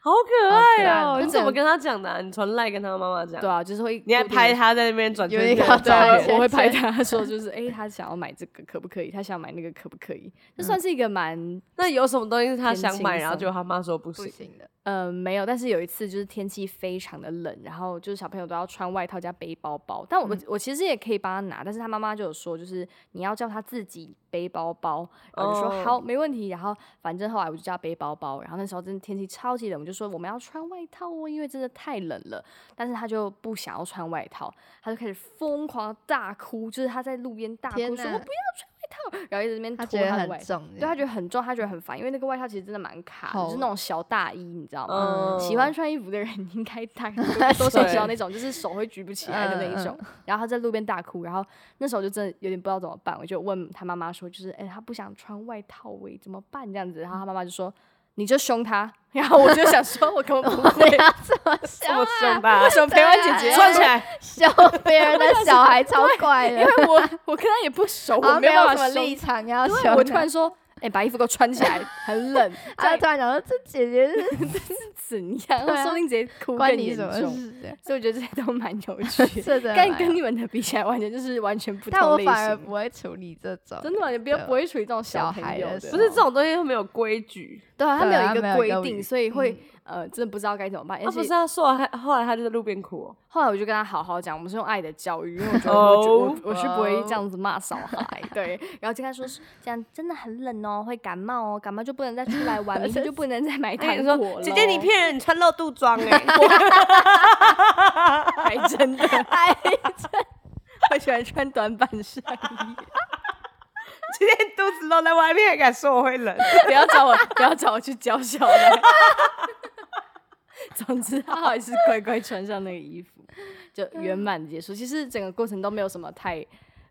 Speaker 3: 好可爱
Speaker 1: 好可
Speaker 3: 哦！
Speaker 1: 爱
Speaker 3: 你怎么跟他讲的啊？你传赖跟他妈妈讲
Speaker 2: 对，啊，就是会
Speaker 3: 你还
Speaker 2: 固定
Speaker 3: 拍他在那边转圈
Speaker 1: 有一
Speaker 3: 圈啊
Speaker 1: 个
Speaker 3: 的照
Speaker 1: 照
Speaker 3: 片
Speaker 1: 片
Speaker 2: 对，我会拍他说，就是哎、诶他想要买这个可不可以？他想买那个可不可以？
Speaker 3: 嗯
Speaker 2: 这算是一个蛮
Speaker 3: 那有什么东西是他想
Speaker 2: 偏轻
Speaker 3: 买，
Speaker 2: 松
Speaker 3: 然后就他妈说不
Speaker 1: 不
Speaker 3: 行？
Speaker 1: 行的，
Speaker 2: 呃没有，但是有一次就是天气非常的冷，然后就是小朋友都要穿外套加背包包，但我、
Speaker 1: 嗯
Speaker 2: 我其实也可以帮他拿，但是他妈妈就有说，就是你要叫他自己背包包，然后我就说、
Speaker 3: 哦
Speaker 2: 好没问题，然后反正后来我就叫他背包包，然后那时候真的天气超级冷，我就说我们要穿外套哦，因为真的太冷了，但是他就不想要穿外套，他就开始疯狂地大哭，就是他在路边大哭说
Speaker 1: 天
Speaker 2: 我不要
Speaker 1: 哪
Speaker 2: 穿外套，然后一直在那边
Speaker 1: 他
Speaker 2: 脱
Speaker 1: 觉得
Speaker 2: 他的
Speaker 1: 很
Speaker 2: 外套。
Speaker 1: 重，
Speaker 2: 对啊他觉得很重，他觉得很烦，因为那个外套其实真的蛮卡的，就是那
Speaker 1: 厚
Speaker 2: 种小大衣，你知道吗？
Speaker 3: 嗯，
Speaker 2: 喜欢穿衣服的人 *laughs* 应该大
Speaker 1: *laughs*
Speaker 2: 概都多少知道那种，就是手会举不起来的
Speaker 1: 嗯
Speaker 2: 那一种。然后他在路边大哭，然后那时候就真的有点不知道怎么办，我就问他妈妈说，就是哎、他不想穿外套喂、怎么办这样子？然后他妈妈就说，你就凶他。然后我就想说，我根本不会
Speaker 1: 对，啊，怎么
Speaker 3: *laughs* 这
Speaker 1: 想
Speaker 3: 么凶吧？
Speaker 2: 为什么陪完姐姐？
Speaker 3: 穿起来，
Speaker 1: *laughs* 笑别人的小孩超怪
Speaker 2: 因
Speaker 1: 的，
Speaker 2: 为我我跟他也不熟，
Speaker 1: 好
Speaker 2: 我
Speaker 1: 像
Speaker 2: 没
Speaker 1: 没
Speaker 2: 有
Speaker 1: 有
Speaker 2: 办
Speaker 1: 什
Speaker 2: 法
Speaker 1: 么
Speaker 2: 凶
Speaker 1: 立场要
Speaker 2: 对
Speaker 1: 求。
Speaker 2: 我突然说，哎、把衣服给我穿起来，很
Speaker 1: *laughs*
Speaker 2: 冷，这
Speaker 1: 他
Speaker 2: 样
Speaker 1: 突然想说，这姐姐
Speaker 2: *laughs*
Speaker 1: 是
Speaker 2: 怎样？
Speaker 1: 对啊
Speaker 2: 说不定直接哭更
Speaker 1: 关你
Speaker 2: 严
Speaker 1: 什么
Speaker 2: 重。
Speaker 1: 事？
Speaker 2: 所以我觉得这些都蛮
Speaker 1: *laughs*
Speaker 2: 有趣的，
Speaker 1: 是的，
Speaker 2: 但跟你们的比起来，完全就是完全不
Speaker 1: 但我
Speaker 2: 同类
Speaker 1: 反而
Speaker 2: 型。
Speaker 1: 不会处理这种，
Speaker 2: 真的吗？你不要
Speaker 1: 对
Speaker 2: 不会处理这种
Speaker 1: 小
Speaker 2: 朋
Speaker 1: 孩
Speaker 2: 友
Speaker 1: 的
Speaker 2: 的，
Speaker 1: 时
Speaker 3: 不
Speaker 1: 候
Speaker 3: 是这种东西，没有规矩。
Speaker 2: 对啊，他没
Speaker 1: 对啊
Speaker 2: 有一
Speaker 1: 没
Speaker 2: 个
Speaker 1: 有一
Speaker 2: 规
Speaker 1: 个嗯哦
Speaker 2: 定，
Speaker 1: 语
Speaker 2: 所以会呃，真的不知道该怎么办。
Speaker 3: 啊，
Speaker 2: 而
Speaker 3: 不
Speaker 2: 且
Speaker 3: 是他说完，后来他就在路边哭哦。
Speaker 2: 后来我就跟他好好讲，我们是用爱的教育，因为我觉得我就
Speaker 1: 哦
Speaker 2: 我我是不会这样子骂小孩，对。然后就跟他说，这样真的很冷哦，会感冒哦，感冒就不能再出来
Speaker 1: *laughs*
Speaker 2: 玩，明天就不能再买
Speaker 3: 他
Speaker 2: 糖
Speaker 3: 也
Speaker 2: 果
Speaker 3: 说
Speaker 2: 哎了。：“哦
Speaker 3: 姐姐，你骗人，你穿露肚装哎、
Speaker 2: *laughs* 还真的，还真的， *laughs* 我喜欢穿短版上衣。
Speaker 3: 今天肚子露在外面，还敢说我会冷？ *laughs*
Speaker 2: *laughs* 不要找我，不要找我去教小的。 *laughs* 总之，他还是乖乖穿上那个
Speaker 1: *laughs*
Speaker 2: 衣服，就
Speaker 1: 嗯
Speaker 2: 圆满地结束。其实整个过程都没有什么太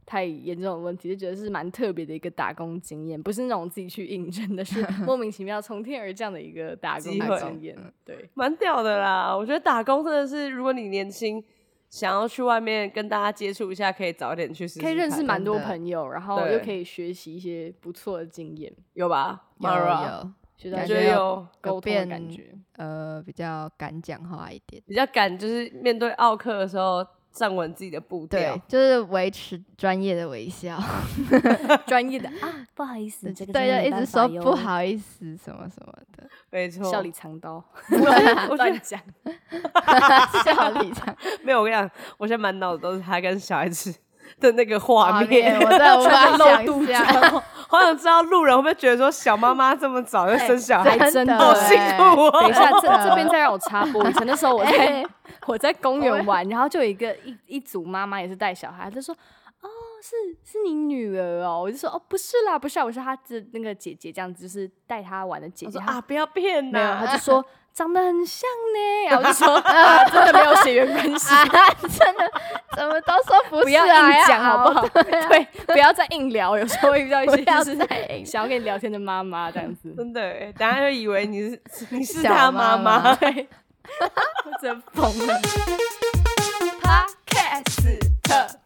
Speaker 2: 太严重的问题，就觉得是蛮特别的一个打工经验，不是那种自己去应征的，
Speaker 1: *laughs*
Speaker 2: 是莫名其妙从天而降的一个打工
Speaker 3: 机
Speaker 2: 的
Speaker 3: 会
Speaker 2: 经
Speaker 1: 嗯
Speaker 2: 验。对，
Speaker 3: 蛮屌的啦！我觉得打工真的是，如果你年轻，想要去外面跟大家接触一下，可以早点去试试看，
Speaker 2: 可以认识蛮多
Speaker 1: 真的
Speaker 2: 朋友，然后
Speaker 3: 对
Speaker 2: 又可以学习一些不错的经验，
Speaker 3: 有吧
Speaker 1: 有
Speaker 3: Mara，
Speaker 1: 有
Speaker 2: 学到
Speaker 3: 我
Speaker 2: 一
Speaker 3: 觉
Speaker 2: 些
Speaker 3: 得有
Speaker 2: 沟通的感
Speaker 1: 变 *laughs*
Speaker 2: 觉。
Speaker 1: 呃比较敢讲话一点，
Speaker 3: 比较敢，就是面对奥克的时候站稳自己的步调
Speaker 1: 对。，就是维持专业的微笑，
Speaker 2: 专业的啊，不好意思， *laughs* 这个真的
Speaker 1: 对，
Speaker 2: 没
Speaker 1: 就一
Speaker 2: 办
Speaker 1: 直
Speaker 2: 法
Speaker 1: 说
Speaker 2: 哟
Speaker 1: 不，好意思什么
Speaker 2: *laughs*
Speaker 1: 什么的，
Speaker 3: 没错， *laughs*
Speaker 2: 笑里藏刀，
Speaker 1: *laughs*
Speaker 3: 我觉
Speaker 2: 乱
Speaker 3: 得
Speaker 2: 讲。
Speaker 1: 笑里藏
Speaker 3: *laughs* 没有。我跟你讲，我现在满脑子都是他跟小孩子的那个画
Speaker 1: 画面，
Speaker 3: 面。
Speaker 1: 我真的
Speaker 3: *laughs*
Speaker 1: 无
Speaker 2: 穿
Speaker 1: 法
Speaker 2: 着露肚
Speaker 1: 想象，
Speaker 3: 好想知道路人会不会觉得说，小妈妈这么早就生小孩，
Speaker 2: *laughs* 还真的
Speaker 3: 好辛
Speaker 1: 欸
Speaker 3: 苦哦。
Speaker 2: 等一下，这
Speaker 1: 的
Speaker 2: 这边再让我插播一下。那时 *laughs* 候我在
Speaker 1: 哎
Speaker 2: 我在公园玩，然后就有一个一一组妈妈也是带小孩，她就说：“哦，是是你女儿哦。”我就说：“哦，不是啦，不是啊，我是她的那个姐姐，这样子就是带她玩的姐
Speaker 3: 我
Speaker 2: 姐。
Speaker 3: 说
Speaker 2: 她
Speaker 3: 啊，不要骗
Speaker 2: 没有，
Speaker 3: 呐、
Speaker 2: 他就说长得很像呢。然后我就说、 *laughs* 啊、真的没有血缘关
Speaker 1: *laughs* *laughs*
Speaker 2: 系，
Speaker 1: 啊，真的，怎么都说不
Speaker 2: 不
Speaker 1: 是
Speaker 2: 要
Speaker 1: 啊，
Speaker 2: 硬讲好不
Speaker 1: 好？啊
Speaker 2: 好？ *laughs* 对，不要再硬聊。有时候会遇到一
Speaker 1: 不
Speaker 2: 些
Speaker 1: 要
Speaker 2: 就是
Speaker 1: 再硬
Speaker 2: 想要跟你聊天的妈妈这
Speaker 3: *laughs*
Speaker 2: 样子，
Speaker 3: 真的欸，大家就以为你是你是
Speaker 1: 小
Speaker 3: 他
Speaker 1: 妈
Speaker 3: 妈
Speaker 1: 妈
Speaker 2: 对，我真疯了。
Speaker 1: podcast。
Speaker 3: *laughs*